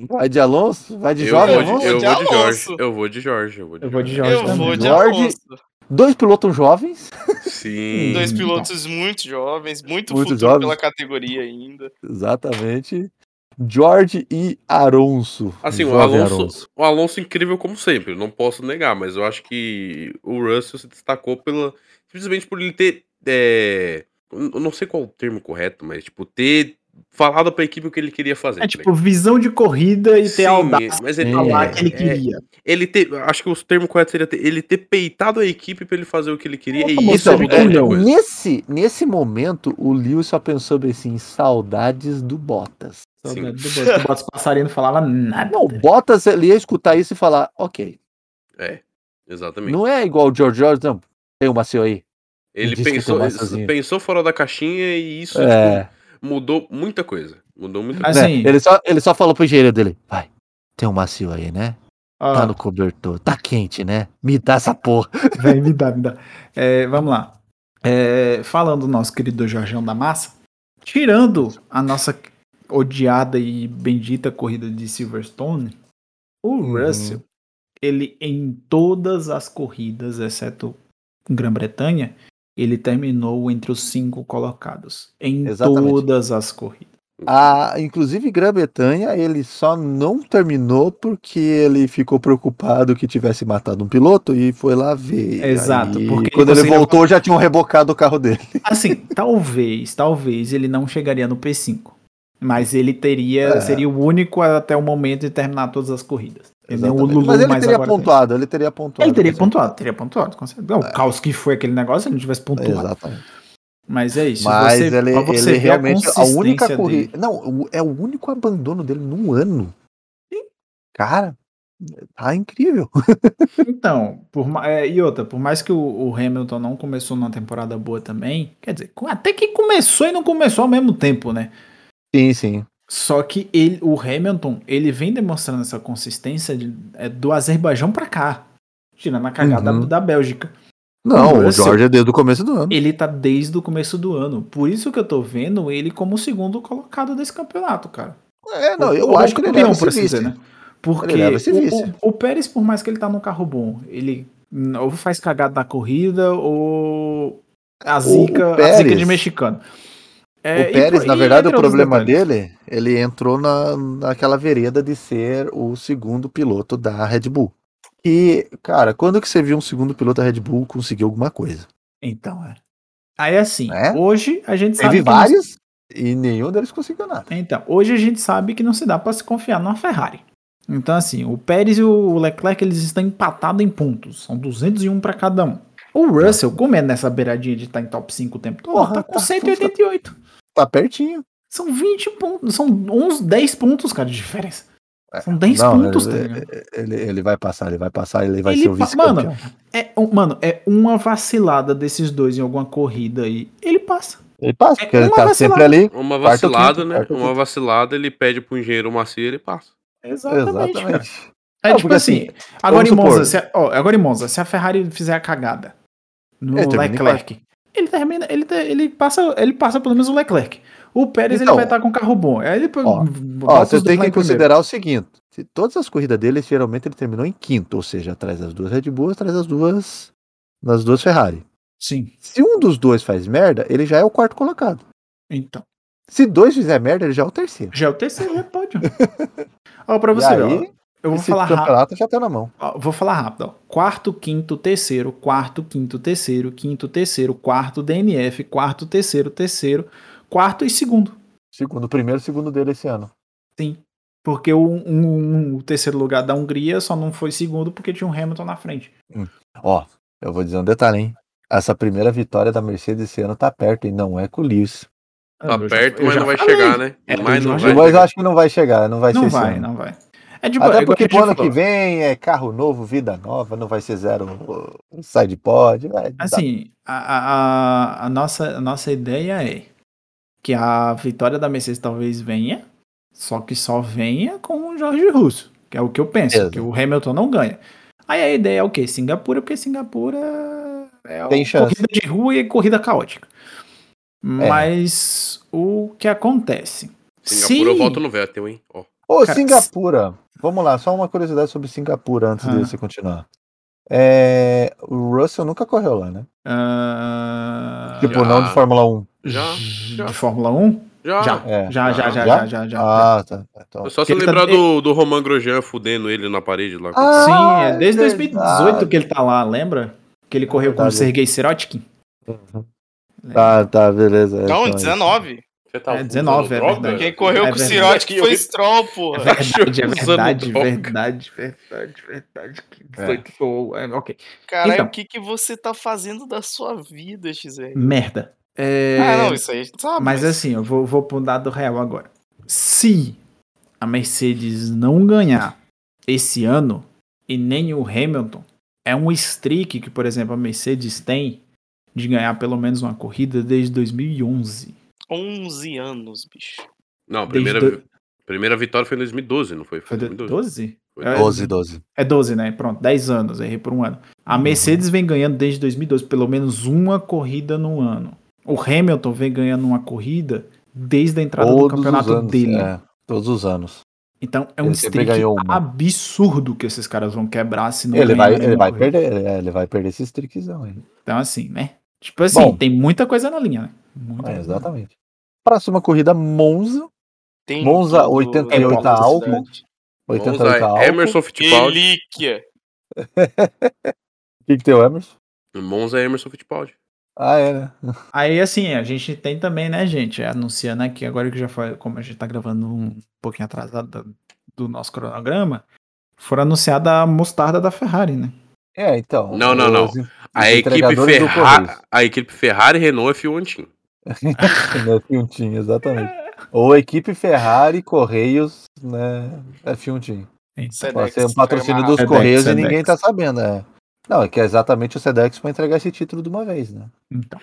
Vai de Alonso? Vai de
Eu
Jorge
joga,
vou
Alonso?
de, eu
de
vou de
Alonso.
Jorge. Eu vou de Jorge. Eu vou de
Eu vou de
Jorge.
Jorge
Eu
também.
vou de
Jorge.
Alonso.
Dois pilotos jovens,
Sim.
Dois pilotos muito jovens, muito,
Muito
futuro
jovens.
pela categoria
É,
ainda.
exatamente. George e Aronso.
Assim, o
Jovem
Alonso, o Alonso incrível como sempre, não posso negar, mas eu acho que o Russell se destacou pela simplesmente por ele ter é, eu não sei qual o termo correto, mas tipo ter falado pra equipe o que ele queria fazer.
É
tá
tipo visão de corrida e ter a audácia
Sim, mas
de
ele,
Sim.
falar que ele
é,
queria.
ele ter, acho que o termo correto seria ter- ele ter peitado a equipe pra ele fazer o que ele queria. E
Então,
isso é muita
é,
muita
não.
coisa.
nesse, nesse momento, o Lewis só pensou bem assim, saudades do Bottas.
Sim.
Saudade do Bottas. O Bottas passarinho não falava nada.
Não, o Bottas ele ia escutar isso e falar, ok,
É, exatamente.
não é igual o George George, não, tem uma seu aí.
ele
disse que
pensou,
tomar sozinho.
pensou fora da caixinha e isso
É,
tipo, mudou muita coisa. Mudou muita coisa.
Mas
né,
assim,
ele, só, ele só falou pro engenheiro dele, vai, tem um macio aí, né?
ó,
Tá no cobertor, tá quente, né? Me dá essa porra.
Vai, me dá, me dá. É, vamos lá. É, falando do nosso querido Jorgão da Massa, tirando a nossa odiada e bendita corrida de Silverstone, o Russell, ele em todas as corridas, exceto Grã-Bretanha, ele terminou entre os cinco colocados. Em
Exatamente.
todas as corridas.
A, inclusive, Grã-Bretanha, ele só não terminou porque ele ficou preocupado que tivesse matado um piloto e foi lá ver.
Exato,
Aí,
porque tipo assim,
quando ele
você ia-
voltou, já tinham rebocado o carro dele.
Assim, talvez, talvez ele não chegaria no P5. Mas ele teria,
É.
seria o único até o momento de terminar todas as corridas. Ele não é o
Exatamente.
Lulu,
mas ele
mas
teria
agora tem.
pontuado, ele teria pontuado.
Ele teria
com certeza. É.
pontuado, teria pontuado, com certeza. O caos que foi aquele negócio, ele não tivesse pontuado.
Exatamente.
Mas é isso.
Mas
você-
ele,
pra você ver
ele realmente a, única
consistência dele.
corrida. Não, o- é o único abandono dele num ano. Cara, tá incrível.
Então, por, ma- é, e outra, por mais que o, o Hamilton não começou numa temporada boa também, quer dizer, co- até que começou e não começou ao mesmo tempo, né?
Sim, sim.
Só que ele, o Hamilton, ele vem demonstrando essa consistência de- é, do Azerbaijão pra cá, tirando a cagada
Uhum.
da, da Bélgica.
Não, o
Russell-
Jorge é desde o começo do ano.
Ele tá desde o começo do ano. Por isso que eu tô vendo ele como o segundo colocado desse campeonato, cara.
É, não, eu
Ou
acho que ele
campeão,
leva esse
por assim
vice.
dizer, né? Porque
Ele leva esse
o-
vice.
o, o Pérez, por mais que ele tá num carro bom, ele hum, ou faz cagada na corrida ou a zica, a zica
Pérez-
de mexicano. É,
o
e
Pérez,
por-
na
e
verdade, o
entre outros
problema
detalhes.
dele, ele entrou na, naquela vereda de ser o segundo piloto da Red Bull. E, cara, quando que você viu um segundo piloto da Red Bull conseguir alguma coisa?
Então, é. Aí assim,
É?
hoje a gente sabe
Teve
que não-
vários e nenhum deles conseguiu nada.
Então, hoje a gente sabe que não se dá pra se confiar numa Ferrari. Então, assim, o Pérez e o Leclerc eles estão empatados em pontos. São 201 pra cada um. O Russell, como é nessa beiradinha de estar em top 5 o tempo todo,
Tá. Porra,
tá com
tá-
188.
Tá pertinho.
São 20 pontos. São uns 10 pontos, cara, de diferença. São 10
É, Não,
pontos, tá
ele,
ligado?
ele, ele vai passar, ele vai passar, ele vai
Ele
ser o
pa-
vice-campeão.
É, um- mano, é uma vacilada desses dois em alguma corrida aí. Ele passa.
Ele passa,
é
porque ele
uma
tá
vacilada.
sempre ali.
Uma
Quarto ou
vacilada,
quinto,
né?
quarto ou
uma
quinto.
vacilada, ele pede pro engenheiro macio e ele passa.
Exatamente. cara.
Exatamente.
É
Não,
tipo
porque
assim, agora, em
vamos
Monza,
supor-
se a, ó, agora em Monza, se a Ferrari fizer a cagada no
Ele termina em
Leclerc, ele termina, ele, te- ele passa, ele passa pelo menos o Leclerc. O Pérez
Então.
ele vai estar com um carro bom. Aí ele
Ó, Ó,
bota
você
os dois
tem
lá
que
em primeiro.
considerar o seguinte: se todas as corridas dele, geralmente ele terminou em quinto, ou seja, atrás das duas Red Bull, atrás das duas das duas Ferrari.
Sim,
Se um dos dois faz merda, ele já é o quarto colocado.
então.
Se dois fizer merda, ele já é o terceiro.
Já é o terceiro já pode. ó, pra
E
você ver, ó,
aí,
eu vou
esse
falar rápido.
campeonato já tá na mão.
Ó, vou falar rápido, ó. Quarto, quinto, terceiro, quarto, quinto, terceiro, quinto, terceiro, quarto, DNF, quarto, terceiro, terceiro, quarto e segundo.
Segundo, primeiro, segundo dele esse ano.
Porque o, um- um- o terceiro lugar da Hungria só não foi segundo porque tinha um Hamilton na frente.
Ó, eu vou dizer um detalhe, hein? Essa primeira vitória da Mercedes esse ano tá perto e não é com o Lewis.
Ah,
Tá
Eu já-
perto,
eu
mas
já
não vai
falei.
chegar, né?
É,
mas
eu
não
já-
vai.
eu
Mas eu
chegar.
acho que não vai chegar, não vai
Não
ser
vai,
sim.
não vai. É de
Até
é igual
porque
a gente
pro ano
falou.
que vem é carro novo, vida nova, não vai ser zero uh, side pod. vai dar-
Assim, a, a- a- a nossa, a nossa ideia é que a vitória da Mercedes talvez venha, só que só venha com o Jorge Russo, que é o que eu penso,
Beleza.
que o Hamilton não ganha. Aí a ideia é o quê? Singapura, porque Singapura é
Tem
o-
chance. É.
corrida de rua e corrida caótica. Mas o que acontece?
Singapura eu
Se-
voto no Vettel, hein? Ó.
Ô,
Cara,
Singapura. Vamos lá, só uma curiosidade sobre Singapura antes
Ah.
de você continuar. É, o Russell nunca correu lá, né?
Ah,
Tipo, não de Fórmula 1.
Já, já.
de Fórmula 1?
Já.
Já.
É.
Já, já, já,
Ah,
já,
já?
já, já.
Ah, tá. Então,
É Só
Porque
se
ele tá-
lembrar do, do Roman Grosjean fudendo ele na parede lá.
Ah,
Sim, é desde
é
2018
verdade.
que ele tá lá, lembra? Que ele correu com o
Verdade.
Sergei Serotkin.
Uhum. Tá, tá, beleza. é, então
Não,
é isso.
19.
Você
é,
usando
19, é
droga?
verdade.
Quem correu
É
com o
verdade.
Sirote foi Stroll,
É
porra.
verdade, é
Usando
verdade,
droga.
verdade, verdade, verdade. Que
É.
foi, que foi- é, ok.
Caralho,
Então.
o que, que você tá fazendo da sua vida, XR?
Merda. É,
Ah, não, isso aí a gente sabe.
mas assim, eu vou, vou pro dado real agora. Se a Mercedes não ganhar esse ano e nem o Hamilton, é um streak que, por exemplo, a Mercedes tem de ganhar pelo menos uma corrida desde 2011.
11 anos, bicho.
Não, a
Desde
primeira,
do-
primeira vitória foi em 2012, não foi?
Foi
Foi em
de-
2012.
12?
Foi.
É,
12, 12.
É 12, né? Pronto, 10 anos, errei por um ano. A Mercedes vem ganhando desde 2012 pelo menos uma corrida no ano. O Hamilton vem ganhando uma corrida desde a entrada do
Todos os
campeonato
anos.
dele.
é, todos os anos.
Então é um
Ele sempre
streak
ganhou uma.
absurdo que esses caras vão quebrar se não
Ele vai,
ganharem
ele
uma
vai
corrida.
perder, é, ele vai perder esse streakzão aí.
Então assim, né? Tipo assim,
Bom.
tem muita coisa na linha, né? Muita
É,
coisa.
exatamente. Próxima corrida, Monza.
Tem
Monza,
tudo
88
na
álcool.
velocidade.
88
Monza, é
álcool.
Emerson
Tipo,
Fittipaldi.
né? Relíquia.
O que, que tem o Emerson?
Monza é Emerson Fittipaldi.
Ah, é, né?
Aí assim, a gente tem também, né, gente? Anunciando aqui agora que já foi, como a gente tá gravando um pouquinho atrasado da- do nosso cronograma, foram anunciada a mostarda da Ferrari, né?
É, então.
Não, não, não.
os en- os
A equipe,
entregadores do
Ferra...
Correios.
a equipe Ferrari, Renault e um Fiontinho.
Né, Fiuntinho, exatamente. Ou equipe Ferrari, Correios, né? É Fiuntinho. Pode
Sedex,
ser um patrocínio dos
Ferrari.
Sedex,
Correios
Sedex.
e ninguém tá sabendo, é. Não, é que é exatamente o Sedex pra entregar esse título de uma vez, né?
Então,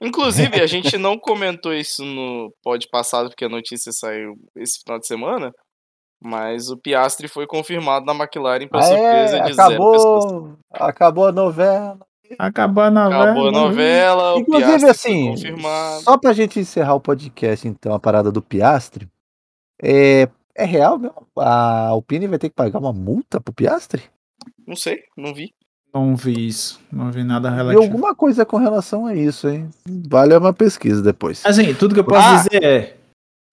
Inclusive, a gente não comentou isso no pod passado, porque a notícia saiu esse final de semana. Mas o Piastri foi confirmado na McLaren pra
Ah,
surpresa
é,
de zero pessoas.
acabou, acabou a novela.
acabou a novela.
Acabou a novela, o
Uhum. Inclusive,
Piastri foi
assim,
confirmado.
só pra gente encerrar o podcast, então, a parada do Piastre, é, é real mesmo? A Alpine vai ter que pagar uma multa pro Piastre?
Não sei, não vi.
Não vi isso, não vi nada
E
relativo.
alguma coisa com relação a isso, hein? Vale uma pesquisa depois.
Assim, tudo que eu posso
Ah!
dizer é: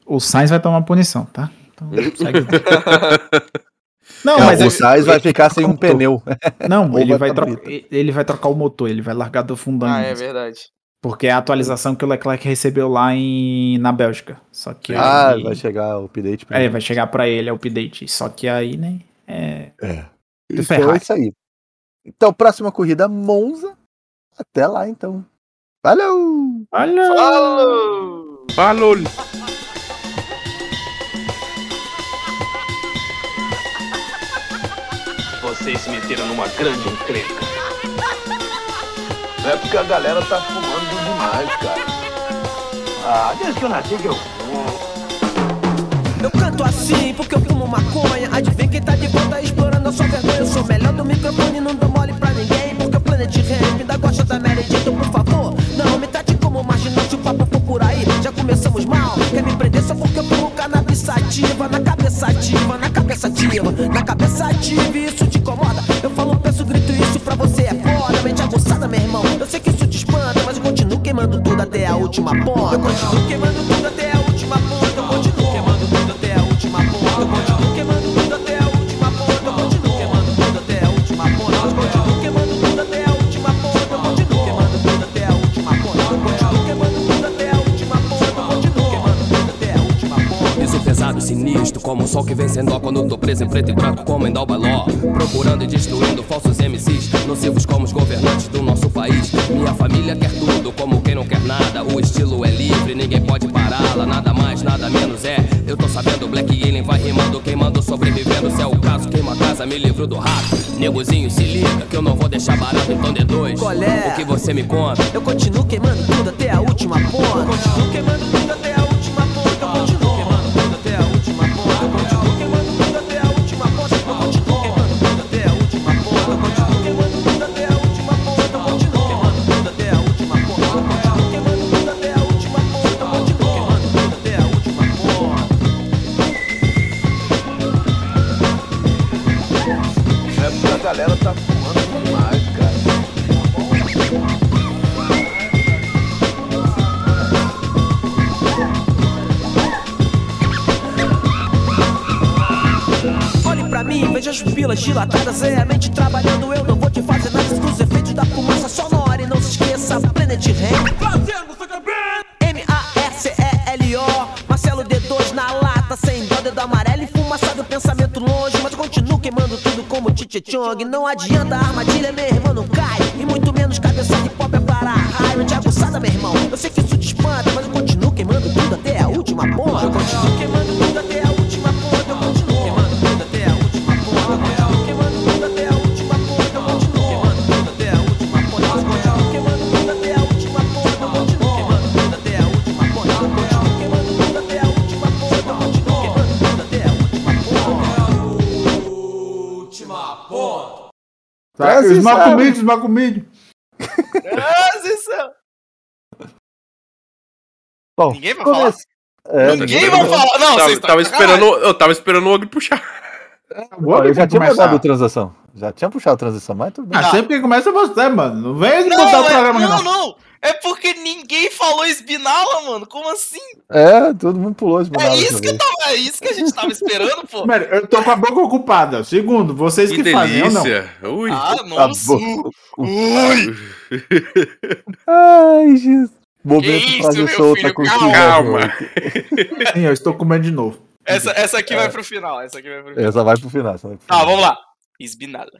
o Sainz vai tomar punição, tá? Então, segue. Não,
Não,
mas
o
é-
Sainz vai ficar sem um
contou.
pneu.
não,
ou
ele
vai
vai,
pra
troca- ele vai trocar o motor, ele vai largar do fundão.
Ah, é verdade.
Porque é a atualização que o Leclerc recebeu lá em, na Bélgica. Só que
Ah,
aí,
vai chegar o update. pra
é,
ele.
vai chegar pra ele é o update. Só que aí, né? É,
É.
do
Então é
Ferrari.
isso aí. Então, próxima corrida, Monza. Até lá, então. Valeu!
Olha!
Falou!
Falou!
Vocês se meteram numa grande encrenca. Não é porque a galera tá fumando demais, cara. Ah, desde que eu nasci que eu fumo.
Eu canto assim porque eu fumo maconha. Adivinha quem tá de volta explorando a sua vergonha. Eu sou melhor do microfone, não dou mole pra ninguém. Porque o Planet Ramp ainda gosta da Mary Jane. Então, por favor, não me trate como marginal se o papo for por aí. Já começamos mal. Quer me prender só porque eu fumo cannabis sativa. Na cabeça ativa, na cabeça ativa, na cabeça ativa. e Isso te incomoda. Eu falo, penso, grito, isso pra você é foda. Mente aguçada, meu irmão. Eu sei que isso te espanta, mas eu continuo queimando tudo até a última ponta. Eu continuo queimando tudo até a última ponta. Eu continuo queimando tudo até a última ponta. Eu continuo queimando tudo até a última ponta. Eu continuo queimando tudo até a última ponta. Eu continuo queimando tudo até a última ponta. Eu continuo queimando tudo até a última ponta. Eu continuo queimando tudo até a última ponta. Eu continuo queimando tudo até a última ponta.
Piso é pesado e sinistro, como o sol que vem sem dó Quando tô preso em preto e branco, como em Dalbaló Procurando e destruindo falsos MCs Nocivos como os governantes do nosso país Minha família quer tudo, como quem não quer nada O estilo é livre, ninguém pode parar Nada mais, nada menos é. Eu tô sabendo, Black Alien vai rimando, queimando, sobrevivendo. Se é o caso, queima a casa, me livro do rato. Negozinho, se liga que eu não vou deixar barato, então dê dois.
Colé.
O que você me conta?
Eu continuo queimando tudo até a última ponta. Eu continuo queimando tudo até a última ponta. Eu continuo queimando tudo até a última ponta. Eu continuo queimando tudo até a última ponta. Eu continuo queimando tudo até a última ponta. Eu continuo queimando tudo até a última ponta. Eu continuo queimando tudo até a última ponta. Eu continuo queimando tudo até a última ponta. Eu continuo queimando tudo até a última ponta.
É porque a galera tá fumando demais, cara.
Olhe pra mim, veja as pupilas dilatadas É a mente trabalhando, eu não vou te fazer nada Exclusive os efeitos da fumaça, só na hora E não se esqueça, Planet Ramp M-A-R-C-E-L-O Marcelo D2 na lata, sem dó, dedo amarelo E fumaçado, pensamento longe Mas eu continuo queimando tudo como Chiche Chong Não adianta, a armadilha, meu irmão, não cai E muito menos cabeça de pop é para raio De aguçada, meu irmão, eu sei que isso te espanta Mas eu continuo queimando tudo até a última ponta Eu continuo queimando tudo até a última ponta Eu continuo queimando tudo até a última ponta Eu continuo queimando tudo até a última ponta Eu continuo queimando tudo até a última ponta Eu continuo queimando tudo até a última ponta Eu continuo queimando tudo até a última ponta Eu continuo queimando tudo até a última ponta Eu continuo queimando tudo até a última ponta
Tá?
Essa
Os
sabe.
Malcolm X, os Malcolm X.
Transição.
Bom,
Ninguém vai falar?
comece- É,
Ninguém vai falar. Não,
Tava-
Ah, vocês estão
tava
de sacanagem.
esperando, eu tava esperando o Og puxar.
Não, eu já
Vamos
tinha
começar.
mandado transação. Já tinha puxado a transação, mas tudo bem.
Ah, sempre que começa você, mano. Não vem
Não,
botar o
é-
programa aqui,
não,
não.
não. É porque ninguém falou Esbinala, mano. Como assim?
É, todo mundo pulou de
É
Manaus
isso,
outra
que
vez.
tava, é isso que a gente tava esperando, pô.
Mano, eu tô com a boca ocupada. Segundo, vocês que,
Que
fazem, eu não.
delícia. Ui.
Ah,
Tá
nossa.
bom.
Ui,
Ai, Jesus. Momento
isso,
frase
meu
solta
filho,
com
calma.
calma.
Sim, eu estou comendo de novo.
É.
essa, essa aqui vai pro final. Essa aqui vai pro final.
Essa vai pro final. Essa vai pro
Tá,
final.
vamos lá. Esbinala.